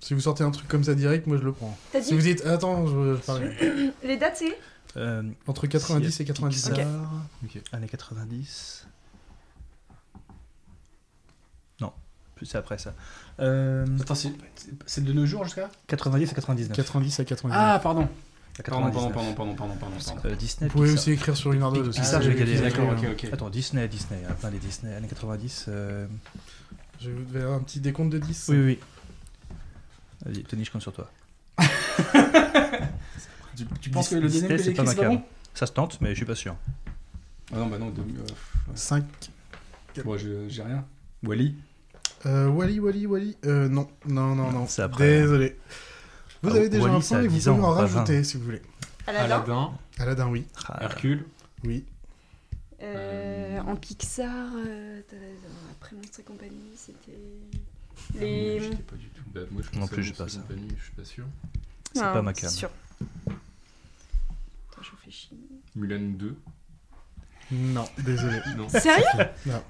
Si vous sortez un truc comme ça direct, moi je le prends.
T'as
Si
dit-
vous dites, attends, je je parle.
Les dates, c'est
Euh,
Entre 90 et 90.
Pixar,
Ok.
Années 90. Non, plus c'est après ça. Euh,
Attends, c'est c'est de nos jours jusqu'à
90 à 99.
90 à 90.
Ah, pardon.
À
Pardon,
99.
pardon, pardon, pardon, pardon, pardon. pardon.
Euh, Disney.
Vous pouvez
Pixar.
aussi écrire sur une ardoise aussi.
Pixar,
Ah,
j'ai
oui,
regardé.
oui, d'accord,
euh,
ok, ok.
Attends, Disney, Disney, il y en a plein des Disney. Années 90. euh,
Je vais vous faire euh, un petit décompte de 10.
Oui, oui, oui. Vas-y, Tony, je compte sur toi.
Tu, tu penses que
Dis-
le deuxième que j'ai écrit, c'est pas bon
Ça se tente, mais je suis pas sûr.
Ah non, bah non, de, euh,
5.
moi je- j'ai rien. Wally
Euh, Wally, Wally, Wally. Euh, non, non, non, non.
C'est après.
Désolé. Vous
Ah,
avez déjà
Wall-E,
un
ça
point
a
et vous
10
pouvez
ans,
en
pas 20.
rajouter si vous voulez.
Aladdin.
Aladdin,
Aladdin, oui.
Ah,
Hercule.
Oui.
Euh, en Pixar, euh, t'as- euh, après Monstres et compagnie, c'était. Les.
J'étais pas du tout. Bah, moi, je
Non
pensais
plus,
à
j'ai pas
Monstres et
ça.
compagnie, Je suis pas sûr.
c'est
Non,
pas ma
Ah, c'est
cam.
sûr. Attends, je réfléchis.
Mulan 2.
Non, désolé.
Non.
Sérieux
Non.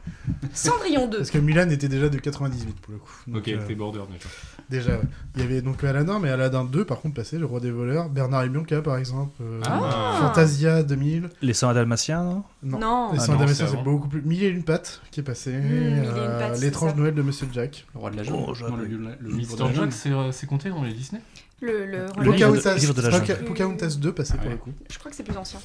Cendrillon 2.
Parce que Milan était déjà de 98 pour le coup. Donc,
Ok,
euh,
t'es border déjà.
Déjà, ouais. il y avait donc Aladdin, mais Aladdin 2, par contre, passé, le roi des voleurs, Bernard et Bianca, par exemple, euh,
Ah.
Fantasia 2000,
Les 100 Dalmatiens, non
non,
Non.
Les
Ah
Cent
non,
Dalmatiens,
c'est
c'est
avant.
beaucoup plus, Mille et une pattes, qui est passé,
Mille et une
euh,
pattes, c'est
L'étrange
ça.
Noël de Monsieur Jack,
Le roi de la
jungle.
jungle
Oh, j'adore.
Non, le, Ah, le, le livre de
Mister
la
Jack,
jungle.
c'est euh, c'est compté dans les Disney
Le, le Roi
Le
Lion.
livre de-
Pocahontas,
le livre de la
Poca-
jungle.
Pocahontas 2, passé pour
Ouais.
le coup,
Je crois que c'est plus ancien.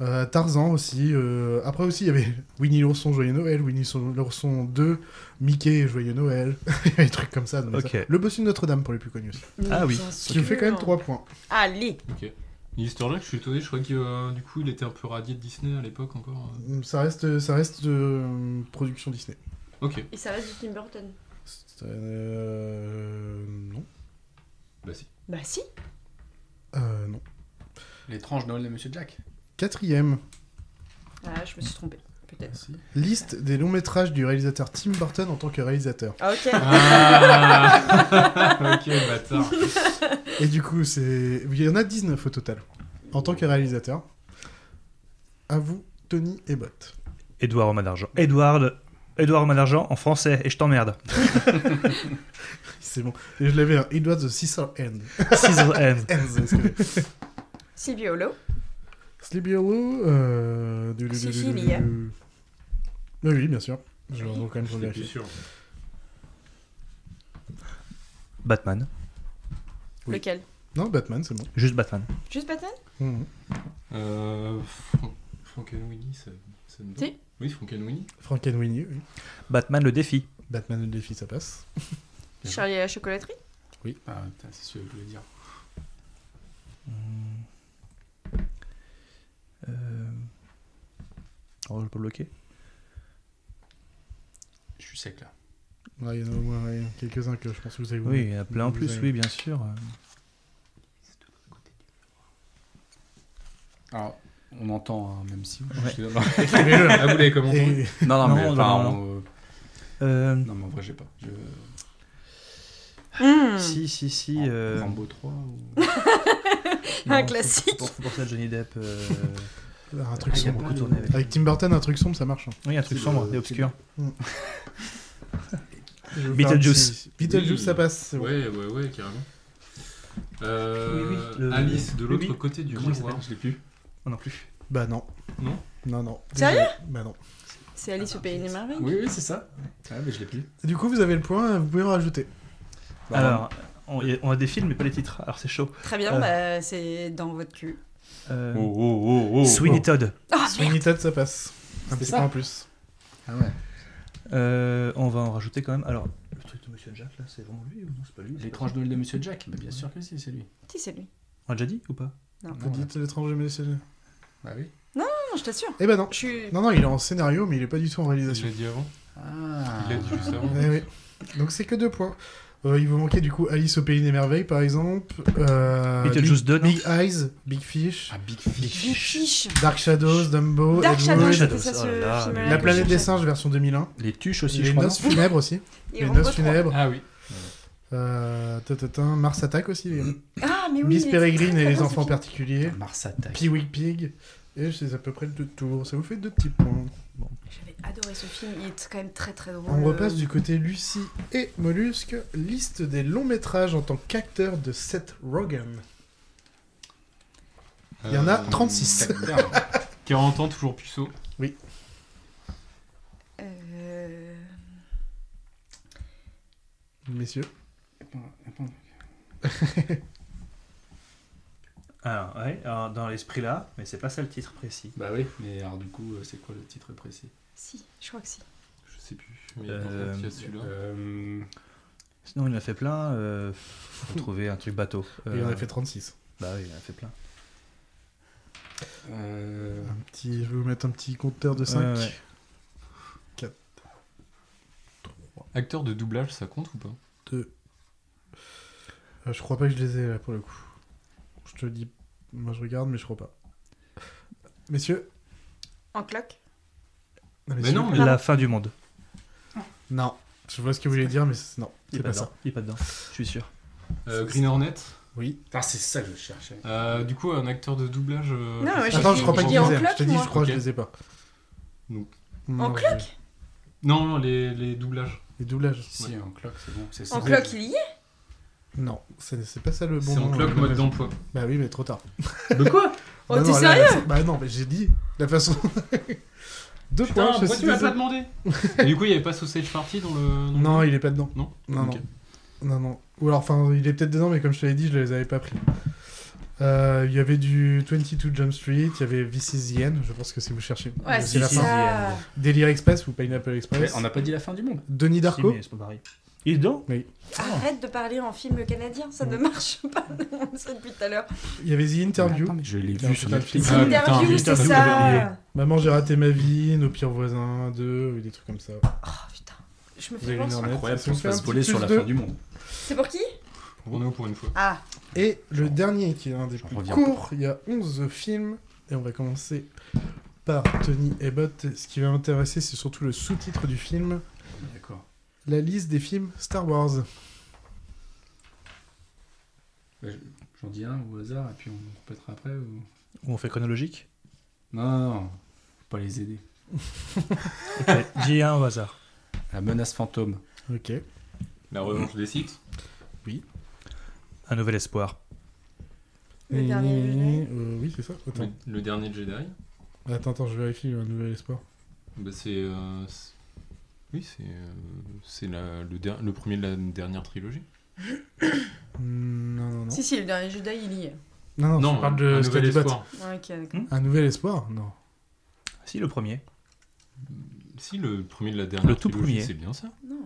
Euh, Tarzan aussi, euh, après aussi, il y avait Winnie l'ourson, Joyeux Noël, Winnie son- l'ourson 2, Mickey, Joyeux Noël, il y avait des trucs comme ça. donc
Ok.
ça. Le bossu de Notre-Dame pour les plus connus aussi,
Ah oui.
ce qui vous fait quand même 3 points.
Allez.
Ok. Mister Jack, je suis étonné, je croyais que euh, du coup il était un peu radié de Disney à l'époque encore. euh.
Ça reste, ça reste euh, production Disney.
Ok,
Et ça reste du Tim Burton.
Euh... Non.
bah si.
Bah si.
Euh, non.
L'étrange Noël de Monsieur Jack.
Quatrième.
Ah, je me suis trompée. peut-être.
Liste des longs métrages du réalisateur Tim Burton en tant que réalisateur.
Ah, ok.
Ah, ok, bâtard.
Et du coup, c'est il y en a 19 au total en tant que réalisateur. À vous, Tony et Bott.
Édouard Romain d'Argent. Édouard, Édouard Romain d'Argent en français, et je t'emmerde.
c'est bon. Et je l'avais un Edward the Scissor End.
Scissor Hand.
Sleepy Hollow.
Sleepy Hollow. euh, du- du- du-
Si,
du-
si,
du-
il y a.
du- Oui, oui, bien sûr. Je vais quand même
J'étais
vérifier.
plus sûr.
Batman.
Oui.
Lequel
Non, Batman, c'est bon.
Juste Batman.
Juste Batman
Mm.
Mhm.
Euh, Fran- Frankenweenie, ça, ça me
Si.
Oui, Frankenweenie.
Frankenweenie, oui.
Batman le défi.
Batman le défi, ça passe.
Charlie et la chocolaterie
Oui.
Ah, putain, c'est celui que je voulais dire.
Hmm. Euh... Oh, je peux bloquer.
Je suis sec là.
Ouais, il y en a au moins ouais, quelques-uns que je pense que vous avez
Oui, il y en a plein en
vous
plus,
avez-
oui, bien sûr.
Alors, on entend, hein, même si.
Ouais.
Je-
Écrivez-le.
ah, vous l'avez comment
Et-
Non, non, mais.
Non,
enfin,
non,
on, euh,
Euh,
Non, mais en vrai, j'ai pas. Je...
Hmm.
Si, si, si.
Ah,
euh,
Rambo 3 ou...
Non,
Un
faut-
classique.
faut- faut penser à Johnny Depp. euh,
Un
Ah,
euh,
truc
qui a
sombre.
beaucoup tourné avec.
Tim Burton, un truc sombre, ça marche. hein.
Oui, un truc sombre et obscur.
Mm. Je vais faire un
Beetlejuice.
petit- Beetlejuice,
Oui.
ça passe. c'est bon.
Ouais, ouais, ouais, carrément. Euh,
Oui, oui, le-
Alice de l'autre
Euh, oui, oui.
côté du
Comment il
miroir.
s'appelle
Je l'ai plus.
Oh, non plus.
Bah non.
Non
Non, non.
Sérieux
Désolé. Bah non. Ah,
C'est Alice au Pays des Merveilles
Oui, oui, c'est ça. Ah, mais je l'ai plus.
Du coup, vous avez le point, vous pouvez en rajouter.
Bah,
Alors, on, y a- on a des films, mais pas les titres. Alors, c'est chaud.
Très bien,
Ah.
Euh,
bah, c'est dans votre cul.
euh,
Oh, oh, oh, oh,
Sweeney
oh.
Todd.
Ah,
Sweeney Todd, ça passe. Un
C'est
petit
ça.
point en plus.
Ah ouais.
Euh, on va en rajouter quand même. Alors, le truc de Monsieur Jack, là, c'est vraiment lui ou non C'est pas lui c'est pas
L'étrange Noël de Monsieur Jack. Mais bien sûr que si, c'est lui.
Si, c'est lui.
On l'a déjà dit ou pas
Non.
Vous dites l'étranger messieurs.
Bah oui.
Non, je t'assure.
Eh ben non.
Je suis.
Non, non, il est en scénario, mais il est pas du tout en
Je
réalisation.
l'ai dit avant.
Ah.
Il l'a dit juste avant.
Eh oui. Donc c'est que deux points. Euh, il vous manquait du coup Alice au pays des merveilles, par exemple. Euh,
Beetlejuice
Big-
2, non
Big Eyes, Big Fish,
Ah, Big Fish.
Je fiche.
Dark Shadows, Dumbo,
Dark
Ed
Shadow,
Wood,
Shadows,
c'était ça
oh
ce
là là,
film-là
mais-
La
que
planète
je
des
cherchais.
singes version 2001,
Les tuches aussi,
Les
je crois.
noces funèbres aussi,
Et
Les
Rambo
noces
3.
funèbres,
Ah oui.
euh, tatatin, Mars Attack aussi, les-
Ah, mais oui.
Miss
il est
Peregrine
très,
et
très
les
bien,
enfants
ce film.
particuliers,
Mars attaque.
Pee Wee Pig, et c'est à peu près deux tours. Ça vous fait deux petits points.
J'avais adoré ce film, il est quand même très très drôle.
On repasse du côté Lucie et Mollusque, liste des longs métrages en tant qu'acteur de Seth Rogen. Il y en a
Euh,
36.
40 ans, toujours puceau.
Euh,
Messieurs,
Alors, ouais, alors, dans l'esprit là, mais c'est pas ça le titre précis.
Bah oui, mais alors du coup, euh, c'est quoi le titre précis
Si, je crois que si.
Je sais plus. Mais
Euh,
il y a celui-là.
Euh,
Sinon, il en a fait plein. Euh, faut trouver un truc bateau.
il en
Euh,
a fait 36.
Bah oui, il en a fait plein.
euh,
Un petit, je vais vous mettre un petit compteur de 5.
ouais.
Acteur de doublage, ça compte ou pas
Euh, je crois pas que je les ai là pour le coup. Je te dis, moi je regarde, mais je crois pas. Messieurs
En cloque
Non,
Mais
messieurs.
non, mais
La fin du monde.
Non. Je vois ce que vous voulez dire, mais c'est- non, c'est pas ça.
Ah. Il est pas dedans. Je suis sûr.
Euh, Green Hornet.
Oui.
Ah, c'est ça que je cherchais.
Euh, du coup, un acteur de doublage.
Non,
euh, je
ouais,
sais
j'ai
Attends,
dit-
je crois pas
j'ai
que
dit
je
en
les ai. Je
cloque,
t'ai dit,
moi.
je crois que je
Ok.
les ai pas.
Donc.
En
Non, je-
cloque
Non, non, les, les doublages.
Les doublages
Si, en cloque, c'est bon. c'est
En
ça.
cloque, il y est
Non, c'est c'est pas ça le bon
c'est en
nom,
cloque
euh,
mode d'emploi.
Bah oui, mais trop tard.
De quoi
Oh,
Bah
t'es
non, là, là,
sérieux
c'est- Bah non, mais j'ai dit la façon. Deux
Putain,
points, je
pourquoi tu
suis
m'as pas
désolé.
demandé Et du coup, il y avait pas Sausage Party dans le. dans
Non,
le-
il est pas dedans.
Non
Non,
Ok.
non. Non, non. Ou alors, enfin, il est peut-être dedans, mais comme je te l'ai dit, je les avais pas pris. Euh, Il y avait du 22 Jump Street, il y avait This is the End, je pense que si vous cherchez.
Ouais,
c'est
c'est
la fin.
ça.
Délire Express ou Pineapple
Ouais,
Express.
on n'a pas dit la fin du monde.
Denis Darko.
Si, mais c'est pas pareil. Il est dedans
Ah.
Arrête de parler en film canadien, ça ne marche pas. On sait depuis tout à l'heure.
Il y avait The Interview.
Attends, mais je l'ai
Putain,
vu sur
putain,
Netflix.
putain.
Ah,
Interview,
putain,
c'est
interview,
ça.
Maman, j'ai raté ma vie, Nos pires voisins, 2, ou des trucs comme ça.
Oh putain, je me
Vous avez
fais
une
penser.
heure.
Incroyable
Ça
qu'on
nous
se
fait un
fasse
petit
voler sur
plus
la
deux.
fin du monde.
C'est pour qui
Renaud pour une fois.
Ah,
Et le dernier, qui est un des plus
reviens
courts, il y a 11 films. Et on va commencer par Tony Abbott. Ce qui va m'intéresser, c'est surtout le sous-titre du film.
D'accord.
La liste des films Star Wars.
Bah, je- J'en dis un au hasard et puis on répétera après. Ou...
Ou on fait chronologique
Non, non, non. Faut pas les aider.
Ok, dis un au hasard.
La menace fantôme.
Ok.
La revanche des sites.
Oui.
Un nouvel espoir.
Le dernier Jedi.
euh, Oui, c'est ça. Attends.
Le, le dernier Jedi.
attends, attends, je vérifie un nouvel espoir.
Bah, c'est. euh, c'est- oui, c'est. euh, c'est la- le, der- le premier de la dernière trilogie.
Hmm, Non, non, non.
Si, si, le dernier Jedi, il y est.
Non, non,
Non,
je parle
un
de
nouvel
Scotty Bott.
espoir.
Ouais, ok, d'accord.
Un nouvel espoir Non.
Si, le premier.
Si, le premier de la dernière
Le tout
trilogie,
premier.
c'est bien ça.
Non.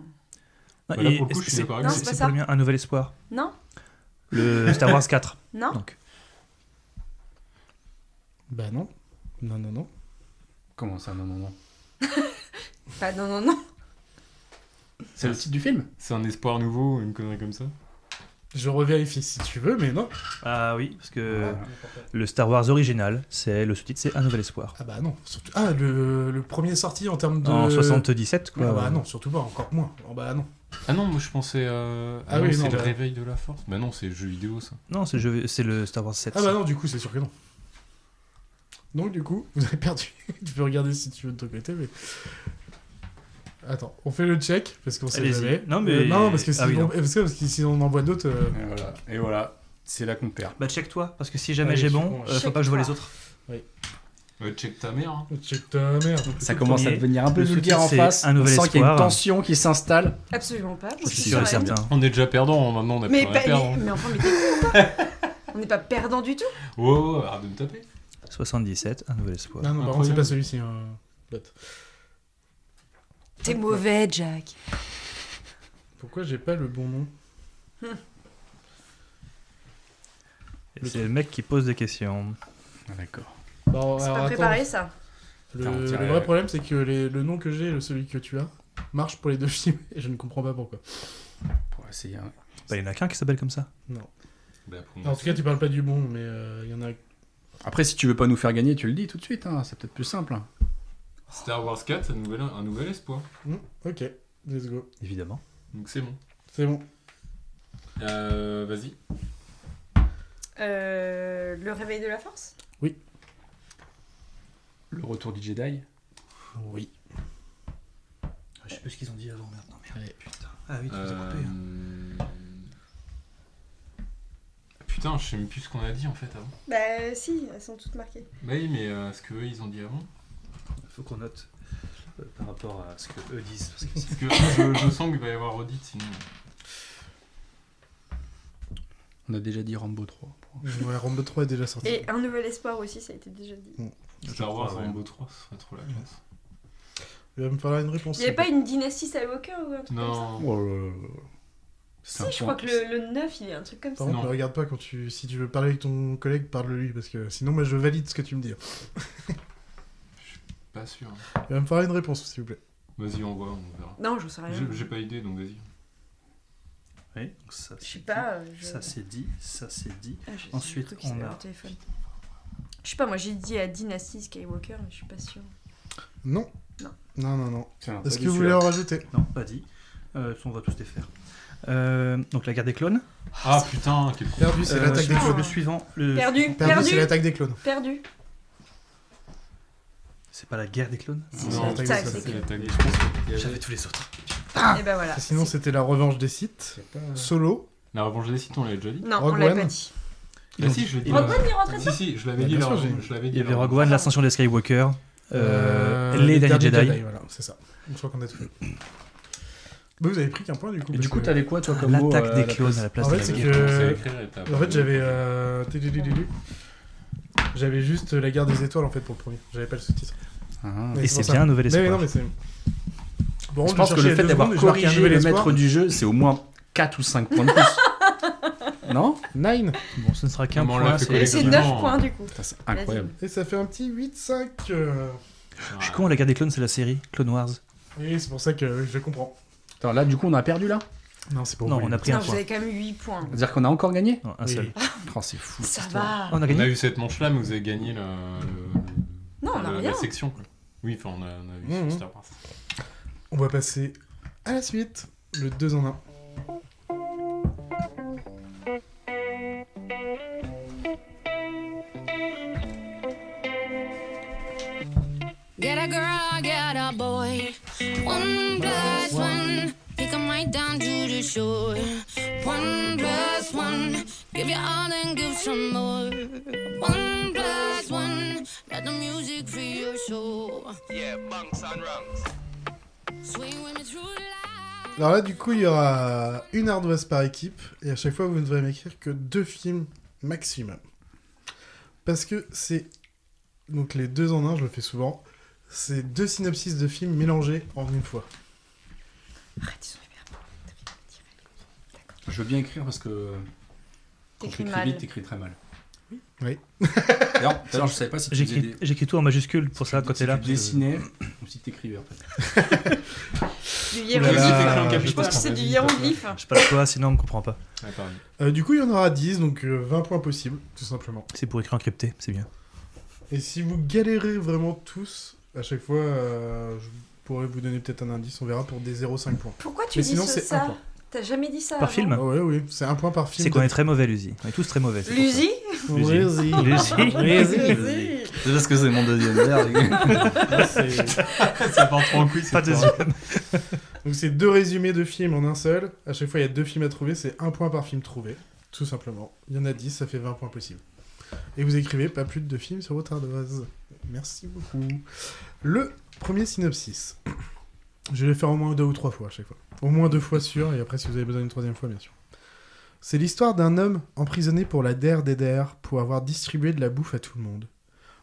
Ah,
Bah, là,
et
pour le coup,
est-ce
je
que
suis
c'est
d'accord
avec
c'est-
vous.
c'est
Non, c'est
pas
pas
le mien, un nouvel espoir.
Non
Le Star Wars 4.
Non.
Donc,
Bah non. Non, non, non.
Comment ça, non, non, non
Pas non, non, non.
C'est le titre du film
C'est un espoir nouveau, une connerie comme ça.
Je revérifie si tu veux, mais non.
Ah oui, parce que le Star Wars original, c'est le sous-titre, c'est Un nouvel espoir.
Ah bah non. surtout- Ah, le, le premier sorti en termes de.
En 77, quoi.
Ah bah non, surtout pas, encore moins. Ah bah non.
Ah non, moi je pensais. euh,
Ah
ah non,
oui, non,
c'est le
bah-
réveil de la force. Bah non, c'est jeu vidéo ça.
Non, c'est je- c'est le Star Wars 7.
Ah bah non, du coup, c'est sûr que non. Donc du coup, vous avez perdu. tu peux regarder si tu veux de ton côté, mais. Attends, on fait le check parce qu'on sait
Allez-y.
jamais.
Non, mais-
Euh, non, parce que si,
Ah oui,
on...
non.
parce que- parce que si on envoie d'autres. euh,
Et voilà, et voilà. c'est là qu'on perd.
Bah check-toi, parce que si jamais
Allez,
j'ai
je
bon,
prends.
euh, faut pas que je vois les autres.
Euh, check ta mère. hein.
Check ta mère.
Ça commence à
premier,
devenir un peu
le
vulgaire en
sous-titre, c'est
face.
Un nouvel
on sent qu'il y a une
espoir.
tension qui s'installe.
Absolument pas. j'en
Je suis
suis
sûr et
sûre.
certain.
On est déjà perdant hein, maintenant, on a plus
Mais,
rien
pas-
à perdre.
mais,
hein.
mais enfin, mais t'es con, toi. On n'est pas perdant du tout.
Ouais, ouais, ouais, arrête de me taper.
77, un nouvel espoir.
Non, non, par contre, c'est pas celui-ci. hein, bête.
T'es mauvais, Jack.
Pourquoi j'ai pas le bon nom
Et C'est le mec qui pose des questions.
D'accord.
Bon,
C'est
alors,
pas
attends.
préparé, ça
Le,
Putain, on
le
dirait-
vrai problème, c'est que les- le nom que j'ai et le- celui que tu as marche pour les deux films et je ne comprends pas pourquoi.
Pour essayer. hein.
Bah, il y en a qu'un qui s'appelle comme ça.
Non.
Bah, pour moi,
En tout cas, tu parles pas du bon, mais euh, il y en a.
Après, si tu veux pas nous faire gagner, tu le dis tout de suite. hein, C'est peut-être plus simple. hein.
Star Wars 4, un nouvel, un nouvel espoir.
Hmm, ok, let's go.
Évidemment.
Donc c'est bon.
C'est bon.
Euh, Vas-y.
Euh, Le réveil de la force
Le retour du Jedi.
Oui.
Ah, Je sais plus ce qu'ils ont dit avant, merde. Non, merde.
Allez.
Putain. Ah oui, tu nous as
Euh,
coupé. hein.
Putain, je sais même plus ce qu'on a dit en fait avant.
Bah, si, elles sont toutes marquées.
Bah oui, mais euh, ce que eux, ils ont dit avant.
Faut qu'on note euh, par rapport à ce que eux disent. Parce que c'est-
Parce que euh, je, je sens qu'il va y avoir audit sinon.
On a déjà dit Rambo 3.
Ouais, Rambo 3 est déjà sorti.
Et un nouvel espoir aussi, ça a été déjà dit.
Star Wars hein.
crois, ouais.
Rambo 3, ce serait trop la classe.
Il va me falloir une réponse.
Il n'y avait pas une dynastie Skywalker ou un truc comme ça
Non.
Oh là là là là. C'est un
Si, je
point-
crois que le, le 9, il est un truc comme ça.
Par contre,
Non.
ne regarde pas quand tu. Si tu veux parler avec ton collègue, parle-lui parce que sinon, moi, je valide ce que tu me dis.
Pas sûr. hein.
Il va me falloir une réponse, s'il vous plaît.
Vas-y, on voit, on verra.
Non, j'en sais rien.
J'ai- J'ai pas idée, donc vas-y.
Oui, donc ça,
Je
c'est
sais
dit.
pas. euh, je-
Ça c'est dit, ça c'est dit.
Ah, j'ai-
Ensuite,
j'ai le truc qui
on
s'est
a-
mis au téléphone. Je sais pas, moi j'ai dit à Dynasty Skywalker, mais je suis pas sûre.
Non.
Non.
Non, non, non.
Tiens, pas
Est-ce que
dit
vous voulez
celui-là.
en rajouter
Non, pas dit. Euh, on va tous les faire. Euh, donc la guerre des clones.
Ah putain, quel con.
Perdu, c'est
Euh,
l'attaque des
le-
clones.
Le suivant. Le...
Perdu,
Perdu, c'est
perdu,
l'attaque des clones.
perdu.
C'est pas la guerre des clones
Non,
c'est
ça,
l'attaque des
c'est
clones.
l'attaque des clones.
J'avais tous les autres.
Et ben voilà.
Sinon, c'était la revanche des sites.
C'est pas- euh,
Solo.
La revanche des sites, on l'avait déjà dit.
Non, on
Rogue
l'avait
One.
pas dit.
Ah si, je l'ai dit.
Rogue
là.
Antoine, il rentrait
Si, si, je l'avais
Bah,
dit.
bien
la
sûr,
revanche-
j'ai-
Je l'avais
Il
dit.
y avait
la
Rogue
revanche.
One, l'ascension des Skywalker, euh,
Euh,
les derniers Jedi.
Voilà, c'est ça. Je crois qu'on a tout fait. Bah, vous avez pris qu'un point du coup.
Et
parce
du coup,
que-
t'avais quoi, toi, comme mot, euh,
L'attaque
à
des
la
clones
place
à la place
En
de
fait,
la
c'est
guerre.
T'avais
que-
commencé à écrire et t'as
En fait,
pas-
j'avais. euh, tédédédédé. J'avais juste la guerre des étoiles en fait pour le premier. J'avais pas le sous-titre.
Ah.
Mais
Et c'est
pour ça.
bien un nouvel
Mais, mais non,
espoir.
mais c'est. Bon,
Je pense que le fait d'avoir corrigé le maître du jeu, c'est au moins 4 ou 5 points de plus. non
Nine
Bon, ce ne sera qu'un
Comment on
point.
l'a fait
c'est-
Et
collectivement.
c'est 9 points du coup.
Putain, C'est incroyable.
Et ça fait un petit 8-5. euh.
Je suis con, la guerre des clones, c'est la série Clone Wars.
Oui, c'est pour ça que je comprends.
Attends, là, du coup, on a perdu, là
Non, c'est pour
Non, on a pris
Non,
un
vous
point.
avez quand même 8 points.
C'est-à-dire qu'on a encore gagné
Non, un
Oui.
seul.
Oh, c'est fou.
Ça va.
On a
On a
gagné
eu cette manche là, mais vous avez gagné la. le-
Non, on
Enfin,
a
la,
rien.
la section, quoi. Oui, enfin, on a, on a vu
Mhm.
sur Star Wars.
On va passer à la suite, le 2 en 1.
Get a girl, get a boy. One plus one, take 'em right down to the shore. One plus one, give you all and give some more. One plus one, let the music free your soul. Yeah, bunks on rungs. Swing with me through the
Alors là, du coup, il y aura une ardoise par équipe, et à chaque fois, vous ne devrez m'écrire que deux films maximum. Parce que c'est. Donc les deux en un, je le fais souvent. C'est deux synopsis de films mélangés en une fois.
Je veux bien écrire parce que. Quand
T'écris
t'écris
mal.
vite, t'écris très mal.
Oui.
D'ailleurs, tout à l'heure, je savais pas si tu faisais
J'écris
des...
j'écris tout en majuscule pour ça quand t'es là.
tu dessinais ou si t'écrivais en fait.
Oh
Du
Ouh là là,
hiéroglyphe. Je pense
sais pas.
que c'est du hiéroglyphe.
Je sais pas quoi, sinon on me comprend pas.
Euh, du coup, il y en aura 10, donc euh, 20 points possibles, tout simplement.
C'est pour écrire encrypté, c'est bien.
Et si vous galérez vraiment tous, à chaque fois, euh, je pourrais vous donner peut-être un indice, on verra pour des 0,5 points.
Pourquoi tu
Mais
dis
sinon,
ce-
c'est un
ça
point.
T'as jamais dit ça
Par
avant
film
Ah ouais, oui, c'est un point par film.
C'est qu'on est très mauvais, Luzi. On est tous très mauvais. c'est pour
Luzi
ça.
Luzi. Luzi.
Luzi.
Luzi. Ah,
Luzi.
C'est parce que c'est mon deuxième verre. les gars.
Ça part trop en couille,
Pas
cette
deuxième.
Donc c'est deux résumés de films en un seul. À chaque fois, il y a deux films à trouver. C'est un point par film trouvé, tout simplement. Il y en a 10, ça fait 20 points possibles. Et vous écrivez pas plus de deux films sur votre ardoise. Merci beaucoup. Le premier synopsis. Je vais le faire au moins deux ou trois fois à chaque fois. Au moins deux fois sûr, et après si vous avez besoin d'une troisième fois, bien sûr. C'est l'histoire d'un homme emprisonné pour la der des der pour avoir distribué de la bouffe à tout le monde.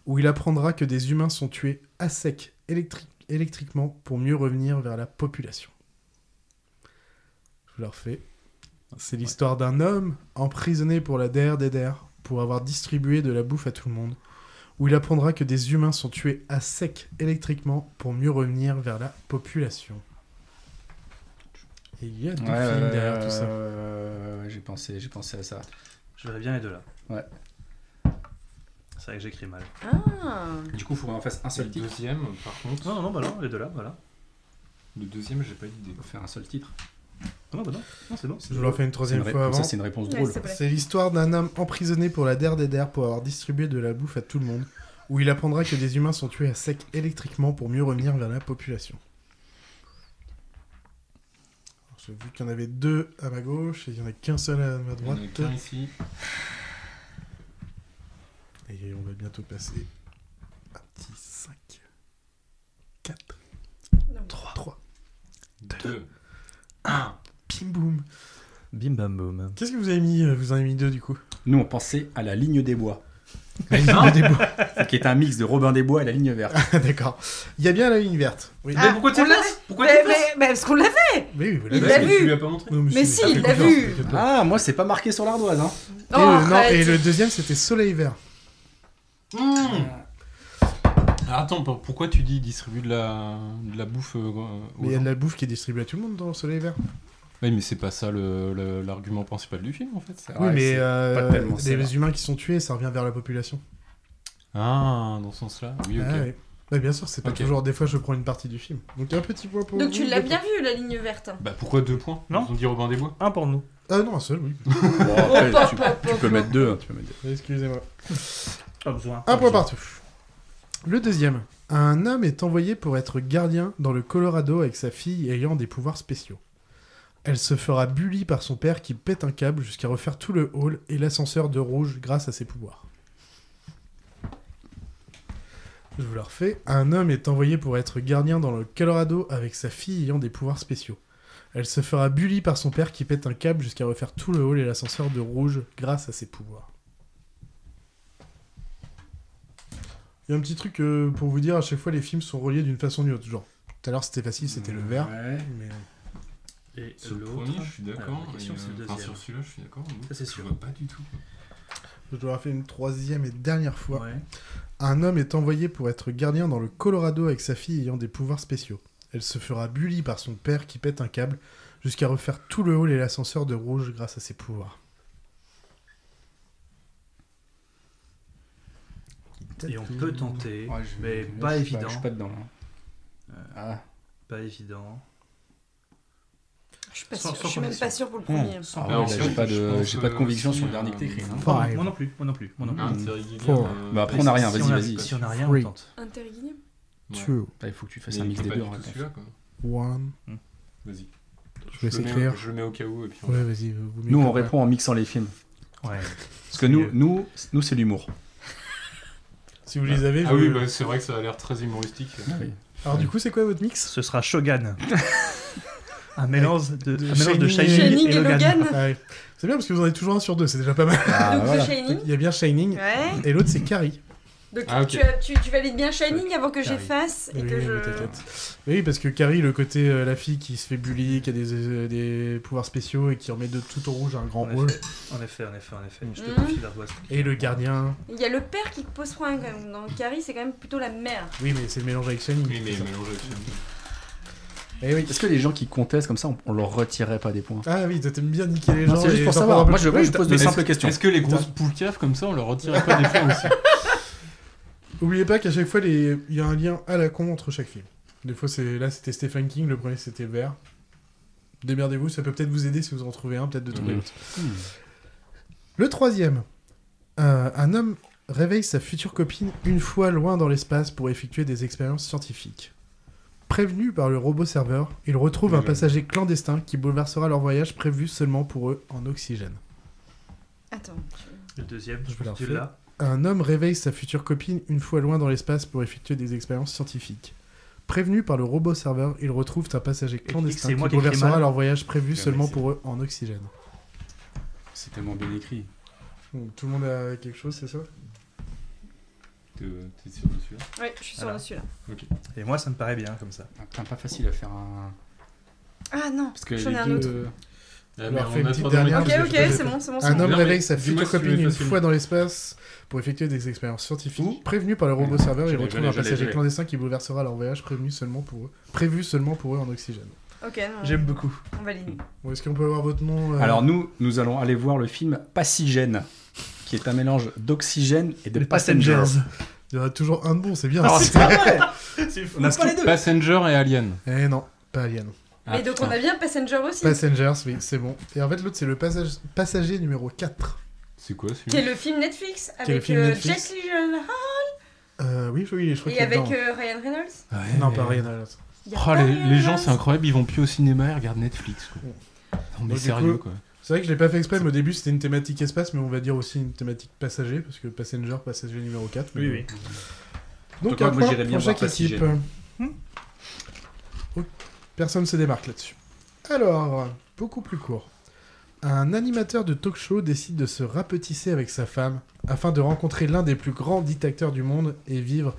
Où il apprendra que des humains sont tués à sec électri- électriquement pour mieux revenir vers la population. Je vous la refais. C'est l'histoire d'un homme emprisonné pour la der des der pour avoir distribué de la bouffe à tout le monde. Où il apprendra que des humains sont tués à sec électriquement pour mieux revenir vers la population. Et il y a deux
Ouais,
films
ouais,
derrière
ouais,
tout ça.
ouais, ouais, ouais, j'ai pensé, j'ai pensé à ça.
Je verrais bien les deux là.
Ouais.
C'est vrai que j'écris mal.
Ah.
Du coup, faut qu'on en fasse un seul
Le
titre.
deuxième, par contre.
Non, non, bah non, les deux là, voilà.
Le deuxième, j'ai pas d'idée.
Faut faire un seul titre.
Non, bah non, non c'est bon.
Je vous la refais une troisième
C'est une ré-
fois
comme ça,
avant.
c'est une réponse Ouais, drôle. s'il te plaît.
C'est l'histoire d'un homme emprisonné pour la der des der pour avoir distribué de la bouffe à tout le monde, où il apprendra que des humains sont tués à sec électriquement pour mieux revenir vers la population. Alors, J'ai vu qu'il y en avait deux à ma gauche et il y en a qu'un seul à ma
Il y en
droite.
a qu'un ici.
Euh.
Et on va bientôt passer à petit 5, 4, 3, 2, 1. Bim boum.
Bim bam boum.
Qu'est-ce que vous avez mis euh, Vous en avez mis deux du coup
Nous, on pensait à la ligne des bois.
La ligne des bois.
Qui est un mix de Robin des Bois et la ligne verte.
D'accord. Il y a bien la ligne verte. Oui.
Ah, on l'avait. mais, mais- mais parce qu'on l'avait
Mais oui, vous
Eh
Il l'a
ben,
l'avez. Parce que tu
vu
lui as pas montré. Non, mais
Mais
si,
si,
mais
il
t'as
l'a
fait confiance,
vu euh,
t'inquiète pas.
Ah, moi, c'est pas marqué sur l'ardoise. Hein.
Et, le, non, et le deuxième c'était Soleil Vert.
Hmm.
Alors, Ah, attends, pour- pourquoi tu dis distribue de la, de la bouffe euh, aux
Mais il y a
gens
de la bouffe qui est distribuée à tout le monde dans Soleil Vert.
Oui, mais c'est pas ça le- le- l'argument principal du film en fait.
oui, mais euh, des humains qui sont tués, ça revient vers la population.
Ah, dans ce sens-là Oui, ok.
Ah, ouais. Mais bien sûr, c'est pas
Ok.
toujours. Des fois, je prends une partie du film. Donc un petit point pour
Donc
vous,
tu l'as
deux
bien vu, la ligne verte.
Bah pourquoi deux points
Non.
On dit Robin des Bois
Un pour nous.
points. Ah non, un seul, oui.
Bon, après,
Oh,
tu, tu peux mettre deux. hein, tu peux mettre deux.
Excusez-moi.
Pas besoin.
Un point partout. Le deuxième. Un homme est envoyé pour être gardien dans le Colorado avec sa fille ayant des pouvoirs spéciaux. Elle se fera bully par son père qui pète un câble jusqu'à refaire tout le hall et l'ascenseur de rouge grâce à ses pouvoirs. Je vous la refais. Un homme est envoyé pour être gardien dans le Colorado avec sa fille ayant des pouvoirs spéciaux. Elle se fera bully par son père qui pète un câble jusqu'à refaire tout le hall et l'ascenseur de rouge grâce à ses pouvoirs. Il y a un petit truc euh, pour vous dire, à chaque fois les films sont reliés d'une façon ou d'une autre. Genre, tout à l'heure c'était facile, c'était le vert. mais, euh,
Et
Sur le
l'autre-
premier, je suis d'accord.
Alors, la
mais,
question,
euh,
c'est le
enfin,
deuxième.
sur celui-là, je suis d'accord. mais
Ça, c'est
je
sûr.
vois pas du tout.
Je dois faire une troisième et dernière fois. Un homme est envoyé pour être gardien dans le Colorado avec sa fille ayant des pouvoirs spéciaux. Elle se fera bully par son père qui pète un câble jusqu'à refaire tout le hall et l'ascenseur de rouge grâce à ses pouvoirs.
Et on peut tenter,
Ouais, je-
mais
là,
pas
je suis
évident.
je suis pas dedans là.
Pas évident.
Je suis pas
Sans-
sûre,
sans
je suis même
conviction.
pas sûre pour le premier.
Ah ouais, là, j'ai pas de, j'ai pas de conviction sur le
euh,
dernier que t'écris. hein.
Moi moi non plus, moi non plus, moi non
Ah,
Hein,
plus.
Terry Gilliam, Four. euh, Bah, après, on a rien,
Si
vas-y,
on
vas-y.
Si on a rien,
Three.
on tente.
Interguignol
Two.
Bah, il faut que tu fasses
Mais
un
il
mix
faut
des
pas
deux.
du tout
en réponse.
celui-là, quoi.
One.
Hmm.
Vas-y.
Je vais
le
essayer
mets-
clair.
Je le mets au cas où et puis on
Ouais, vas-y, euh, vous
hein. Nous,
mettez
on
pas.
répond en mixant les films.
Ouais.
Parce que nous, nous, nous, c'est l'humour.
Si vous les avez,
Ah
je-
oui, bah, c'est vrai que ça a l'air très humoristique.
Alors, du coup, c'est quoi votre mix
Ce sera Shogun. un mélange de, un mélange
Shining
de Shining, et Logan.
Ah ouais. C'est bien parce que vous en avez toujours un sur deux, c'est déjà pas mal.
Ah, Donc, le voilà. Shining
Il y a bien Shining.
Ouais.
Et l'autre, c'est Carrie.
Donc
Ah, ok.
tu, as- tu, tu valides bien Shining avant que
Carrie.
j'efface et
Oui,
que
oui,
je.
mais t'inquiète. Oui, parce que Carrie, le côté euh, la fille qui se fait bully, qui a des, euh, des pouvoirs spéciaux et qui remet de tout en rouge un grand
En
rôle.
effet, en effet, en effet, en effet. Je
Hmm.
te
Mm.
confie l'ardoise.
Et le gardien.
Il y a le père qui pose problème quand même. Dans Carrie, c'est quand même plutôt la mère.
Oui, mais c'est le mélange avec Shining.
Oui, mais
c'est ça.
mélanger avec Shining.
Eh
Est-ce que les gens qui contestent comme ça, on, on leur retirerait pas des points
Ah oui, t'aimes bien niquer les
Non,
gens.
c'est juste
et
pour
t'en
savoir.
prends un
Moi,
peu.
je- moi,
Oui,
je pose
t'as-
des
est-ce-
simples questions.
Est-ce que les grosses poules caves comme ça, on leur retirait pas des points aussi
Oubliez pas qu'à chaque fois, les... il y a un lien à la con entre chaque film. Des fois, c'est là, c'était Stephen King, le premier, c'était Vert. Démerdez-vous, ça peut peut-être vous aider si vous en trouvez un, peut-être de trouver
Mm.
Mhm.
l'autre.
Mhm.
Le troisième. Euh, un homme réveille sa future copine une fois loin dans l'espace pour effectuer des expériences scientifiques. Prévenu par le robot serveur, il retrouve un passager clandestin qui bouleversera leur voyage prévu seulement pour eux en oxygène.
Attends.
Le deuxième,
Je vais la
tu
refaire.
l'as.
Un homme réveille sa future copine une fois loin dans l'espace pour effectuer des expériences scientifiques. Prévenu par le robot serveur, ils retrouvent un passager clandestin
c'est moi
qui
qui écris
bouleversera
mal.
leur voyage prévu
Ouais,
seulement
mais c'est-
pour eux en oxygène.
C'est tellement bien écrit.
Donc, tout le monde a quelque chose, c'est ça
T'es t'es sûr de celui-là
Ouais, je suis sûre
Voilà.
de celui-là.
Ok.
Et moi, ça me paraît bien comme ça.
Putain, pas facile à faire un.
Ah non,
Parce que
j'en
les
ai un
deux,
autre.
euh,
Ah,
On leur
mais
fait
on
une
a
petite
trop de
dernière.
Ok,
parce que
ok,
je l'ai
c'est
pas
bon,
fait.
c'est bon, c'est bon.
Un homme
Non, mais
réveille sa
dis-moi
future
si tu
copine
veux
une
facile.
fois dans l'espace pour effectuer des expériences scientifiques. Prévenu par le robot serveur,
je
il
l'ai,
retrouve
je l'ai,
un
je l'ai, je
passager
l'ai.
clandestin qui bouleversera leur voyage prévenu seulement pour eux. Prévu seulement pour eux en oxygène.
Ok, non,
J'aime beaucoup.
On valide.
Bon, est-ce qu'on peut avoir votre nom euh,
Alors nous, nous allons aller voir le film Passygène, qui est un mélange d'oxygène et de Passengers.
Il y en a toujours un de bon, c'est bien.
Ah, c'est pas vrai
C'est
On a skip
Passenger et Alien.
Eh non, pas Alien.
et donc on a bien Passenger aussi.
Passengers, oui, c'est bon. Et en fait, l'autre, c'est le passage... passager numéro 4.
C'est quoi
Qui est le film Netflix
est le
avec
film
euh,
Netflix.
Jack Gyllenhaal
Euh, oui, oui, je crois
et
qu'il est
avec
dedans.
euh, Ryan Reynolds.
Ah,
Non, pas Ryan Reynolds.
Y a
Oh,
pas
les,
Ryan
les gens,
Reynolds
c'est incroyable, ils vont plus au cinéma, ils regardent Netflix. Quoi. Non, mais
Bon, du
sérieux,
coup,
quoi.
C'est vrai que je l'ai pas fait exprès, mais au début c'était une thématique espace, mais on va dire aussi une thématique passager, parce que passenger, passager numéro 4. mais
Oui,
bon.
oui.
En tout
Donc
cas,
un
moi,
point
j'irais bien
pour
voir
chaque
Passager.
équipe.
Hmm
Oh, Personne se démarque là-dessus. Alors, beaucoup plus court. Un animateur de talk show décide de se rapetisser avec sa femme afin de rencontrer l'un des plus grands dictateurs du monde et vivre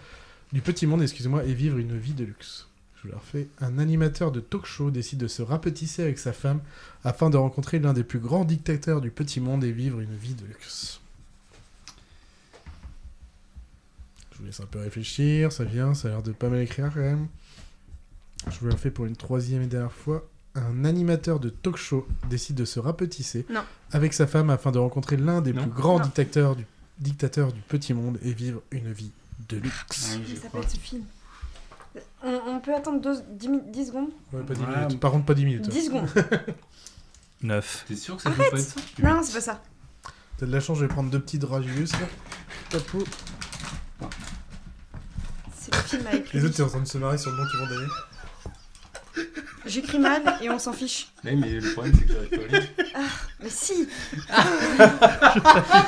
du petit monde, excusez-moi, et vivre une vie de luxe. Je vous la refais. Un animateur de talk show décide de se rapetisser avec sa femme afin de rencontrer l'un des plus grands dictateurs du petit monde et vivre une vie de luxe. Je vous laisse un peu réfléchir, ça vient, ça a l'air de pas mal écrire quand même. Je vous la fais pour une troisième et dernière fois. Un animateur de talk show décide de se rapetisser
Non.
avec sa femme afin de rencontrer l'un des
Non.
plus grands
Non.
dictateurs du, dictateurs du petit monde et vivre une vie de luxe.
Hein,
Comment ça s'appelle ce film on, on peut attendre 10, secondes
Ouais, pas dix
Ouais.
minutes. Par contre, pas 10 minutes. hein.
10 secondes
9.
T'es sûr que ça peut pas
Arrête
être ça
Non, non, c'est pas ça.
T'as de la chance, je vais prendre deux petits Dragius. là. Tapou.
C'est le film avec
Les
lui.
autres, t'es en train de se marrer sur le nom qu'ils vont donner.
J'écris mal et on s'en fiche.
Mais, Eh, mais le problème, c'est que j'arrive pas à lire.
Ah, mais si
Ah,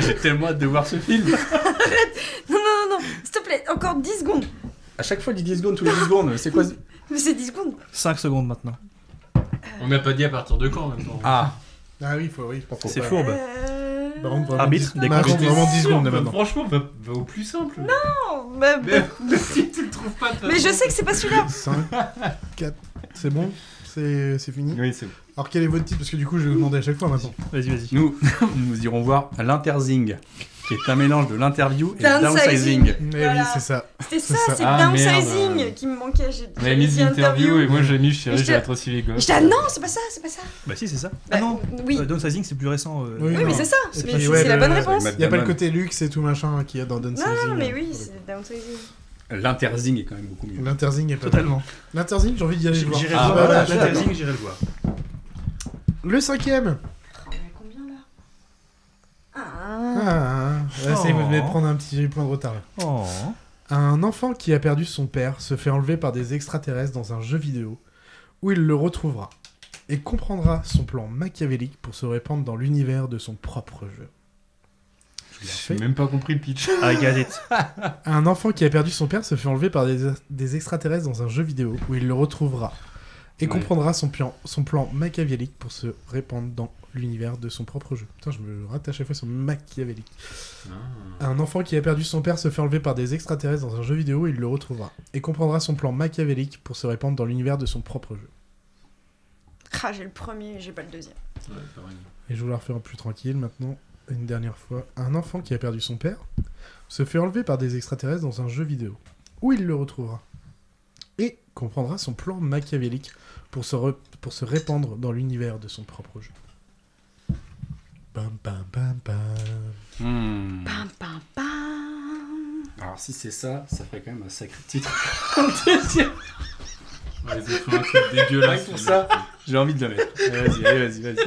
J'ai tellement hâte de voir ce film.
Non, non, non, non, s'il te plaît, encore 10 secondes
À chaque fois, il dit 10 secondes tous les 10 secondes. C'est quoi ce-
Mais c'est 10 secondes
5 secondes maintenant.
On n'a pas dit à partir de quand en même temps.
Ah.
Ah oui, faut, oui, faut- faut
C'est
pas-
fourbe.
Euh,
Par contre, Bah, vraiment
Arbitre,
dix-
des
Par contre,
comptes.
vraiment 10 secondes là, maintenant.
Franchement, va, va au plus simple.
Non bah,
Mais-
bah,
si tu le trouves pas, de toute
Mais je
façon.
sais que c'est pas celui-là
5, 4, c'est bon C'est c'est fini
Oui, c'est bon.
Alors quel est votre titre Parce que du coup, je vais vous demander à chaque fois maintenant.
Vas-y, vas-y.
Nous, nous irons voir l'Interzing. qui est un mélange de l'interview et du
Downsizing.
downsizing.
Mais
Voilà.
Eh oui, c'est ça.
C'était ça,
C'est ça.
c'est
Ah,
downsizing
merde.
qui me manquait. J'ai
On
avait mis
dit
l'interview et moi, j'ai mis Chérie,
Et je te-
j'ai atrocié les
Je
gosses.
dis, non, c'est pas ça, c'est pas ça.
Bah si, c'est ça.
Bah,
ah non,
oui.
euh, Downsizing, c'est plus récent. euh,
Oui, mais c'est ça, mais
pas
c'est
ça.
la bonne réponse.
Il n'y a pas le côté luxe et tout machin qu'il y a dans Downsizing. hein.
Non, non, mais oui, c'est downsizing.
L'interzing est quand même beaucoup mieux.
L'interzing est pas
Totalement.
L'interzing, j'ai envie d'y aller le voir.
J'irai
Ah,
le voir.
voilà,
L'interzing, j'irai le voir.
Le cinquième. Ah, là, c'est- vous devez
Oh.
prendre un petit point de retard. là.
Oh.
Un enfant qui a perdu son père se fait enlever par des extraterrestres dans un jeu vidéo où il le retrouvera et comprendra son plan machiavélique pour se répandre dans l'univers de son propre jeu.
J'ai même pas compris le pitch.
Ah,
I get it.
Un enfant qui a perdu son père se fait enlever par des, des extraterrestres dans un jeu vidéo où il le retrouvera et
Ouais.
comprendra son plan, son plan machiavélique pour se répandre dans l'univers de son propre jeu. Putain, je me rate à chaque fois sur machiavélique. Un enfant qui a perdu son père se fait enlever par des extraterrestres dans un jeu vidéo et il le retrouvera et comprendra son plan machiavélique pour se répandre dans l'univers de son propre jeu.
Ah, j'ai le premier, j'ai pas le deuxième.
Et je vous la refais en plus tranquille maintenant, une dernière fois. Un enfant qui a perdu son père se fait enlever par des extraterrestres dans un jeu vidéo, où il le retrouvera. Et comprendra son plan machiavélique pour se, re- pour se répandre dans l'univers de son propre jeu. Bam, bam, bam, bam.
Hmm.
Pam, pam.
Alors si c'est ça, ça ferait quand même un sacré titre. En deuxième.
Ouais, c'est un truc dégueulasse.
Rien que Pour ça, j'ai envie de le mettre. Allez, Vas-y, allez, vas-y, vas-y.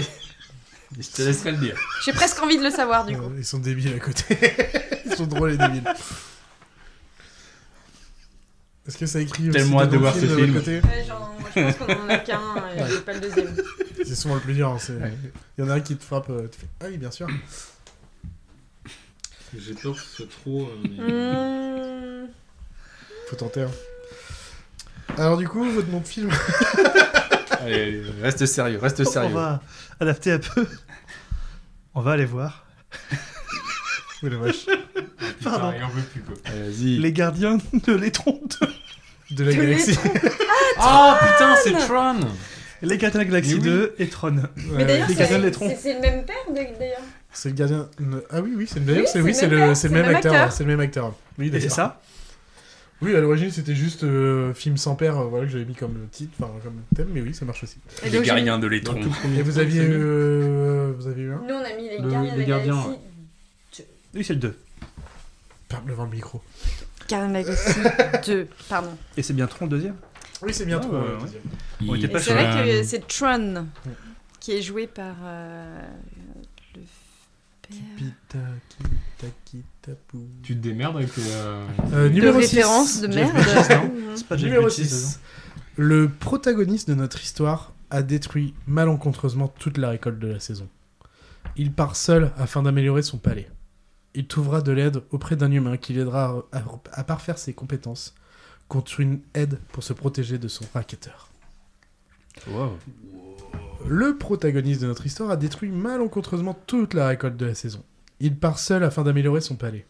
Je te laisserai le dire.
J'ai presque envie de le savoir du coup.
Euh, Ils sont débiles à côté. Ils sont drôles et débiles. Est-ce que ça écrit aussi
Tellement hâte de
dans le
voir ce
de votre
film.
côté
Ouais, genre, moi, je pense qu'on en a qu'un, euh, j'ai pas le deuxième.
C'est souvent le plus dur. hein, c'est- Il y en a un qui te frappe. euh, Tu fais Ah oui, bien sûr.
J'ai peur que ce soit trop. euh, mais-
Hmm.
Faut tenter. hein. Alors, du coup, votre nom de film
Allez, allez, reste sérieux, reste
Oh,
On-
sérieux.
On va adapter un peu. On va aller voir.
Oui, la vache.
Pardon.
il en veut plus, quoi.
Allez, Vas-y.
Les gardiens de l'étron de...
de la galaxie.
Ah putain, c'est
Tron
Tron
Les gardiens de la galaxie
Mais oui.
2 et Tron.
Mais d'ailleurs,
les gardiens de
c'est-
l'étron.
c'est c'est le même père d'ac- d'ailleurs.
C'est le gardien. ne- Ah oui, oui, c'est le même.
Oui,
c'est oui, c'est le, c'est le même acteur. ouais, C'est le même acteur. Oui,
Et
d'accord.
c'est ça
Oui, à l'origine, c'était juste euh, film sans père, euh, voilà que j'avais mis comme titre, enfin comme thème, mais oui, ça marche aussi.
Et Les donc, gardiens j'ai- de l'étron.
Dans tout le premier. Et vous aviez,
C'est le même.
euh, vous avez eu un
Nous, on a mis les
Le-
gardiens de
les
la
gardiens,
galaxie.
Oui, c'est le 2.
Parle devant le micro.
Gardiens de la galaxie 2, pardon.
Et c'est bien Tron le deuxième
Oui, c'est bien
Ah,
trop.
ouais,
euh,
ouais.
deuxième.
On était
Et
pas
C'est
sûr.
vrai que c'est Tron qui est joué par euh, le père.
Kita, kita, kita, pou.
Tu te démerdes avec tes. euh,
Euh,
De
numéro
référence
6.
de Jeff merde. Bridges, non C'est pas Jeff
numéro
Bridges,
6. Le protagoniste de notre histoire a détruit malencontreusement toute la récolte de la saison. Il part seul afin d'améliorer son palais. Il trouvera de l'aide auprès d'un humain qui l'aidera à, à- à parfaire ses compétences contre une aide pour se protéger de son racketteur. Le protagoniste de notre histoire a détruit malencontreusement toute la récolte de la saison. Il part seul afin d'améliorer son palais.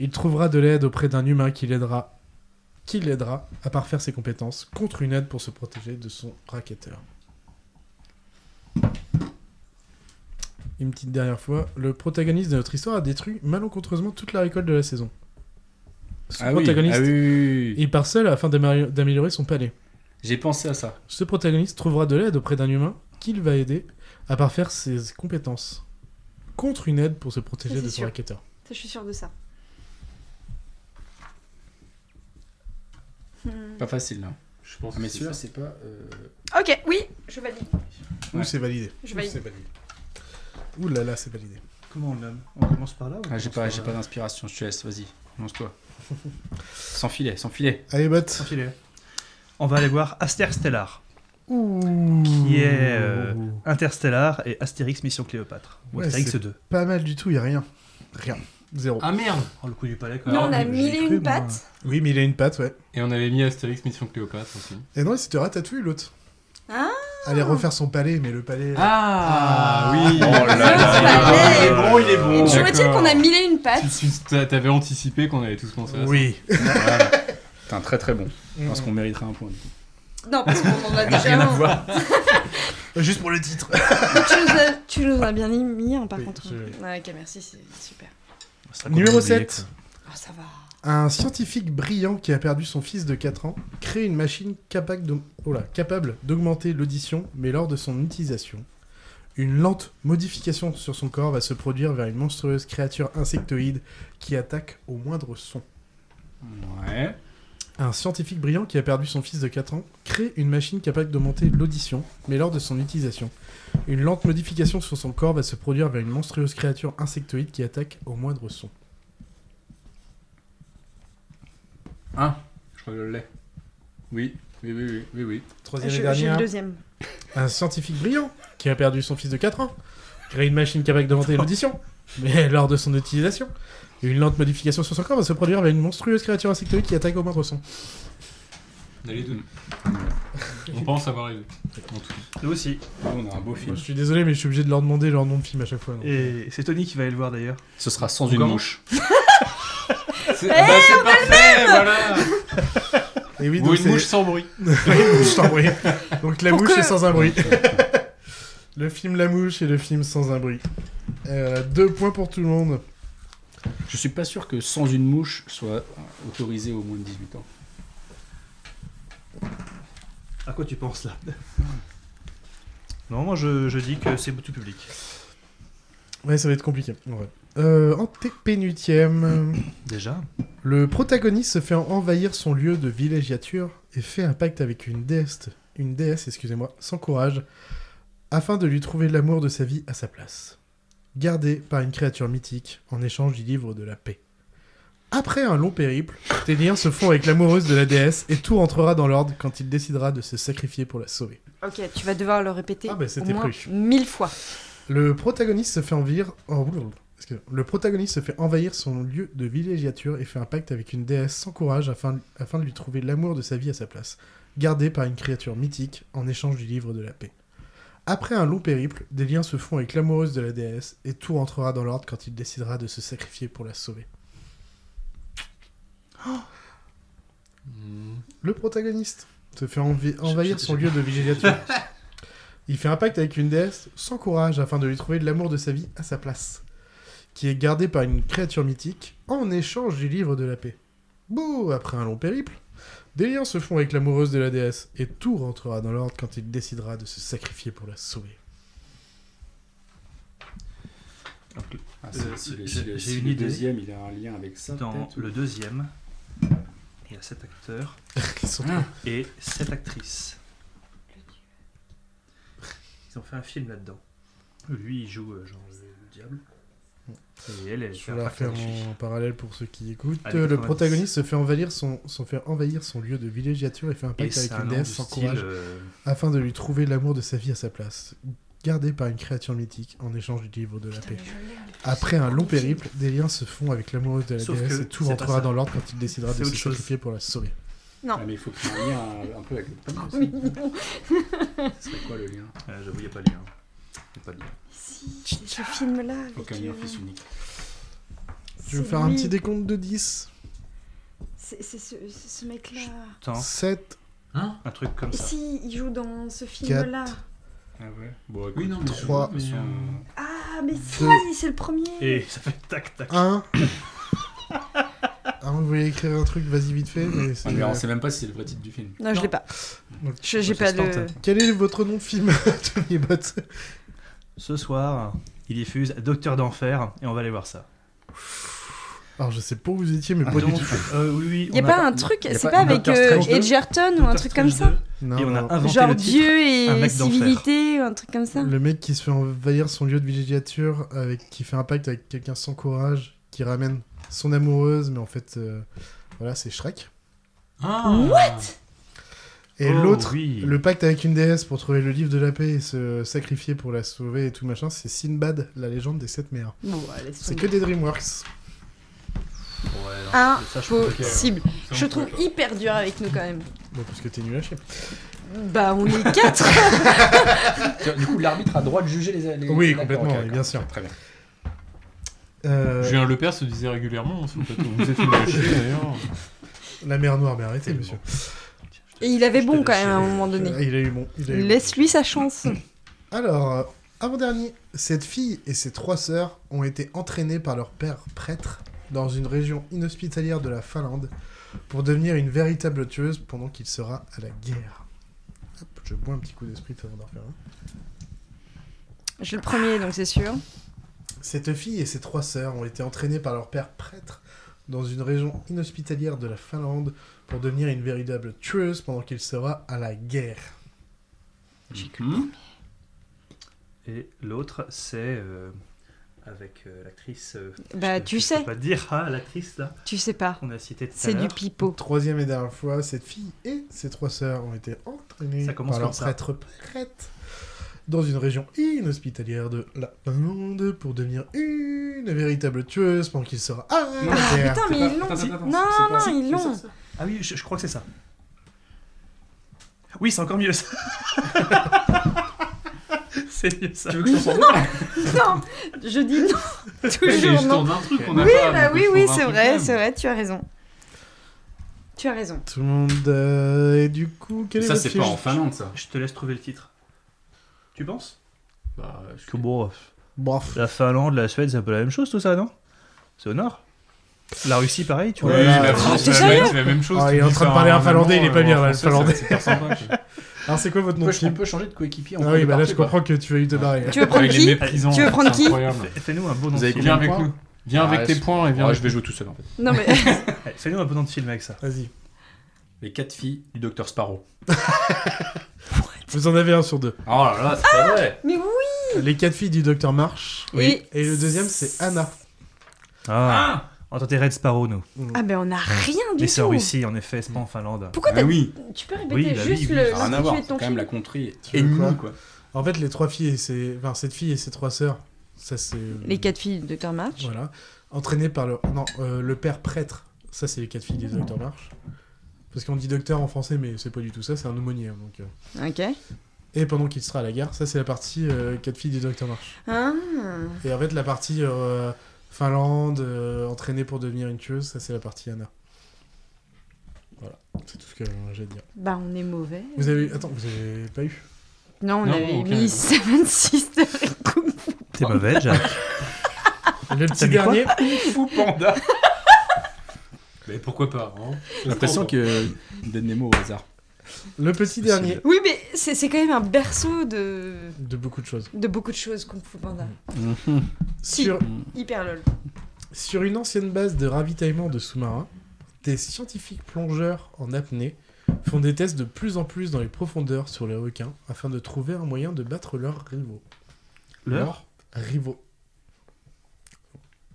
Il trouvera de l'aide auprès d'un humain qui l'aidera qui l'aidera à parfaire ses compétences contre une aide pour se protéger de son racketteur. Une petite dernière fois, le protagoniste de notre histoire a détruit malencontreusement toute la récolte de la saison. Ce
Ah oui,
protagoniste,
ah oui, oui, oui.
il part seul afin d'amé- d'améliorer son palais.
J'ai pensé à ça.
Ce protagoniste trouvera de l'aide auprès d'un humain qu'il va aider à parfaire ses compétences. Contre une aide pour se
Ça,
protéger
c'est
de son
sûr.
racketteur.
Ça, Je suis sûre de ça. Hmm.
Pas facile là.
Je pense
mais
que c'est
celui-là,
ça.
c'est pas. euh,
Ok, oui, je valide.
Ouh, c'est validé.
Je
Ouh,
valide.
c'est validé. Ouh là là, c'est validé.
Comment on le nomme On commence par là ou on
Ah, j'ai
commence
pas,
par-
j'ai pas d'inspiration, je te laisse, vas-y, lance-toi. sans filet, sans filet.
Allez, bot.
Sans filet. On va aller voir Aster Stellar,
Ouh.
qui est euh, Interstellar et Astérix Mission Cléopâtre. Ou
Ouais,
Astérix
c'est
2.
Pas mal du tout, y a rien. Rien. Zéro.
Ah merde
Oh, le coup du palais,
Nous, on a mille et une pattes.
Oui, mais il a une patte, ouais.
Et on avait mis Astérix Mission Cléopâtre aussi.
Et non, il s'était ratatouille l'autre.
Ah.
Allez refaire son palais, mais le palais.
Ah, oui
Oh là là
Il est bon, il est bon
Je retire qu'on a mille et une pattes.
Tu- tu- t'a- T'avais anticipé qu'on allait tous penser à ça.
Oui.
Voilà.
T'es un très très bon.
Mm.
Je pense qu'on mériterait un point. du coup.
Non, parce qu'on en a
n'a
déjà
rien à
un.
voir.
Juste pour le titre.
tu, nous as, tu nous as bien mis, hein, par contre.
je-
Ouais, ok, merci, c'est super.
Numéro 7.
Ah,
Un scientifique brillant qui a perdu son fils de 4 ans crée une machine capable de- oh là, capable d'augmenter l'audition, mais lors de son utilisation, une lente modification sur son corps va se produire vers une monstrueuse créature insectoïde qui attaque au moindre son.
Ouais.
Un scientifique brillant qui a perdu son fils de 4 ans crée une machine capable d'augmenter l'audition, mais lors de son utilisation, une lente modification sur son corps va se produire vers une monstrueuse créature insectoïde qui attaque au moindre son.
Hein
Un. Je crois que je l'ai. Oui. Oui, oui, oui, oui, oui.
Troisième et Ah, Je- dernier. j'ai le deuxième. Un scientifique brillant qui a perdu son fils de 4 ans crée une machine capable d'augmenter l'audition, mais lors de son utilisation, une lente modification sur son corps va se produire vers une monstrueuse créature insectoïde qui attaque au moindre son.
On a les deux. On pense avoir les deux. En tout cas.
Nous aussi.
On a un beau film.
Je suis désolé, mais je suis obligé de leur demander leur nom de film à chaque fois. donc.
Et c'est Tony qui va aller le voir d'ailleurs.
Ce sera sans une mouche.
c'est
Eh, bah, c'est on a le parfait, même
voilà.
Et oui,
Ou
donc
une
c'est-
mouche sans bruit.
Ou une mouche sans bruit. Donc la
Pour
mouche
que-
est sans un bruit. le film La Mouche et le film Sans un bruit. Euh, deux points pour tout le monde.
Je suis pas sûr que sans une mouche soit euh, autorisé au moins de 18 ans.
À quoi tu penses là Non, moi je, je dis que c'est tout public.
Ouais, ça va être compliqué. en vrai. Euh, antépénultième.
Déjà
Le protagoniste se fait envahir son lieu de villégiature et fait un pacte avec une déesse, une déesse, excusez-moi, sans courage, afin de lui trouver l'amour de sa vie à sa place. Gardé par une créature mythique en échange du livre de la paix. Après un long périple, tes liens se font avec l'amoureuse de la déesse et tout rentrera dans l'ordre quand il décidera de se sacrifier pour la sauver.
Ok, tu vas devoir le répéter
Ah,
bah,
au
c'était
moins
prévu.
mille fois.
Le protagoniste se fait envahir. oh, blablabla, excusez-moi. le protagoniste se fait envahir son lieu de villégiature et fait un pacte avec une déesse sans courage afin, afin de lui trouver l'amour de sa vie à sa place, gardé par une créature mythique en échange du livre de la paix. Après un long périple, des liens se font avec l'amoureuse de la déesse et tout rentrera dans l'ordre quand il décidera de se sacrifier pour la sauver. Mm. Le protagoniste se fait envi- envahir son lieu de villégiature. Il fait un pacte avec une déesse sans courage afin de lui trouver de l'amour de sa vie à sa place, qui est gardé par une créature mythique en échange du livre de la paix. Bouh, après un long périple, des liens se font avec l'amoureuse de la déesse et tout rentrera dans l'ordre quand il décidera de se sacrifier pour la sauver.
Ah,
Euh,
si, si le-
j'ai-
si le-
j'ai
si
une
le
idée.
deuxième, il a un lien avec ça.
Dans
peut-être, ou-
le deuxième, il y a sept acteurs
Ils sont
et sept actrices. Ils ont fait un film là-dedans. Lui, il joue euh, genre le le diable. Et elle, elle
Je
fait un
vais la
pacte
faire
avec lui.
en parallèle pour ceux qui écoutent.
Allez,
Euh, le
90.
protagoniste se fait, envahir son, se fait envahir son lieu de villégiature et fait un pacte
c'est
avec
un
une
nom
déesse
du
sans
style,
courage
euh,
afin de lui trouver l'amour de sa vie à sa place, gardé par une créature mythique en échange du livre de la paix. Après un long périple, des liens se font avec l'amoureuse de la
Sauf
déesse
que
et tout
c'est pas
rentrera
ça.
dans l'ordre quand il décidera
C'est
de se
autre chose.
sacrifier pour la sauver.
Non.
Ah, mais il faut qu'il y ait un lien un peu avec le premier aussi. Ce serait quoi le lien
Ah, J'avoue, il n'y a pas de lien. Y a pas de lien.
Ce film-là. avec,
Aucun lien
euh,
fils unique.
Je vais
c'est
faire un
lui.
petit décompte de 10.
C'est c'est ce, c'est ce mec-là.
Attends. Hein
7.
Un truc comme
Et
ça.
si, il joue dans ce film-là.
Ah ouais Bon,
Oui, non, mais je
Trois.
vois, mais, euh,
Ah, mais si,
Deux.
c'est le premier.
Et ça fait tac tac.
1. Ah, vous voulez écrire un truc, vas-y vite fait. Mais c'est-
Ah, mais on sait même pas si c'est le vrai titre du film.
Non, je l'ai pas.
Donc,
Je- J'ai pas le.
hein.
Quel est votre nom de film, Tony Bott
Ce soir, il diffuse Docteur d'enfer et on va aller voir ça.
Alors, je sais pas où vous étiez, mais pas du
Donc,
tout.
euh, oui, oui,
Y a
on
pas un truc,
y a
c'est
pas
pas avec
Doctor
euh,
Strange 2,
Edgerton ou un truc comme ça
Non,
et on a
non.
inventé
Euh, Genre
le titre,
Dieu
Un
et
mec d'enfer.
civilité ou un truc comme ça
Le mec qui se fait envahir son lieu de villégiature, avec, qui fait un pacte avec quelqu'un sans courage, qui ramène son amoureuse, mais en fait, euh, voilà, c'est Shrek.
Ah. What
Et
Oh,
l'autre,
oui.
le pacte avec une déesse pour trouver le livre de la paix et se sacrifier pour la sauver et tout machin, c'est Sinbad, la légende des sept mers.
Bon, allez,
C'est que des DreamWorks.
Ouais, non, ça, je trouve que-
Impossible.
Ça, on
Je
peut
trouve hyper dur avec nous quand même.
Bon, parce que t'es nul à chier.
Bah, on est quatre
Tiens, Du coup, l'arbitre a droit de juger les. les-
Oui,
d'accord,
complètement,
ok,
oui,
d'accord.
bien sûr.
Très bien.
Euh,
Julien Lepers se disait régulièrement hein, sur le plateau. Vous êtes une machine d'ailleurs.
La mer noire, mais arrêtez, monsieur.
Et il avait bon quand même à un moment
Ah,
donné.
Il a eu bon. il a eu bon.
Laisse-lui sa chance.
Alors, euh, Avant-dernier, cette fille et ses trois sœurs ont été entraînées par leur père prêtre dans une région inhospitalière de la Finlande pour devenir une véritable tueuse pendant qu'il sera à la guerre. Hop, je bois un petit coup d'esprit avant d'en faire un.
Je le premier, donc c'est sûr.
Cette fille et ses trois sœurs ont été entraînées par leur père prêtre dans une région inhospitalière de la Finlande pour devenir une véritable tueuse pendant qu'il sera à la guerre.
Hmm. Et l'autre, c'est euh, avec euh, l'actrice. euh,
Bah,
je-
tu
je
sais.
peux pas dire, ah, l'actrice là.
Tu sais pas.
On a cité tout à
C'est du
l'heure.
pipeau.
Troisième et dernière fois, cette fille et ses trois sœurs ont été entraînées
Ça commence
par leur
comme ça.
prêtre prêtre dans une région inhospitalière de la Finlande pour devenir une véritable tueuse pendant qu'il sera à la guerre.
Ah, putain, mais ils l'ont dit. Non, non, ils l'ont.
Ah oui, je, je crois que c'est ça. Oui, c'est encore mieux ça. c'est mieux ça. Tu veux que je
Non, non, je dis non.
Mais je
Toujours non.
tente un truc qu'on a
oui,
pas,
bah
donc
oui,
je
oui,
trouve un
c'est
truc
vrai,
quand
c'est vrai, tu as raison. Tu as raison.
Tout le monde. euh, et du coup, quel est votre film
ça. Je te laisse trouver le titre. Tu penses
Bah,
que bon. La Finlande, la Suède, c'est un peu la même chose tout ça, non C'est au nord. La Russie, pareil, tu vois. Ah,
Oui, la France, la Suède, c'est la même chose.
Ah, il est
Tu
en
dis
train de
ça
parler
en
un Finlandais, il est
allemand,
pas
euh,
bien
en
là, le
français,
Finlandais.
c'est hyper sympa, quoi.
Alors, c'est quoi votre nom
On
de
peut-
film
on peut changer de coéquipier, on
Ah
peut
oui, bah là,
partir,
je
quoi.
comprends que tu vas eu de barrer.
Tu veux prendre Avec les qui méprisants, Tu veux prendre c'est qui incroyable.
Fais- Fais-nous un beau nom
Vous
de
avez
film.
combien avec nous Viens avec tes points et viens.
Ouais, Ah, je vais jouer tout seul en fait.
Non, mais-
Eh, Fais-nous un beau nom de film avec ça.
Vas-y.
Les quatre filles du docteur Sparrow.
Vous en avez un sur deux.
Oh là là, c'est pas vrai.
Mais oui
Les quatre filles du docteur Marsh.
Oui.
Et le deuxième, c'est Anna.
Ah, On tentait Red Sparrow, nous. Mm.
Ah, ben on a rien du
Mais c'est en
tout.
Russie, en effet, c'est pas en Finlande.
Pourquoi
Bah
t'as- Oui. tu peux répéter
bah
juste le-
oui.
l'intitulé Rien à voir, de ton c'est quand film même la
contrée
Tu veux quoi En fait, les trois filles et ses... enfin, cette fille et ses trois sœurs, ça c'est.
Les quatre filles de Dr. March.
Voilà. Entraînées par le. Non, euh, le père prêtre. Ça, c'est les quatre filles du docteur Marsh. Parce qu'on dit docteur en français, mais c'est pas du tout ça, c'est un aumônier. hein, Donc, euh.
Ok.
Et pendant qu'il sera à la gare, ça c'est la partie euh, quatre filles du docteur Marsh.
Ah.
Et en fait, la partie euh, Finlande, euh, entraînée pour devenir une tueuse, ça c'est la partie Anna. Voilà, c'est tout ce que euh, j'ai à dire.
Bah on est mauvais.
Vous avez. Attends, vous avez pas eu
Non, on
Non,
avait
ok,
mis
d'accord.
Seven Sisters.
T'es mauvais, Jack.
Le
T'as
petit
mis quoi
dernier.
Fou panda.
Mais pourquoi pas hein
J'ai l'impression que donne des mots au hasard.
Le petit dernier.
Oui, mais c'est c'est quand même un berceau de
De beaucoup de choses.
de beaucoup de choses Kung Fu Panda. Si,
Sur-
hyper lol.
Sur une ancienne base de ravitaillement de sous-marins, des scientifiques plongeurs en apnée font des tests de plus en plus dans les profondeurs sur les requins afin de trouver un moyen de battre leurs rivaux.
Leurs
rivaux.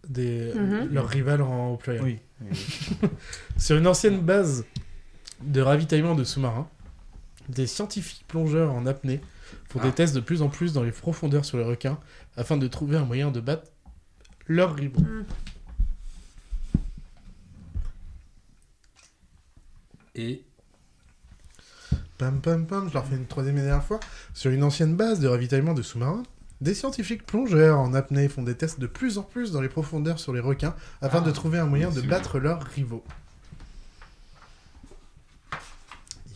Des,
Mhm.
Leurs rivales en au pluriel.
Oui.
sur une ancienne base de ravitaillement de sous-marins, des scientifiques plongeurs en apnée font
Ah.
des tests de plus en plus dans les profondeurs sur les requins afin de trouver un moyen de battre leurs rivaux.
Et
Pam pam pam, je leur fais une troisième et dernière fois. Sur une ancienne base de ravitaillement de sous-marins, des scientifiques plongeurs en apnée font des tests de plus en plus dans les profondeurs sur les requins afin
Ah,
de trouver un moyen de battre leurs rivaux.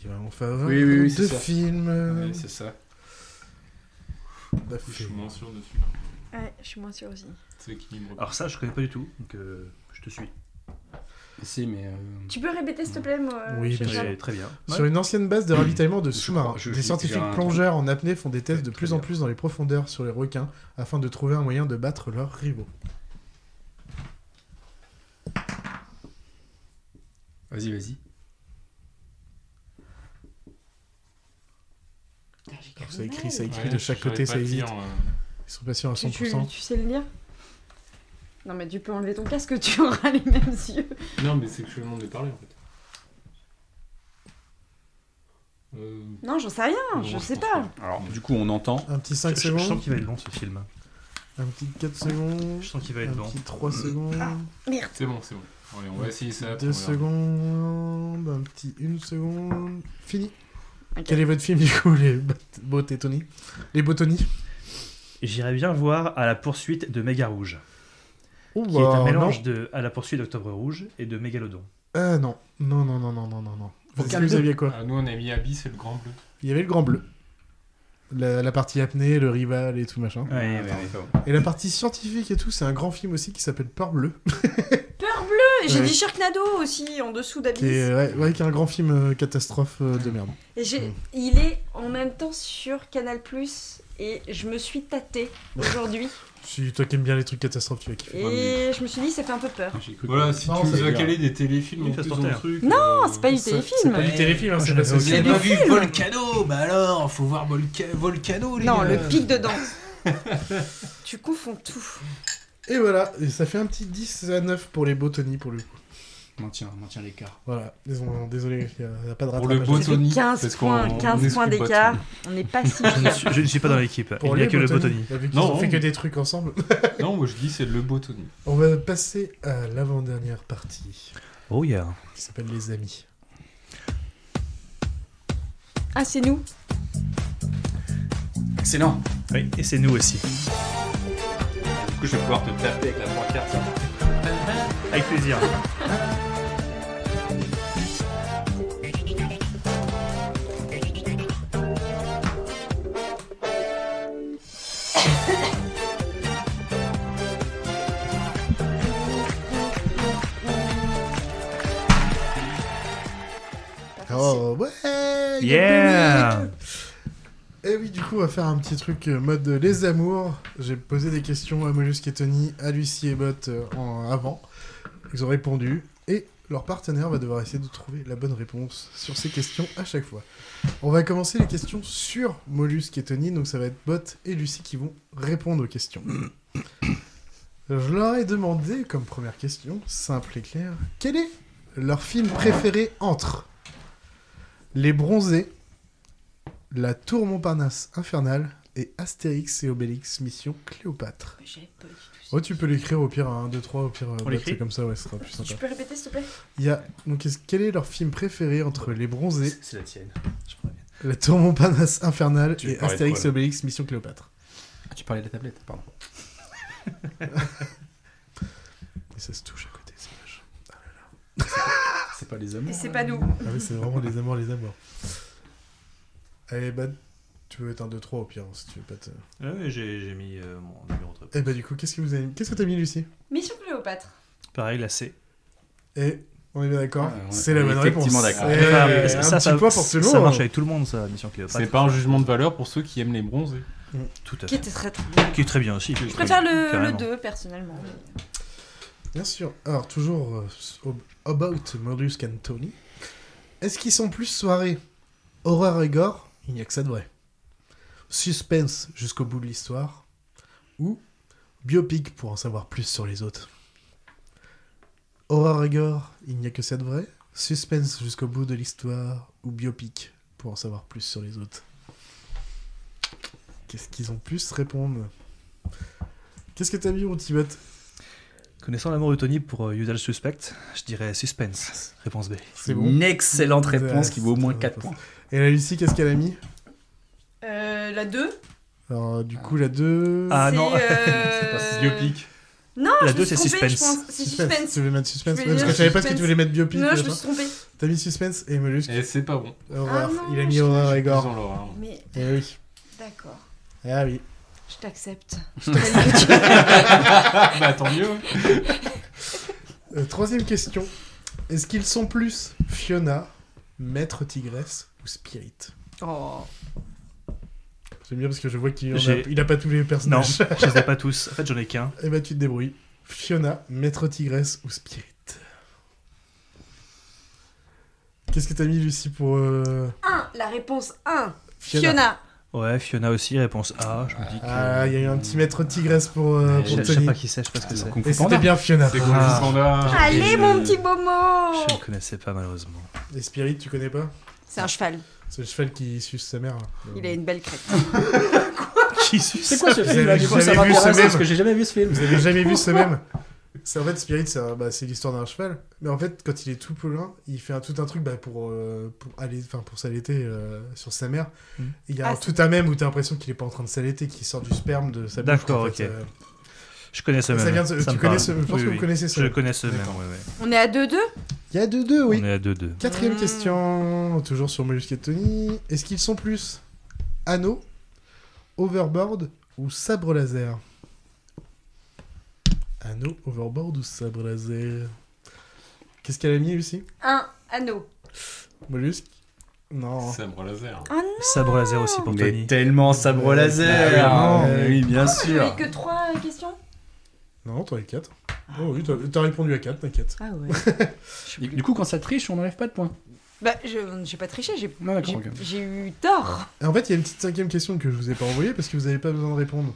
Il va en faveur
Oui, oui, oui,
de
c'est ça.
films.
Ouais, c'est ça.
Bah,
Je suis moins sûr dessus.
Ouais, je suis moins sûre aussi.
C'est qui me
Alors ça, je connais pas du tout, donc euh, je te suis.
Si, mais. euh,
Tu peux répéter s'il te plaît moi euh,
Oui,
je-
bien sûr.
Très- très bien.
Sur
Ouais.
une ancienne base de ravitaillement de sous-marins,
je-
des
je- j'ai
scientifiques
un-
plongeurs en apnée font des tests de plus en plus dans les profondeurs sur les requins afin de trouver un moyen de battre leurs rivaux.
Vas-y, vas-y.
Ça Bah, écrit, ça écrit
Ouais,
de chaque
j'arrive
côté,
pas
ça
à dire,
hésite.
euh.
Ils sont pas sûrs à
Tu,
100%.
tu- tu sais le lire Non mais tu peux enlever ton casque, tu auras les mêmes yeux.
euh, Non, mais c'est que je suis le monde de parler en fait. Euh,
Non, j'en sais rien,
Non,
je
je
sais
pense
pas.
Alors, du coup, on entend.
Un petit 5
Je- je-
secondes.
Je sens qu'il va être long ce film.
Un petit 4 secondes.
Je sens qu'il va être
un
bon.
petit 3 secondes.
Merde.
C'est bon, c'est bon. Allez, on va essayer ça. pour
2
regarder.
secondes. Un petit 1 seconde. Fini.
Ok.
Quel est votre film du coup, les Bottes et Tony Les Botoni
J'irais bien voir À la poursuite de Méga Rouge.
Ouh,
qui est
bah,
un mélange de À la poursuite d'Octobre Rouge et de Mégalodon.
Ah non. Non, non, non, non, non, non. non. Vous,
Aucun
vous
bleu.
aviez quoi
Ah, Nous, on a mis Abby, c'est le grand bleu.
Il y avait le Grand Bleu. La, la partie apnée, le rival et tout machin.
Ouais, ouais, ouais.
Et la partie scientifique et tout, c'est un grand film aussi qui s'appelle Peur Bleue.
Peur bleue Et J'ai
Ouais.
dit Sharknado aussi, en dessous d'Abyss.
qui est, ouais, ouais, qui est un grand film euh, catastrophe euh, de merde.
Et j'ai- Il est en même temps sur Canal+, et je me suis tâtée aujourd'hui.
Si toi qui aimes bien les trucs catastrophes, tu vas kiffer.
et je me suis dit, ça fait un peu peur.
Voilà, si
Non,
tu
ça
nous as
veut
calé
dire.
des téléfilms en
Oui, ça
plus
se
dans
sortait,
le
hein.
truc.
Non, c'est pas du
c'est-
téléfilm.
c'est pas du téléfilm, hein, c'est pas-
Vous
c'est
avez
pas
pas
du
vu
film.
Volcano Bah alors, faut voir Volca- Volcano, les
Non,
gars.
le pic de danse. tu confonds tout.
Et voilà, et ça fait un petit 10 à 9 pour les beaux Tony pour le coup.
Maintiens, maintiens l'écart.
Voilà, désolé, désolé, il n'y a, pas de
Pour
rattrapage.
le beau Ça fait Tony,
15 points, 15 points d'écart. On n'est pas si
Je ne suis- je ne suis pas dans l'équipe.
Pour
Il n'y a
les
que le
Botany.
Botany.
Bah, vu qu'ils
Non,
ont fait
on-
que des trucs ensemble.
Non, moi je dis c'est le Botony.
On va passer à l'avant-dernière partie
Oh yeah.
qui s'appelle Les Amis.
Ah, c'est nous
Excellent.
Oui, et c'est nous aussi.
Du coup, je vais pouvoir te taper avec la pancarte.
Avec plaisir.
Oh ouais il y a
Yeah.
le public. Et oui, du coup, on va faire un petit truc euh, mode euh, les amours. J'ai posé des questions à Mollusque et Tony, à Lucie et Bot euh, en avant. Ils ont répondu et leur partenaire va devoir essayer de trouver la bonne réponse sur ces questions à chaque fois. On va commencer les questions sur Mollusque et Tony, donc ça va être Bot et Lucie qui vont répondre aux questions. Euh, Je leur ai demandé comme première question, simple et claire, quel est leur film préféré entre Les Bronzés, La Tour Montparnasse Infernale et Astérix et Obélix Mission Cléopâtre. Oh, tu peux l'écrire au pire, 1, 2, 3, au pire, euh, bah,
l'écrit
c'est comme ça, ouais, ce sera plus sympa.
Tu peux répéter, s'il te plaît
Il y a... Donc, est-ce- quel est leur film préféré entre Les Bronzés,
C'est la tienne.
La Tour Montparnasse Infernale
Tu
et
parlais de
Astérix
quoi,
et
là
Obélix Mission Cléopâtre
Ah, tu parlais de la tablette, pardon.
Et ça se touche à côté, c'est moche.
C'est pas les amours.
Et c'est pas nous.
Ah oui, c'est vraiment les amours, les amours. Allez, bah, tu veux être un 2, 3 au pire, hein, si tu veux pas te...
j'ai j'ai mis euh, mon numéro de
Et bah, du coup, qu'est-ce que vous avez... Qu'est-ce que t'as mis, Lucie
Mission Cléopâtre.
Pareil, la C.
Et Eh, on est bien d'accord,
Ah, ouais.
c'est la bonne réponse.
Effectivement d'accord.
Et
Enfin,
un
ça,
petit
ça-
point pour hein. tout le
ça
monde.
marche avec tout le monde, ça, Mission Cléopâtre.
C'est pas un jugement de valeur pour ceux qui aiment les bronzés.
Mm.
Tout à
Qui
fait.
était très très bien.
Qui est très bien aussi.
Je préfère le, le
Carrément.
2, personnellement.
Bien sûr. Alors, toujours euh, ob- about Mollusque and Tony. Est-ce qu'ils sont plus soirée Horreur et gore Il n'y a que ça de vrai. Suspense jusqu'au bout de l'histoire. Ou biopic pour en savoir plus sur les autres. Horreur et gore Il n'y a que ça de vrai. Suspense jusqu'au bout de l'histoire. Ou biopic pour en savoir plus sur les autres. Qu'est-ce qu'ils ont plus répondre Qu'est-ce que t'as mis, mon petit bot
Connaissant l'amour de Tony pour euh, Usual Suspect, je dirais Suspense. Réponse B.
C'est bon.
Une excellente réponse
Ouais,
qui vaut au moins
c'est
4
une
points.
Et la Lucie, qu'est-ce qu'elle a mis
Euh, la 2
Alors, euh, du coup, la 2.
Ah non.
C'est, euh, C'est pas- biopic. Non,
La
je me
deux,
suis
c'est
trompée, je
suspense.
pense. C'est suspense.
Tu voulais mettre suspense
Je
ouais,
voulais
Parce que
dire
je savais pas ce que
suspense.
tu voulais mettre biopic.
Non, je
machin.
me suis trompée.
T'as mis suspense et Mollusque.
Et c'est pas bon.
Horreur.
Ah non,
Il a
je
mis
suis-
horreur et
Ils
gore.
ont leur arme.
Mais
Eh oui.
d'accord,
Ah oui.
je t'accepte.
bah tant mieux.
Euh, troisième question. Est-ce qu'ils sont plus Fiona, Maître Tigresse ou Spirit
oh.
C'est bien parce que je vois qu'il en a...
J'ai-
il a pas tous les
Non,
personnages.
je les ai pas tous. En fait, j'en ai qu'un.
Eh bah, tu te débrouilles. Fiona, Maître Tigresse ou Spirit Qu'est-ce que t'as mis, Lucie, pour. euh,
1, la réponse 1.
Fiona.
Fiona.
Ouais, Fiona aussi, réponse A. Je me dis que.
Ah, il y a eu un petit maître tigresse pour, euh,
je,
pour
je sais
Tony.
pas qui c'est, je sais pas ce que c'est.
Et c'était bien Fiona.
C'est Kung Fu Panda.
Ah, Allez,
je-
mon petit Momo
Je ne connaissais pas malheureusement.
Et Spirit, tu connais pas
C'est un cheval.
C'est le cheval qui suce sa mère. là.
Il a une belle crête.
C'est quoi ce
Vous
film là
avez-
Du
vous
coup, ça
avez vu ce
m'intéresse
même
parce que j'ai jamais vu ce film.
Vous avez jamais vu ce même C'est en fait Spirit, c'est un- bah, c'est l'histoire d'un cheval. Mais en fait, quand il est tout pelin, il fait un, tout un truc bah, pour euh, pour aller, enfin pour s'allaiter euh, sur sa mère.
Hmm.
Mm.
Il y a
Ah,
un tout un même où t'as l'impression qu'il est pas en train de s'allaiter, qu'il sort du sperme de sa bouche.
D'accord,
en fait,
ok.
euh.
Je connais ce
Ça
même.
vient de- tu
me
connais
parle.
ce- je pense que vous connaissez ce
Je
même.
connais ce même,
D'accord.
ouais, ouais.
On est à 2-2
Il y a deux deux, oui.
On est à 2-2.
Quatrième
Mm.
question, toujours sur Mollusque et Tony. Est-ce qu'ils sont plus anneaux, Overboard ou Sabre Laser Anneau, Overboard ou Sabre Laser Qu'est-ce qu'elle a mis, Lucie
Un anneau.
Mollusque Non.
Sabre laser.
Ah non
Sabre laser aussi pour
Mais
Tony. Euh, bah,
tellement sabre laser
Ah oui, non.
Mais Oui, bien
Je
sûr
n'ai que trois euh, questions
Non, t'en as 4. Oh oui, t'as- t'as répondu à 4, t'inquiète.
Ah ouais.
Du coup, quand ça triche, on n'enlève pas de points.
Bah, je j'ai pas triché, j'ai
d'accord,
j'ai-
ok.
j'ai eu tort.
Et en fait, il y a une petite cinquième question que je vous ai pas envoyée parce que vous n'avez pas besoin de répondre.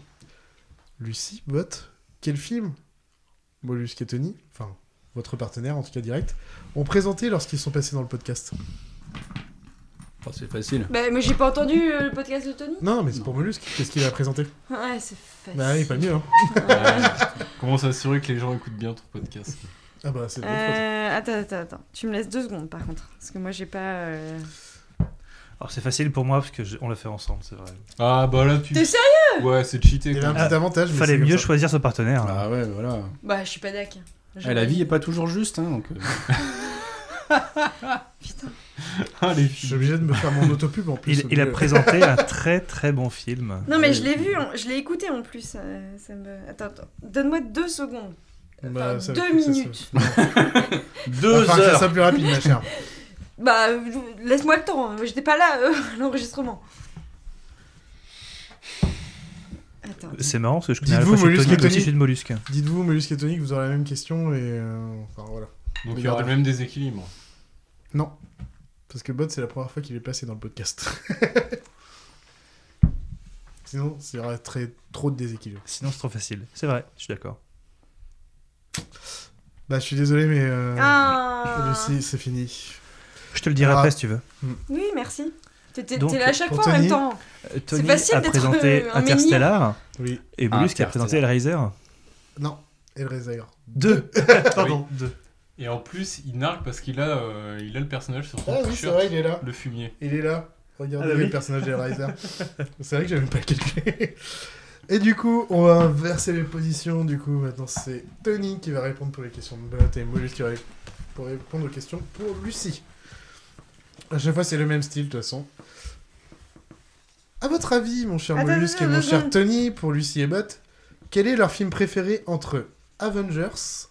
Lucie, vote quel film Mollusque et Tony, enfin votre partenaire en tout cas direct, ont présenté lorsqu'ils sont passés dans le podcast
Oh, C'est facile.
Bah, mais j'ai pas entendu euh, le podcast de Tony.
Non, mais c'est pour Mollusque. Qu'est-ce qu'il a présenté
Ouais, c'est facile.
Bah oui, pas mieux. Hein.
Comment s'assurer que les gens écoutent bien ton podcast
Ah bah c'est de votre faute.
Euh, attends, attends, attends. Tu me laisses deux secondes par contre. Parce que moi j'ai pas. euh,
Alors c'est facile pour moi parce que je- on l'a fait ensemble, c'est vrai.
Ah bah là, tu.
T'es sérieux
Ouais, c'est cheaté.
Il y
quoi.
avait un petit avantage. mais
Ah, Fallait
c'est comme
mieux
ça.
choisir son partenaire.
Ah ouais, voilà.
Bah, je suis pas d'ac. Je-
Eh, la vie est pas toujours juste, hein, donc...
Ah,
Allez,
je suis obligé de me faire mon autopub en plus.
Il, il a présenté un très très bon film.
Non, mais je l'ai vu, on- je l'ai écouté en plus. euh, ça me... Attends, attends. Donne-moi deux secondes.
Bah, ça va
deux
plus, ça se-
minutes.
Deux Enfin, que ça heures. soit plus rapide, ma chère.
bah, euh, laisse-moi le temps. J'étais pas là, euh, à l'enregistrement. Attends.
Euh, C'est marrant parce que je connais à la
Dites-vous
fois chez
Mollusque et
Tony et aussi
Tony.
chez de Mollusque.
Dites-vous Mollusque et Tony que vous aurez la même question et euh, enfin voilà. Bah,
Donc
Mais
il y aura le
gardez-
même déséquilibre.
Non, parce que Bot c'est la première fois qu'il est passé dans le podcast. Sinon, il y aurait très trop de déséquilibre.
Sinon c'est trop facile. C'est vrai, je suis d'accord.
Bah, je suis désolé, mais euh,
Ah.
Lucie, c'est fini.
Je te le dirai
Ah.
après si tu veux.
Oui, merci. T'es t'es-
Donc,
t'es là à chaque
pour
fois en même
Tony,
temps.
Euh,
C'est
Tony
facile
a
d'être,
présenté
euh, un menhir.
Interstellar.
Oui.
Et Mollusque
Ah,
a présenté Hellraiser.
Non, Hellraiser.
Deux.
Pardon,
Ah Oui.
deux.
Et en plus, il nargue parce qu'il a, euh, il a le personnage sur son
Ah oui, c'est
t-shirt,
vrai, il est là.
Le fumier.
Il est là. Regardez
Ah bah oui.
le personnage d'Hellraiser. c'est vrai que j'avais même pas calculé. Et du coup, on va inverser les positions. Du coup, maintenant, c'est Tony qui va répondre pour les questions de Bot et Mollusque qui va ré- pour répondre aux questions pour Lucie. À chaque fois, c'est le même style, de toute façon. À votre avis, mon cher
Attends,
Mollusque
attends,
et mon
attends.
cher Tony, pour Lucie et Bot, quel est leur film préféré entre Avengers,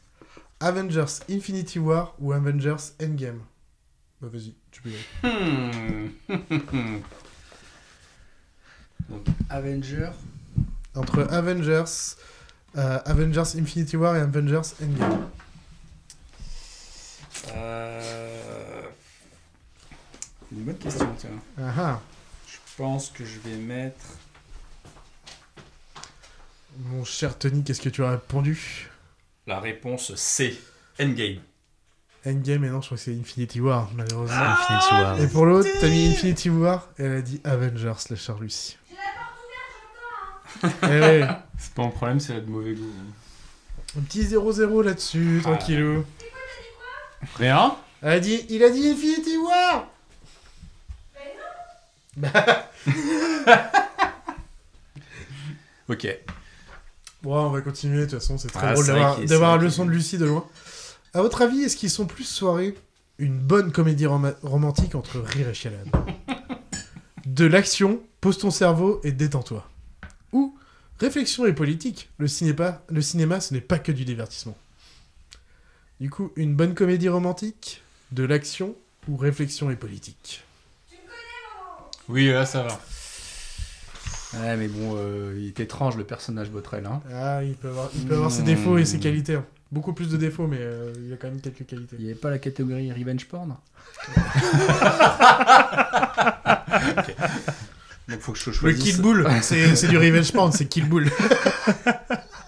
Avengers Infinity War ou Avengers Endgame Bah, vas-y, tu peux y aller.
Hmm. Donc, Avenger.
Entre Avengers, euh, Avengers Infinity War et Avengers Endgame.
Euh... Une bonne question, tiens.
Ah ah.
Je pense que je vais mettre...
Mon cher Tony, qu'est-ce que tu as répondu
La réponse C. Endgame.
Endgame, et non, je crois que c'est Infinity War, malheureusement.
Ah, Infinity War.
Et pour l'autre, t'as mis Infinity War et elle a dit Avengers, la chère Lucie. Eh ouais.
C'est pas un problème, c'est la de mauvais goût.
Un petit 0-0 là-dessus,
Ah.
tranquillou.
Hein
Rien
Elle a dit, il a dit Infinity War
Ok.
Bon, on va continuer, de toute façon, c'est très
Ah,
drôle
c'est vrai
d'avoir-
qu'il- c'est
d'avoir
vrai
la
qu'il-
leçon de Lucie de loin. À votre avis, est-ce qu'ils sont plus soirées une bonne comédie roma- romantique entre rire et chialade De l'action, pose ton cerveau et détends-toi. Ou réflexion et politique, le cinéma, le cinéma ce n'est pas que du divertissement. Du coup, une bonne comédie romantique, de l'action ou réflexion et politique
Oui, là ça va.
Ouais, mais bon, euh, il est étrange le personnage Botrel. Hein.
Ah, il peut avoir, il peut avoir ses défauts et ses qualités. hein. Beaucoup plus de défauts, mais euh, il a quand même quelques qualités.
Il n'y avait pas la catégorie revenge porn Ok. Donc faut que je
Le
choisisse.
Kill Bull, c'est c'est du revenge porn, c'est Kill Bull.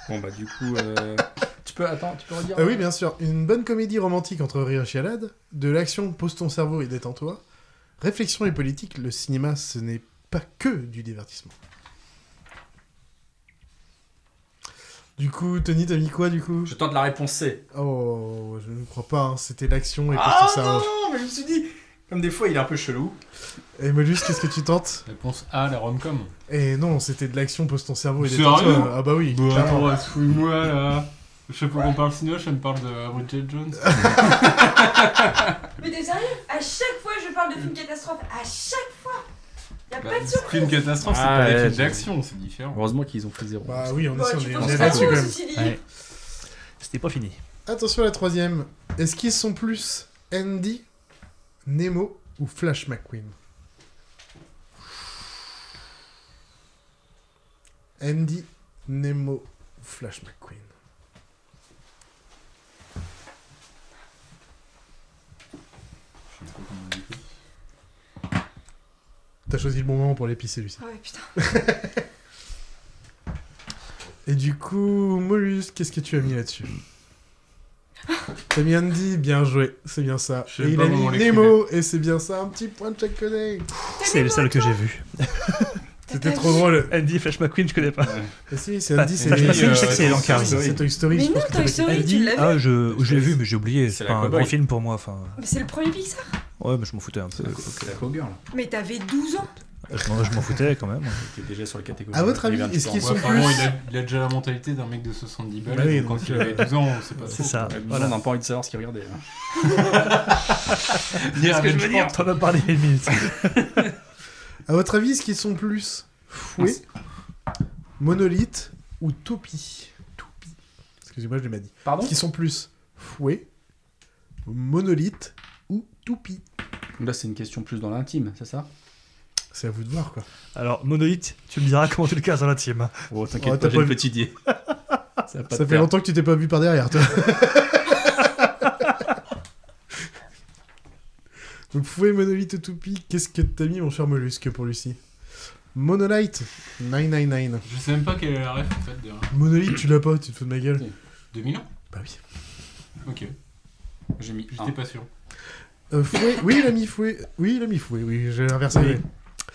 Bon bah du coup, euh, tu peux attends, tu peux redire. euh,
Ah oui, bien sûr. Une bonne comédie romantique entre rire et chialade, de l'action pose ton cerveau et détends-toi, réflexion et politique, le cinéma ce n'est pas que du divertissement. Du coup, Tony, t'as mis quoi du coup
Je tente la réponse C.
Oh, je ne crois pas, hein, c'était l'action et pose
Ah
ton cerveau.
non, mais je me suis dit, comme des fois il est un peu chelou.
Et Molus, qu'est-ce que tu tentes
Réponse A, la rom-com.
Et non, c'était de l'action pose ton cerveau et
Sérieux
détends-toi. Ah bah oui.
Bon,
clairement.
attends, fouille-moi là. Je sais pas qu'on parle Sinoche, elle me parle de Bridget Jones.
Mais t'es sérieux À chaque fois je parle de film catastrophe, à chaque fois
Bah,
C'est une catastrophe, c'est
Ah,
pas des
ouais,
films
c'est-
d'action, c'est différent.
Heureusement qu'ils ont fait zéro.
Bah oui, on est,
Bah,
on
tu
est-
penses
on est
pas
là-dessus
trop,
quand même.
ceci dit.
Ouais. C'était pas fini.
Attention à la troisième. Est-ce qu'ils sont plus Andy, Nemo ou Flash McQueen Andy, Nemo ou Flash McQueen T'as choisi le bon moment pour les pisser, Lucie.
Ah ouais, putain.
Et du coup, Molus, qu'est-ce que tu as mis là-dessus
Ah.
T'as mis Andy, bien joué, c'est bien ça.
Je sais
Et il
pas
a
comment on
mis
l'écrivait.
Nemo, et c'est bien ça, un petit point de chaque côté.
C'est le seul que j'ai vu.
C'était trop drôle.
Andy Flash McQueen, je connais pas.
Ah si, c'est Andy, c'est-
Flash McQueen, je sais que
euh,
c'est Elan
Toy
Carrey.
Story. C'est Toy Story,
Mais je pense non, que Toy t'avais- Story, tu
Andy,
l'as vu
ah, je, je l'ai vu, mais j'ai oublié.
C'est
C'est
la
pas un
cowboy.
gros film pour moi. Enfin,
Mais c'est le premier Pixar.
ouais, mais je m'en foutais un peu.
C'est la cowgirl.
Mais t'avais 12 ans.
Non, je m'en foutais quand même.
Qui est déjà sur le catégorie.
À votre avis,
Les
est-ce qu'ils
vingt-trois.
sont
Ouais, apparemment,
plus
il, a, il a déjà la mentalité d'un mec de 70 balles.
Bah oui,
donc
donc,
quand il
euh,
avait 12 ans, c'est pas
c'est ça.
Voilà,
Voilà.
on n'a pas envie de savoir ce qu'ils regardaient. hein.
Dis ce que je veux dire. T'en as parlé une minute.
À votre avis, est-ce qu'ils sont plus
Ah,
fouet, monolithe ou toupie Toupie. Excusez-moi, je l'ai mal dit.
Pardon
Est-ce qu'ils sont plus fouet, monolithe ou toupie
Là, c'est une question plus dans l'intime, c'est ça
C'est à vous de voir, quoi.
Alors, Monolith, tu me diras comment tu le cases dans l'intime.
Oh,
t'inquiète Oh, pas, t'as j'ai pas le vu.
Petit idée.
Ça,
Ça fait longtemps que tu t'es pas vu par derrière, toi. Donc, fouet, monolithe ou toupie, qu'est-ce que t'as mis, mon cher mollusque, pour Lucie Monolite 999.
Je sais même pas quelle est la ref en fait derrière.
Monolithe, tu l'as pas, tu te fous de ma gueule.
2000 ans
Bah oui.
Ok. J'ai mis. J'étais
un.
pas sûr.
Euh, fouet, oui, il a mis fouet. Oui, il a mis fouet, oui, j'ai inversé.
Oui.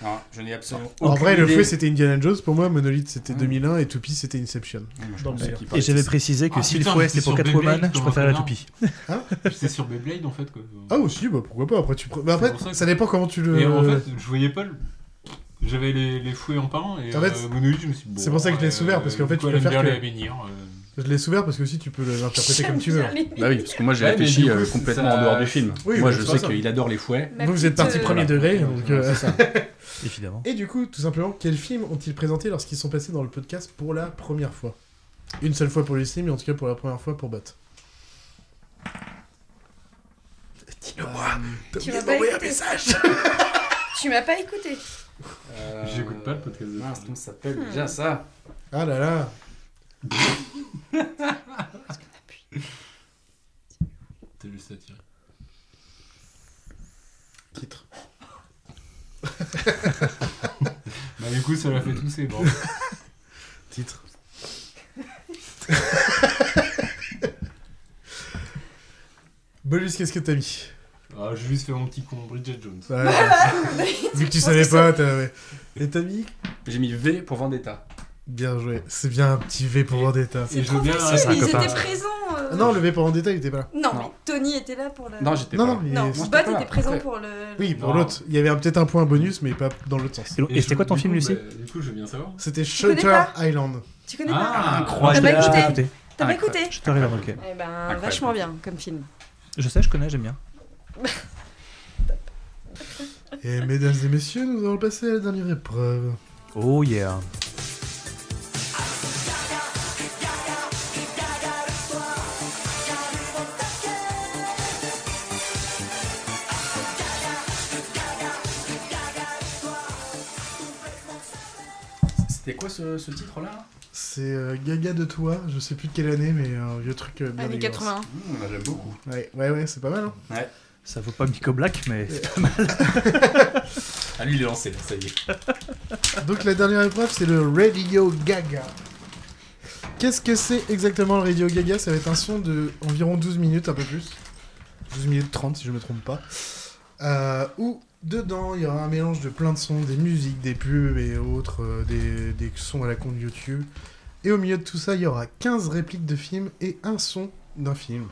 Ah, je n'ai absolument
En vrai, le fouet
feu
c'était Indiana Jones, pour moi, Monolith
Mm.
c'était 2001 et Toupie c'était Inception.
Ah,
Dans le meilleur.
Et j'avais précisé que
Ah,
si
putain,
le fouet
j'étais
c'est pour
sur
Catwoman,
Beyblade,
je préfère la
comme un
toupie.
Hein
connard. J'étais sur Beyblade en fait quoi.
Ah aussi, bah pourquoi pas, après tu pre- bah, après,
C'est pour
ça,
que-
dépend comment tu le.
Et en fait, je voyais pas le. J'avais les, les fouets en parent et
En fait,
euh, Monolith, je me suis dit, bon,
c'est pour ça que je l'ai
euh,
souvert, parce qu'en fait,
du coup,
tu peux faire
Allen Berle
que-
et Bénir, euh,
Je l'ai souvert parce que si tu peux le- l'interpréter
J'aime
comme tu veux.
bien les Bah oui, parce que moi, j'ai Ouais, réfléchi, mais du coup, euh, c'est complètement ça- en dehors du film. Oui, Moi, mais je c'est sais pas ça. qu'il adore les fouets. Ma
Vous, vous êtes
petite,
parti
euh,
premier
Voilà.
degré, donc.
Ouais,
euh,
c'est ça.
Évidemment.
Et du coup, tout simplement, quels films ont-ils présenté lorsqu'ils sont passés dans le podcast pour la première fois Une seule fois pour Lucie, mais en tout cas pour la première fois pour Bat.
Euh,
Dis-le-moi
Tu m'as pas écouté. tu m'as pas écouté.
J'écoute pas le podcast de
euh, Mince, comment ça s'appelle déjà ça
Ah là là
T'as juste à tirer.
Titre.
bah du coup ça l'a fait tousser bon.
Titre. Bolus, qu'est-ce que t'as mis
Ah j'ai juste fait mon petit con Bridget Jones.
Ouais, ouais. Vu que tu savais pas, Bah, t'as. ouais. Et t'as mis
J'ai mis V pour Vendetta.
Bien joué. C'est bien un petit V pour Vendetta.
et je veux bien-
Ils
c'est un copain.
étaient présents. euh,
Non, le V pour Vendetta, il était pas là.
Non, mais Tony était là pour le.
Non, j'étais Non, pas là. non, il-
Non,
moi, j'étais
Bat
pas là.
était présent
Après.
pour le.
Oui, pour
Non.
l'autre. Il y avait un- peut-être un point bonus, mais pas dans l'autre sens.
Et, c'était quoi ton
Du
film,
coup,
Lucie
bah, Du coup je veux bien savoir.
C'était
Tu connais
Shutter
pas
Island.
Tu connais
Ah,
pas
incroyable.
T'as
J'ai
pas écouté
pas écouté.
T'as pas
Incroyable.
écouté
Je te révèle, ok.
Eh ben,
Incroyable.
vachement bien comme film.
Je sais, je connais, j'aime bien.
Et mesdames et messieurs, nous allons passer à la dernière épreuve.
Oh yeah.
C'était quoi ce, ce titre là
C'est euh, Gaga de toi, je sais plus de quelle année, mais un vieux truc euh, bien
Années
dégueulasse.
80.
Mmh, J'aime beaucoup.
Ouais, ouais, ouais, c'est pas mal. Hein
Ouais.
Ça vaut pas Miko Black, mais c'est pas mal.
Ah lui il est lancé, ça y est.
Donc la dernière épreuve, c'est le Radio Gaga. Qu'est-ce que c'est exactement le Radio Gaga Ça va être un son de environ 12 minutes, un peu plus. 12 minutes 30 si je me trompe pas. Euh, où dedans, il y aura un mélange de plein de sons, des musiques, des pubs et autres, euh, des, des sons à la con de YouTube. Et au milieu de tout ça, il y aura 15 répliques de films et un son d'un film.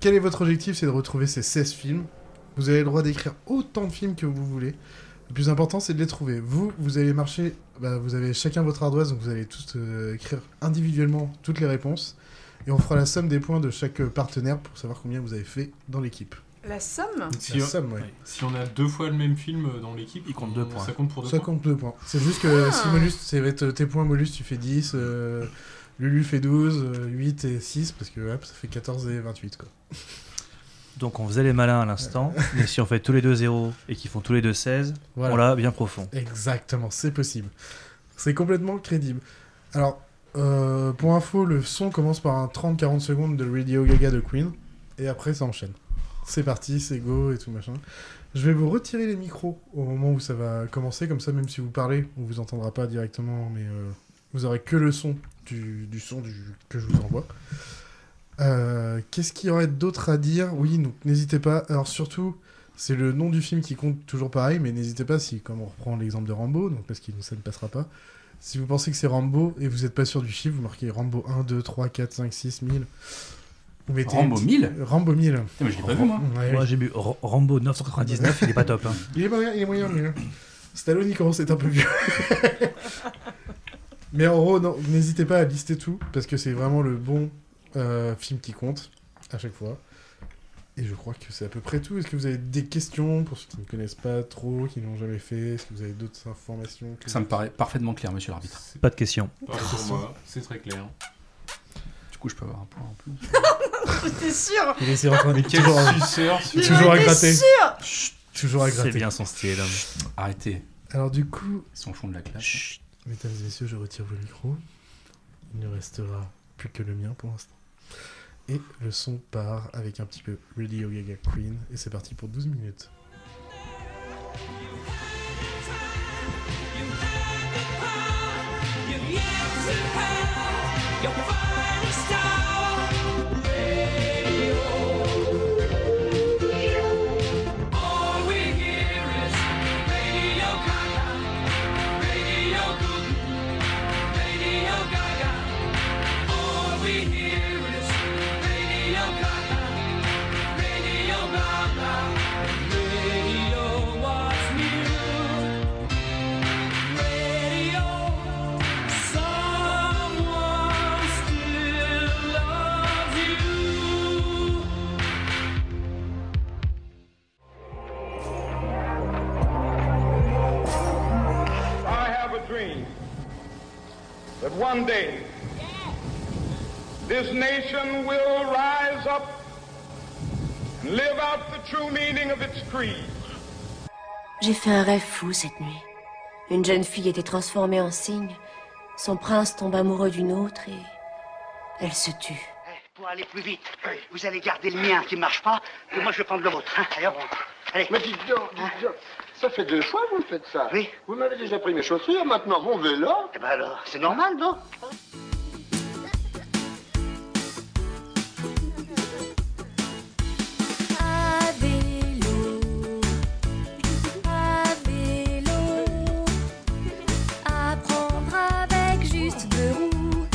Quel est votre objectif C'est de retrouver ces 16 films. Vous avez le droit d'écrire autant de films que vous voulez. Le plus important, c'est de les trouver. Vous, vous allez marcher, bah, vous avez chacun votre ardoise, donc vous allez tous euh, écrire individuellement toutes les réponses. Et on fera la somme des points de chaque euh, partenaire pour savoir combien vous avez fait dans l'équipe.
La somme
Si, on, si on a deux fois le même film euh, dans l'équipe, il compte deux
points.
Ça compte pour deux
Ça
points.
compte deux points. C'est juste que euh,
Ah.
si Molus, c'est va être tes points, Molus, tu fais 10, euh, Lulu fait 12, euh, 8 et 6, parce que hop, ça fait 14 et 28. Quoi.
Donc on faisait les malins à l'instant, mais si on fait tous les deux 0 et qu'ils font tous les deux 16,
Voilà.
on l'a bien profond.
Exactement, c'est possible. C'est complètement crédible. Alors, euh, pour info, le son commence par un 30-40 secondes de Radio Gaga de Queen, et après ça enchaîne. C'est parti, c'est go et tout machin. Je vais vous retirer les micros au moment où ça va commencer, comme ça même si vous parlez, on vous entendra pas directement, mais euh, vous aurez que le son du, du son du, que je vous envoie. Euh, Qu'est-ce qu'il y aurait d'autre à dire Oui, donc n'hésitez pas. Alors surtout, c'est le nom du film qui compte toujours pareil, mais n'hésitez pas si, comme on reprend l'exemple de Rambo, donc parce que ça ne passera pas, si vous pensez que c'est Rambo et vous n'êtes pas sûr du chiffre, vous marquez Rambo 1, 2, 3, 4, 5, 6, 1000. Vous mettez
Rambo 1000?
Rambo 1000.
Moi
Ouais,
Moi
oui.
j'ai bu Ra- Rambo 999, il est pas top. hein.
Il est moyen, il est moyen, mais... Stallone, il commence à être un peu vieux. mais en gros, non, n'hésitez pas à lister tout, parce que c'est vraiment le bon euh, film qui compte, à chaque fois. Et je crois que c'est à peu près tout. Est-ce que vous avez des questions pour ceux qui ne connaissent pas trop, qui n'ont jamais fait Est-ce que vous avez d'autres informations que-
Ça me paraît parfaitement clair, monsieur l'arbitre.
Pas de question.
Pas pour moi, c'est très clair.
Du coup, je peux avoir un point en plus.
J'étais sûre
Il est en train de
Quel
toujours, à-
suceur,
Mais
toujours à
j'étais
gratter.
sûre
Chut, toujours à gratter.
C'est bien son style.
Arrêtez.
Alors du coup,
Ils sont au fond de la classe.
Mesdames et messieurs, je retire vos micros. Il ne restera plus que le mien pour l'instant. Et le son part avec un petit peu Radio Gaga Queen. Et c'est parti pour 12 minutes.
Someone still loves you.
I have a dream that one day this nation will rise up and live out the true meaning of its creed.
J'ai fait un rêve fou cette nuit. Une jeune fille était transformée en cygne. Son prince tombe amoureux d'une autre et elle se tue.
Pour aller plus vite, euh, vous allez garder le mien qui marche pas, et moi je vais prendre le vôtre. hein. Allez, hop. Allez.
Mais dites donc, dites donc, ça fait deux fois que vous faites ça. Oui. Vous m'avez déjà pris mes chaussures, maintenant mon vélo. Eh ben alors, c'est normal, non
À vélo, à vélo, apprendre avec juste deux roues.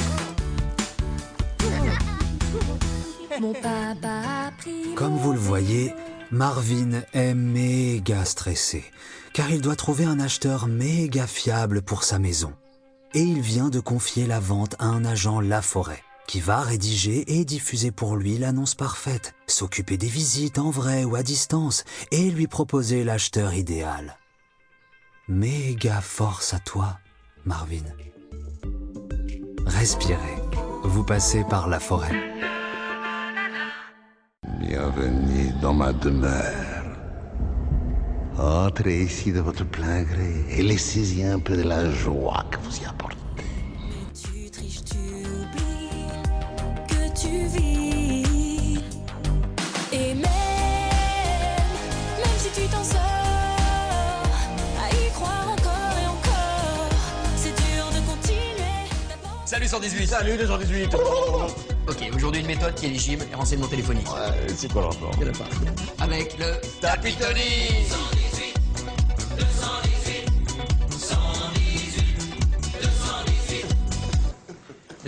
Mon papa a pris
Comme vous le voyez, Marvin est méga stressé, car il doit trouver un acheteur méga fiable pour sa maison. Et il vient de confier la vente à un agent Laforêt, qui va rédiger et diffuser pour lui l'annonce parfaite, s'occuper des visites en vrai ou à distance, et lui proposer l'acheteur idéal. Méga force à toi, Marvin. Respirez, vous passez par la forêt.
Bienvenue dans ma demeure. Entrez ici de votre plein gré et laissez-y un peu de la joie que vous y apportez.
Tu triches, tu oublies que tu vis. Et même, même si tu t'en sors, à y croire encore et encore, c'est dur de continuer.
Salut 118 Salut 218 Ok, aujourd'hui une méthode qui est légible et renseignement téléphonique. c'est quoi le rapport pas. Avec le tapis Tony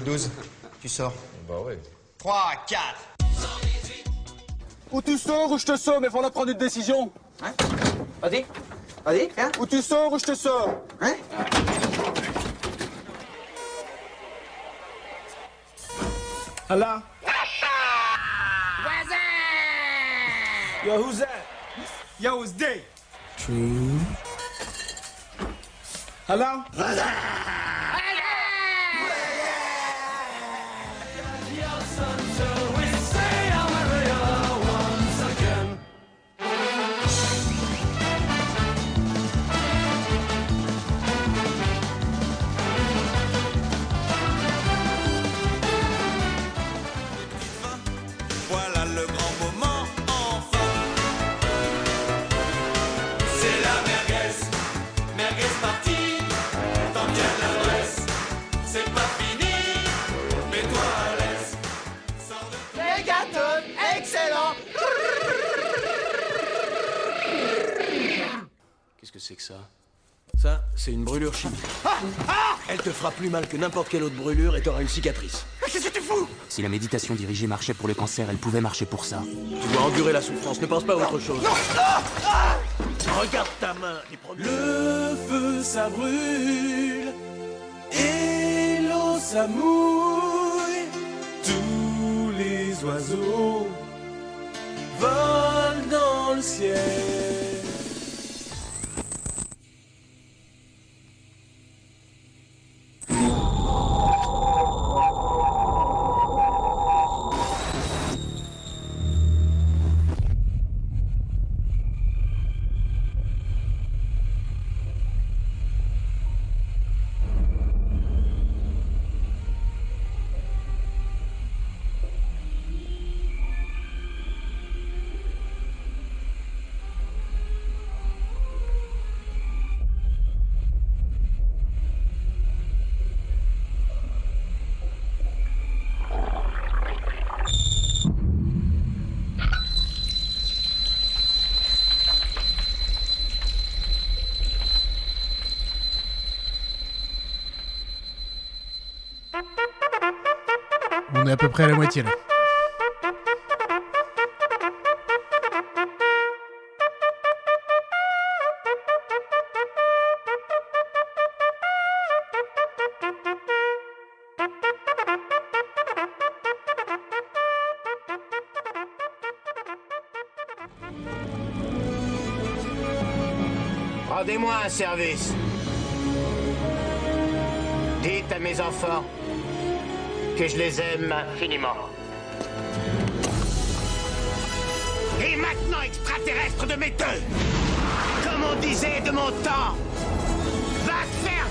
12, tu sors. Bah ouais. 3, 4.
Ou tu sors ou je te somme, il faut la prendre une décision. Hein Vas-y. Vas-y, hein Ou tu sors ou je te somme. Hein Ah là
Voisin
Yo, who's that? Yo, it's D.
True.
Hello?
Voilà le grand moment, enfin. C'est la merguez, merguez partie. Tant bien la dresse, c'est pas fini. Mets-toi à l'aise.
Mégaton, excellent
Qu'est-ce que c'est que ça Ça, c'est une brûlure chimique.
Ah,
Elle te fera plus mal que n'importe quelle autre brûlure et t'auras une cicatrice.
Qu'est-ce que tu fous
Si la méditation dirigée marchait pour le cancer, elle pouvait marcher pour ça. Tu dois endurer la souffrance, ne pense pas à autre chose. Regarde ta main, les premiers.
Le feu ça brûle et l'eau ça mouille. Tous les oiseaux volent dans le ciel.
On est à peu près à la moitié là.
Rendez-moi un service. Dites à mes enfants que je les aime infiniment. Et maintenant, extraterrestre de mes deux, comme on disait de mon temps, va te faire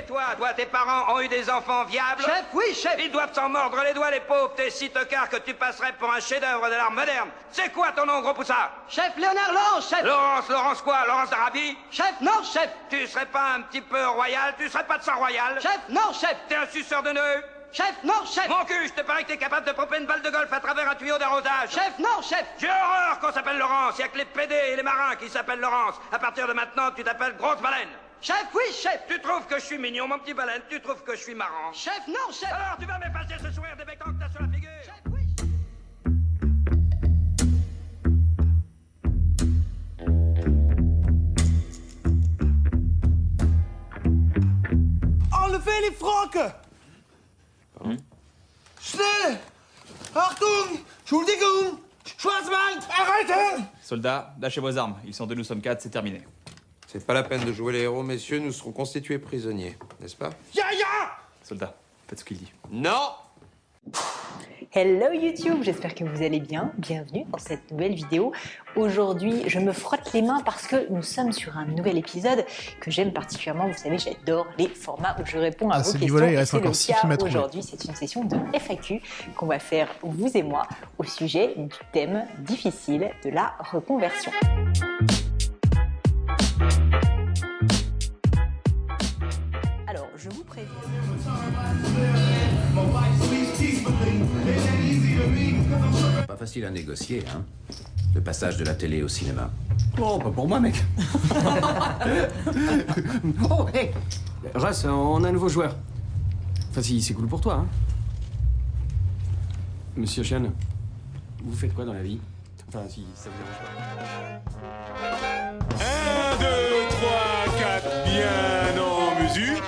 Et toi, toi, tes parents ont eu des enfants viables Chef, oui, chef Ils doivent s'en mordre les doigts, les pauvres, t'es si tocard que tu passerais pour un chef-d'œuvre de l'art moderne. C'est quoi ton nom, gros poussard Chef Léonard Laurence, chef Laurence, Laurence quoi Laurence d'Arabie Chef, non, chef Tu serais pas un petit peu royal Tu serais pas de sang royal Chef, non, chef T'es un suceur de nœuds Chef, non, chef Mon cul, je te parie que t'es capable de pomper une balle de golf à travers un tuyau d'arrosage Chef, non, chef J'ai horreur qu'on s'appelle Laurence, y'a que les PD et les marins qui s'appellent Laurence. À partir de maintenant, tu t'appelles Grosse Baleine Chef, oui, chef Tu trouves que je suis mignon, mon petit baleine Tu trouves que je suis marrant Chef, non, chef Alors, tu vas m'effacer ce sourire débétant que t'as sur la figure
Enlevez les frocs
Pardon
Schnell Achtung Schuldigung Schwarzwald Arrêtez
Soldats, Ah, lâchez vos armes. Ils sont deux, nous sommes quatre, c'est terminé.
C'est pas la peine de jouer les héros, messieurs, nous serons constitués prisonniers, n'est-ce pas
Ya ya
Soldats, faites ce qu'il dit.
Non
Hello YouTube, j'espère que vous allez bien. Bienvenue dans cette nouvelle vidéo. Aujourd'hui, je me frotte les mains parce que nous sommes sur un nouvel épisode que j'aime particulièrement. Vous savez, j'adore les formats où je réponds à
À
vos
ce
questions.
niveau-là, il
et
reste
c'est le
encore six
cas
films à trouver.
Aujourd'hui, c'est une session de FAQ qu'on va faire vous et moi au sujet du thème difficile de la reconversion. Alors, je vous préviens.
Pas facile à négocier, hein Le passage de la télé au cinéma. Oh, pas pour moi, mec
Oh, hé Russ, on a un nouveau joueur. Enfin, si, c'est cool pour toi, hein. Monsieur Chan, vous faites quoi dans la vie Enfin, si, ça vous dérange pas.
1, 2, 3, 4, bien en mesure.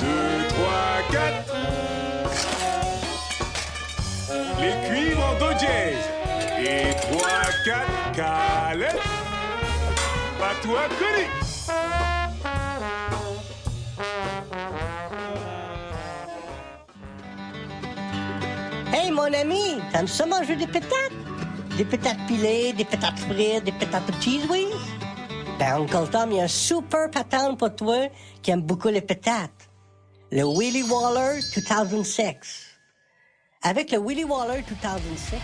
2, 3, 4.
DJ Et 3, 4, Calais Pas toi, Connie
Hey mon ami, t'aimes ça manger des pétates? Des pétates pilées, des pétates frites, des pétates au cheese whiz? Ben Uncle Tom, il y a un super patent pour toi qui aime beaucoup les pétates. Le Willy Waller 2006. Avec le Willy Waller 2006...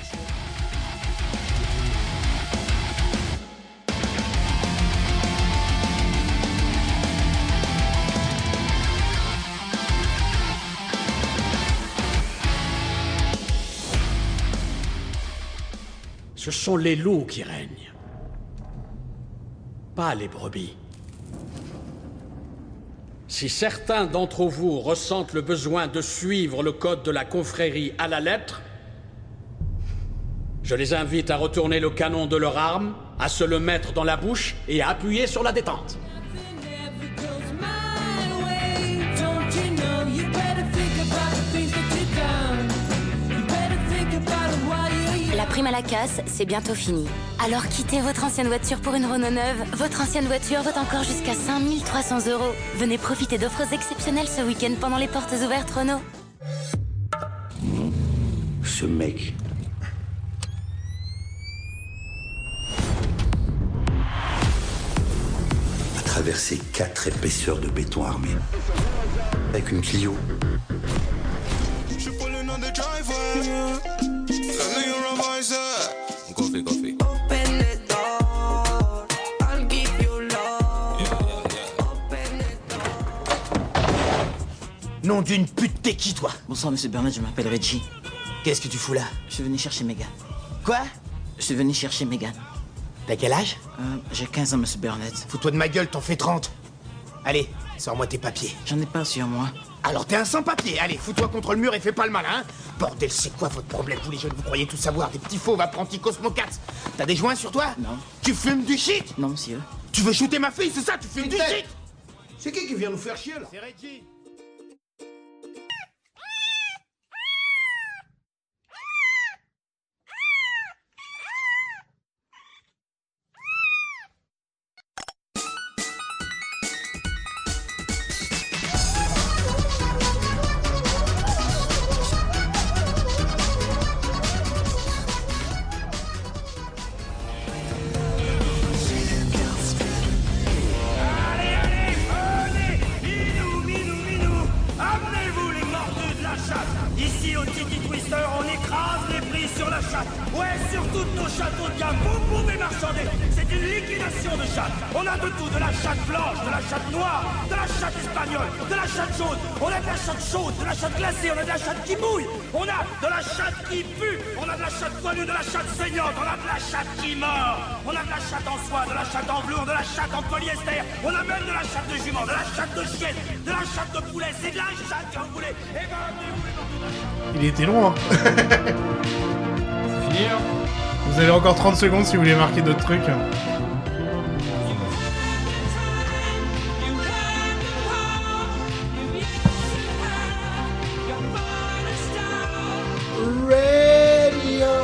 Ce sont les loups qui règnent. Pas les brebis. Si certains d'entre vous ressentent le besoin de suivre le code de la confrérie à la lettre, je les invite à retourner le canon de leur arme, à se le mettre dans la bouche et à appuyer sur la détente.
Don't you know you better think about the things that you done? You better think about it while you're young.
La prime à la casse, c'est bientôt fini. Alors quittez votre ancienne voiture pour une Renault neuve. Votre ancienne voiture vaut encore jusqu'à 5300 euros. Venez profiter d'offres exceptionnelles ce week-end pendant les portes ouvertes Renault.
Ce mec. a traversé quatre épaisseurs de béton armé. Avec une Clio.
Pulling on the driveway. Tell me you're a miser.
Coffee, coffee.
Open the door. I'll give you love.
Nom d'une pute, t'es qui toi Bonsoir monsieur Bernard, je m'appelle Reggie. Qu'est-ce que tu fous là Je suis venu chercher Megan. Quoi Je suis venu chercher Megan. T'as quel âge J'ai 15 ans, monsieur Burnett. Fous-toi de ma gueule, t'en fais 30. Allez, sors-moi tes papiers. J'en ai pas sur moi. Alors t'es un sans-papier, allez, fous-toi contre le mur et fais pas le malin. hein. Bordel, c'est quoi votre problème, vous les jeunes Vous croyez tout savoir, des petits fauves apprentis cosmocates. T'as des joints sur toi Non. Tu fumes du shit Non, monsieur. Tu veux shooter ma fille, c'est ça Tu fumes du shit
C'est qui qui vient nous faire chier là C'est Reggie.
Minou, minou, amenez-vous les mordus de la chatte. Ici au Tiki Twister, on écrase les prix sur la chatte. Ouais, sur toutes nos châteaux de gamme, vous pouvez marchander. C'est une liquidation de chatte. On a de tout, de la chatte blanche, de la chatte noire, de la chatte espagnole, de la chatte jaune. On a de la chatte chaude, de la chatte glacée, on a de la chatte qui mouille. On a de la chatte qui pue, on a de la chatte poilue, de la chatte saignante, on a de la chatte qui mord. On a de la chatte en soie, de la chatte en velours, de la chatte en polyester. On a même de la chatte de jument, de la chatte de chienne, de la chatte de poulet. C'est de la chatte que vous voulez. Eh ben, amenez-vous les
Il était long, hein Vous avez encore 30 secondes si vous voulez marquer d'autres trucs.
Radio.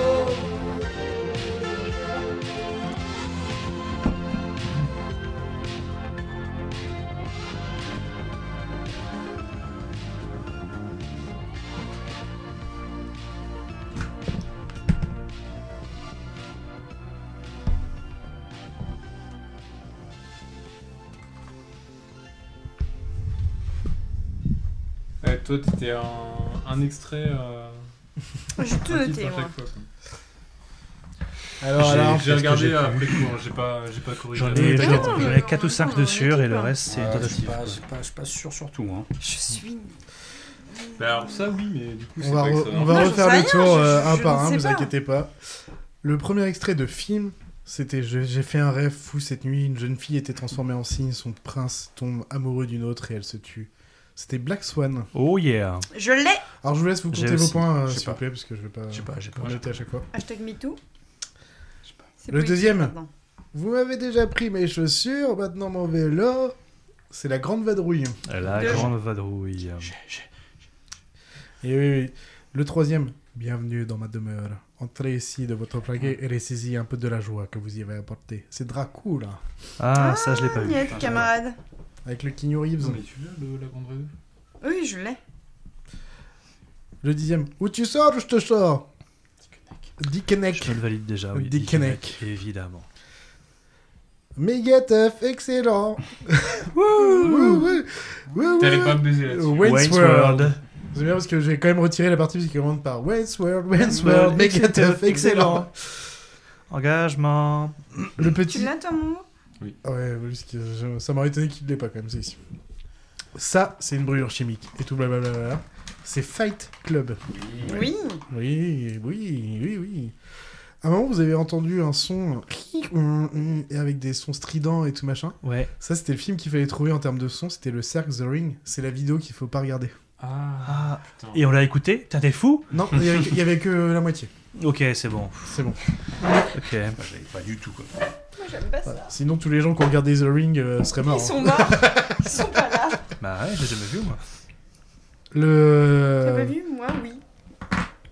Ouais, toi, t'étais un, un extrait. euh,
J'ai tout
rapide
noté,
à
moi.
chaque fois, quoi.
Alors,
J'ai- j'ai
alors, qu'est-ce que
regardé
j'ai
après coup, hein, j'ai pas, j'ai pas corrigé.
J'en
Ah
ai, j'en ai- j'en ai 4 ou 5 de sûr et le reste c'est
Ah, je suis
tentative.
pas-
quoi.
je suis pas- je suis pas sûr surtout. Hein.
Je suis.
Bah, alors, ça, oui, mais du coup,
On
c'est
va,
pas
re-
que ça.
on va refaire le tour euh, un par un,
ne sais
vous
pas.
inquiétez pas. Le premier extrait de film, c'était je- J'ai fait un rêve fou cette nuit, une jeune fille était transformée en cygne, son prince tombe amoureux d'une autre et elle se tue. C'était Black Swan.
Oh yeah
Je l'ai
Alors je vous laisse vous
J'ai
compter vos
aussi.
points, euh,
Je sais
s'il vous
pas.
plaît, parce que je vais pas, en noter à chaque fois.
Hashtag MeToo. C'est
Le
politique,
deuxième,
pardon.
vous m'avez déjà pris mes chaussures, maintenant mon vélo. C'est la grande vadrouille.
La grande vadrouille.
Et oui, oui. Le troisième, Bienvenue dans ma demeure. Entrez ici de votre plaquet et ressaisis un peu de la joie que vous y avez apportée. C'est Dracula.
Ah, ça, je l'ai pas vu.
Niette, camarade.
Avec le Keanu Reeves.
mais tu l'as, le- la grande rêve
Oui, je l'ai.
Le dixième. Où tu sors, je te sors. Dickeneck.
Je le valide déjà, Bah oui.
Dickeneck.
Dickeneck, Évidemment.
Méga teuf, excellent. Wouh, wouh, wouh,
T'allais
wouh.
pas me baiser là-dessus.
Wayne's
Wayne's
World.
World.
C'est bien parce que j'ai quand même retiré la partie qui commande par Wayne's World, Wayne's
Wayne's World,
World, méga teuf, excellent.
Engagement.
Le
Tu
petit.
l'as, toi, mon mot
Oui. Ouais, parce que je- ça m'aurait étonné qu'il ne l'ait pas quand même, c'est ici. Ça, c'est une brûlure chimique. Et tout blablabla. C'est Fight Club.
Oui.
Oui, oui, oui, oui. À un moment, vous avez entendu un son et avec des sons stridents et tout machin.
Ouais.
Ça, c'était le film qu'il fallait trouver en termes de son. C'était le Cirque The Ring. C'est la vidéo qu'il faut pas regarder.
Ah, Et on l'a écouté Putain, T'es fou
Non, il y avait- il y avait que la moitié.
Ok, c'est bon.
C'est bon.
Ok.
Pas du tout, quoi.
Voilà. Sinon, tous les gens qui ont regardé The Ring euh, seraient morts.
Ils sont morts. Ils sont pas là.
Bah ouais, j'ai jamais vu, moi.
Le.
Euh,
T'as pas vu Moi, oui.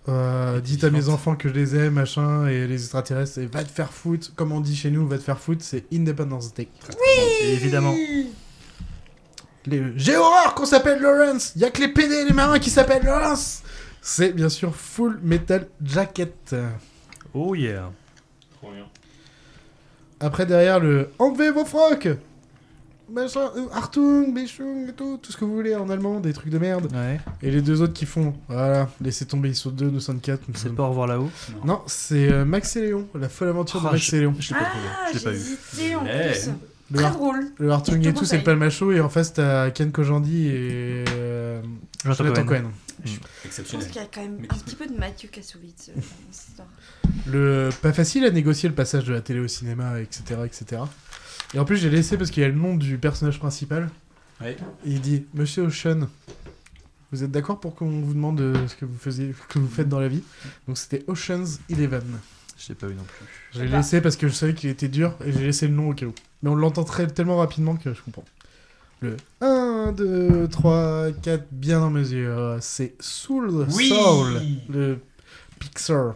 Euh, dites à mes enfants que je les aime, machin, et les extraterrestres, et va te faire foutre. Comme on dit chez nous, va te faire foutre, c'est Independence Day.
Oui Évidemment.
Les- J'ai horreur qu'on s'appelle Lawrence Y'a que les PD et les marins qui s'appellent Lawrence C'est bien sûr Full Metal Jacket.
Oh yeah.
Trop bien.
Après, derrière le Enlevez vos frocs Machin, euh, Hartung, Bichung et tout, tout ce que vous voulez en allemand, des trucs de merde. Et les deux autres qui font, voilà, laissez tomber, ils sont deux, nous sommes quatre. nous sommes-
Pas au revoir là-haut.
Non, c'est euh, Max et Léon, la folle aventure
Ah,
de Max
je-
et Léon.
je l'ai pas trouvé,
Ah,
je l'ai
j'ai
pas vu.
hésité en
Eh.
Ouais.
plus.
Le
Très
Har-
drôle.
Le Hartung
Je te
et tout, c'est
conseille.
le Palmacho, et en face t'as Ken Kojandi et. euh,
Jonathan
Jonathan
Cohen.
Cohen. Mm.
Je pense qu'il y a quand même un petit peu de Mathieu Kassovitz euh, dans cette histoire.
Le pas facile à négocier le passage de la télé au cinéma, etc., etc. Et en plus, j'ai laissé parce qu'il y a le nom du personnage principal.
Ouais.
Il dit Monsieur Ocean, vous êtes d'accord pour qu'on vous demande euh, ce que vous faisiez, ce que vous faites dans la vie Donc c'était Ocean's Eleven.
Je l'ai pas vu non plus.
J'ai laissé parce que je savais qu'il était dur et j'ai laissé le nom au cas où. Mais on l'entend très- tellement rapidement que je comprends. Le 1, 2, 3, 4, bien en mesure. Ah, C'est Soul,
Oui.
Soul, le Pixar. Mm.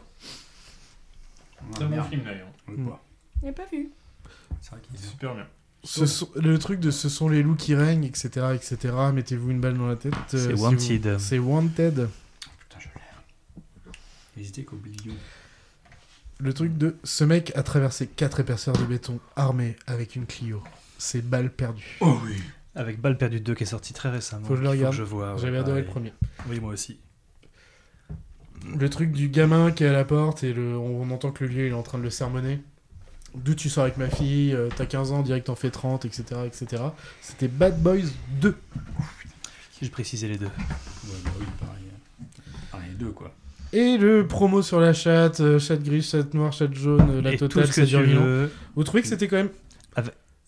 C'est un bon film d'ailleurs.
Je l'ai pas vu.
C'est vrai qu'il est super bien.
Ce sont- le truc de ce sont les loups qui règnent, etc. etc. Mettez-vous une balle dans la tête. euh,
C'est
si vous-
Wanted.
C'est Wanted.
Hésité qu'au Billion.
Le truc de ce mec a traversé quatre épaisseurs de béton armé avec une Clio. C'est balle perdue.
Oh oui. Avec Balle perdue 2 qui est sorti très récemment.
Faut que je le
qu'il
regarde.
je vois. ouais,
J'avais adoré le
pareil.
premier.
Oui, moi aussi.
Le truc du gamin qui est à la porte et le, on, on entend que le vieux il est en train de le sermonner. D'où tu sors avec ma fille, euh, t'as 15 ans, direct t'en fais 30, etc. etc. C'était Bad Boys 2.
Je précisais les deux.
Ouais, bah oui, pareil. Ah, les deux, quoi.
Et le promo sur la chatte, euh, chatte grise, chatte noire, chatte jaune, euh, la
Et tout
totale,
ce
ça
que
dure
tu
mille ans.
veux.
Vous trouvez que c'était quand même.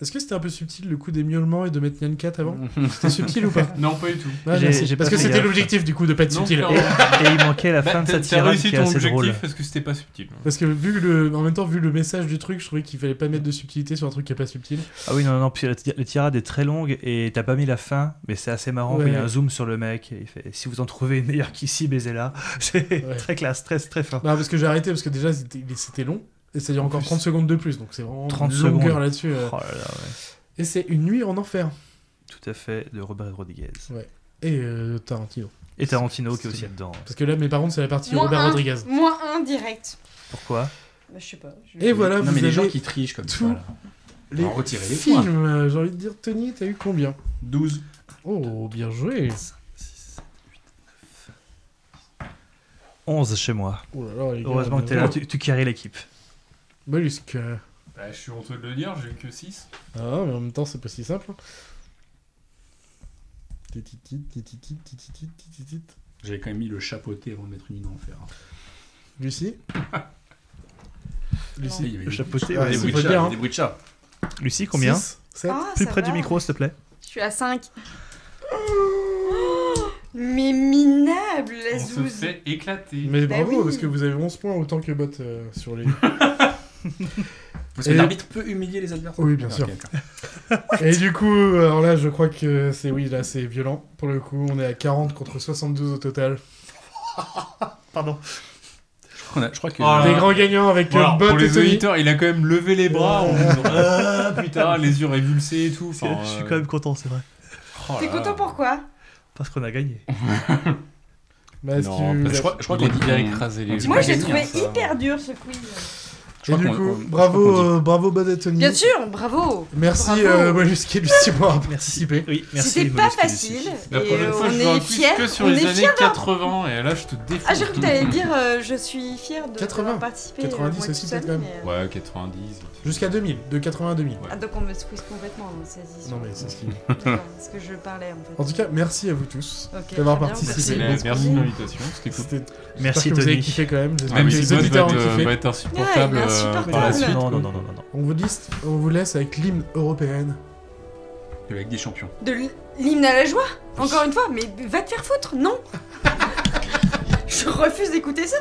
Est-ce que c'était un peu subtil le coup des miaulements et de mettre Nyan Cat avant C'était subtil ou pas
Non, pas du tout.
Ouais,
J'ai-
merci.
j'ai pas
Parce que
fait
c'était
gaffe.
l'objectif du coup de pas être
Non,
subtil.
clairement. Bah,
Et- et il manquait la fin de
t'as-
sa tirade
T'as réussi
qui est
ton
assez
objectif
drôle.
parce que c'était pas subtil.
Parce que vu le, en même temps, vu le message du truc, je trouvais qu'il fallait pas mettre de subtilité sur un truc qui est pas subtil.
Ah oui, non, non, non, puis la, ti- la tirade est très longue et t'as pas mis la fin, mais c'est assez marrant.
Ouais.
quand Il y a un zoom sur le mec et il fait Si vous en trouvez une meilleure qu'ici, baisez-la. C'est très classe, très, très fort.
Non, parce que j'ai arrêté parce que déjà c'était c'était long et ça dure encore 30 secondes de plus, donc c'est vraiment
30
une longueur
secondes.
là-dessus. euh.
Oh là là, ouais.
Et c'est une nuit en enfer.
Tout à fait, de Robert Rodriguez.
Ouais. Et euh, Tarantino.
Et Tarantino qui est aussi dedans.
Parce que là, mais par contre, c'est la partie
Moins
Robert
un-
Rodriguez.
Moins un direct.
Pourquoi
Bah, je sais pas. je-
Et voilà, vous
mais les
avez
gens qui trichent comme
tout
ça, là.
Les
En retirer les
films,
points.
euh, j'ai envie de dire, Tony, t'as eu combien
12.
Oh, bien joué
11 chez moi.
Oh là là, les gars,
Heureusement que t'es
bien
là,
joué.
tu, tu carries l'équipe.
Mollusque. euh,
Bah, je suis honteux de le dire, j'ai eu que 6.
Ah, mais en même temps, c'est pas si simple. hein. Tititit, tititit, tititit, tititit.
J'avais quand même mis le chapeauté avant de mettre une mine en fer.
Lucie Lucie
Il y avait des-
chapeauté,
ah,
ouais,
des
faut
bruits de
le
chat,
dire, hein.
des bruits de chat.
Lucie, combien
Six, sept.
Ah,
Plus
ça
près
va.
du micro, s'il te plaît.
Je suis à 5. Oh Mais minable, la
On se
zouze.
fait éclater.
Mais
Bah
bravo,
oui.
parce que vous avez 11 points autant que Bot euh, sur les.
Parce que l'arbitre peut humilier les adversaires.
Oui, bien
Ah,
sûr.
ok,
Et du coup, euh, alors là, je crois que c'est oui, là, c'est violent. Pour le coup, on est à 40 contre 72 au total. Pardon.
On a- je crois que.
Ah là
Des
là.
grands gagnants avec, euh,
voilà,
Bot
Pour
et
les
Tony.
auditeurs, il a quand même levé les bras en disant Ah putain, les yeux révulsés et tout. euh. Oh
C'est- Je suis quand même content, c'est vrai.
T'es content pourquoi
Parce qu'on a gagné.
Bah, est-ce
Non,
que-
parce que je crois- je crois qu'on dit
hein.
bien écraser les
Moi, j'ai trouvé
hein.
hyper dur ce quiz.
Et du coup, bravo, euh, bravo Bad et Tony.
Bien sûr, bravo.
Merci
Bravo.
euh, Mollusqué Lucie pour avoir participé.
Oui,
C'était pas facile.
La
et,
prochaine
euh,
fois,
on
je veux un
est
quiz
fiers.
que sur
on
les
est
années
fiers d'avoir-
80, et là, je te défonce.
Ah, j'ai cru que t'allais dire euh, je suis fier de euh, 80, participer.
90 aussi, peut-être, quand même.
Ouais, 90.
Jusqu'à 2000, de 80 à 2000.
euh, Ah, donc on me squeeze complètement hein, dans ces histoires.
Non, mais c'est ce qui-
D'accord, Parce hein, que je parlais en fait.
En tout cas, merci à vous tous
Ok,
d'avoir
très bien,
participé.
merci. Merci de l'invitation, c'était cool.
C'était-
Merci,
J'espère que vous avez
Tony.
kiffé quand même. J'espère
Même
que
si
les
Bot va
auditeurs ont
être, euh,
kiffé.
va être insupportable, Ouais, il est euh, insupportable. par la suite.
Non, non, non, non, non, non.
On vous, liste- on vous laisse avec l'hymne européenne.
Le lac des champions.
De l- l'hymne à la joie Encore une fois, mais va te faire foutre, non Je refuse d'écouter ça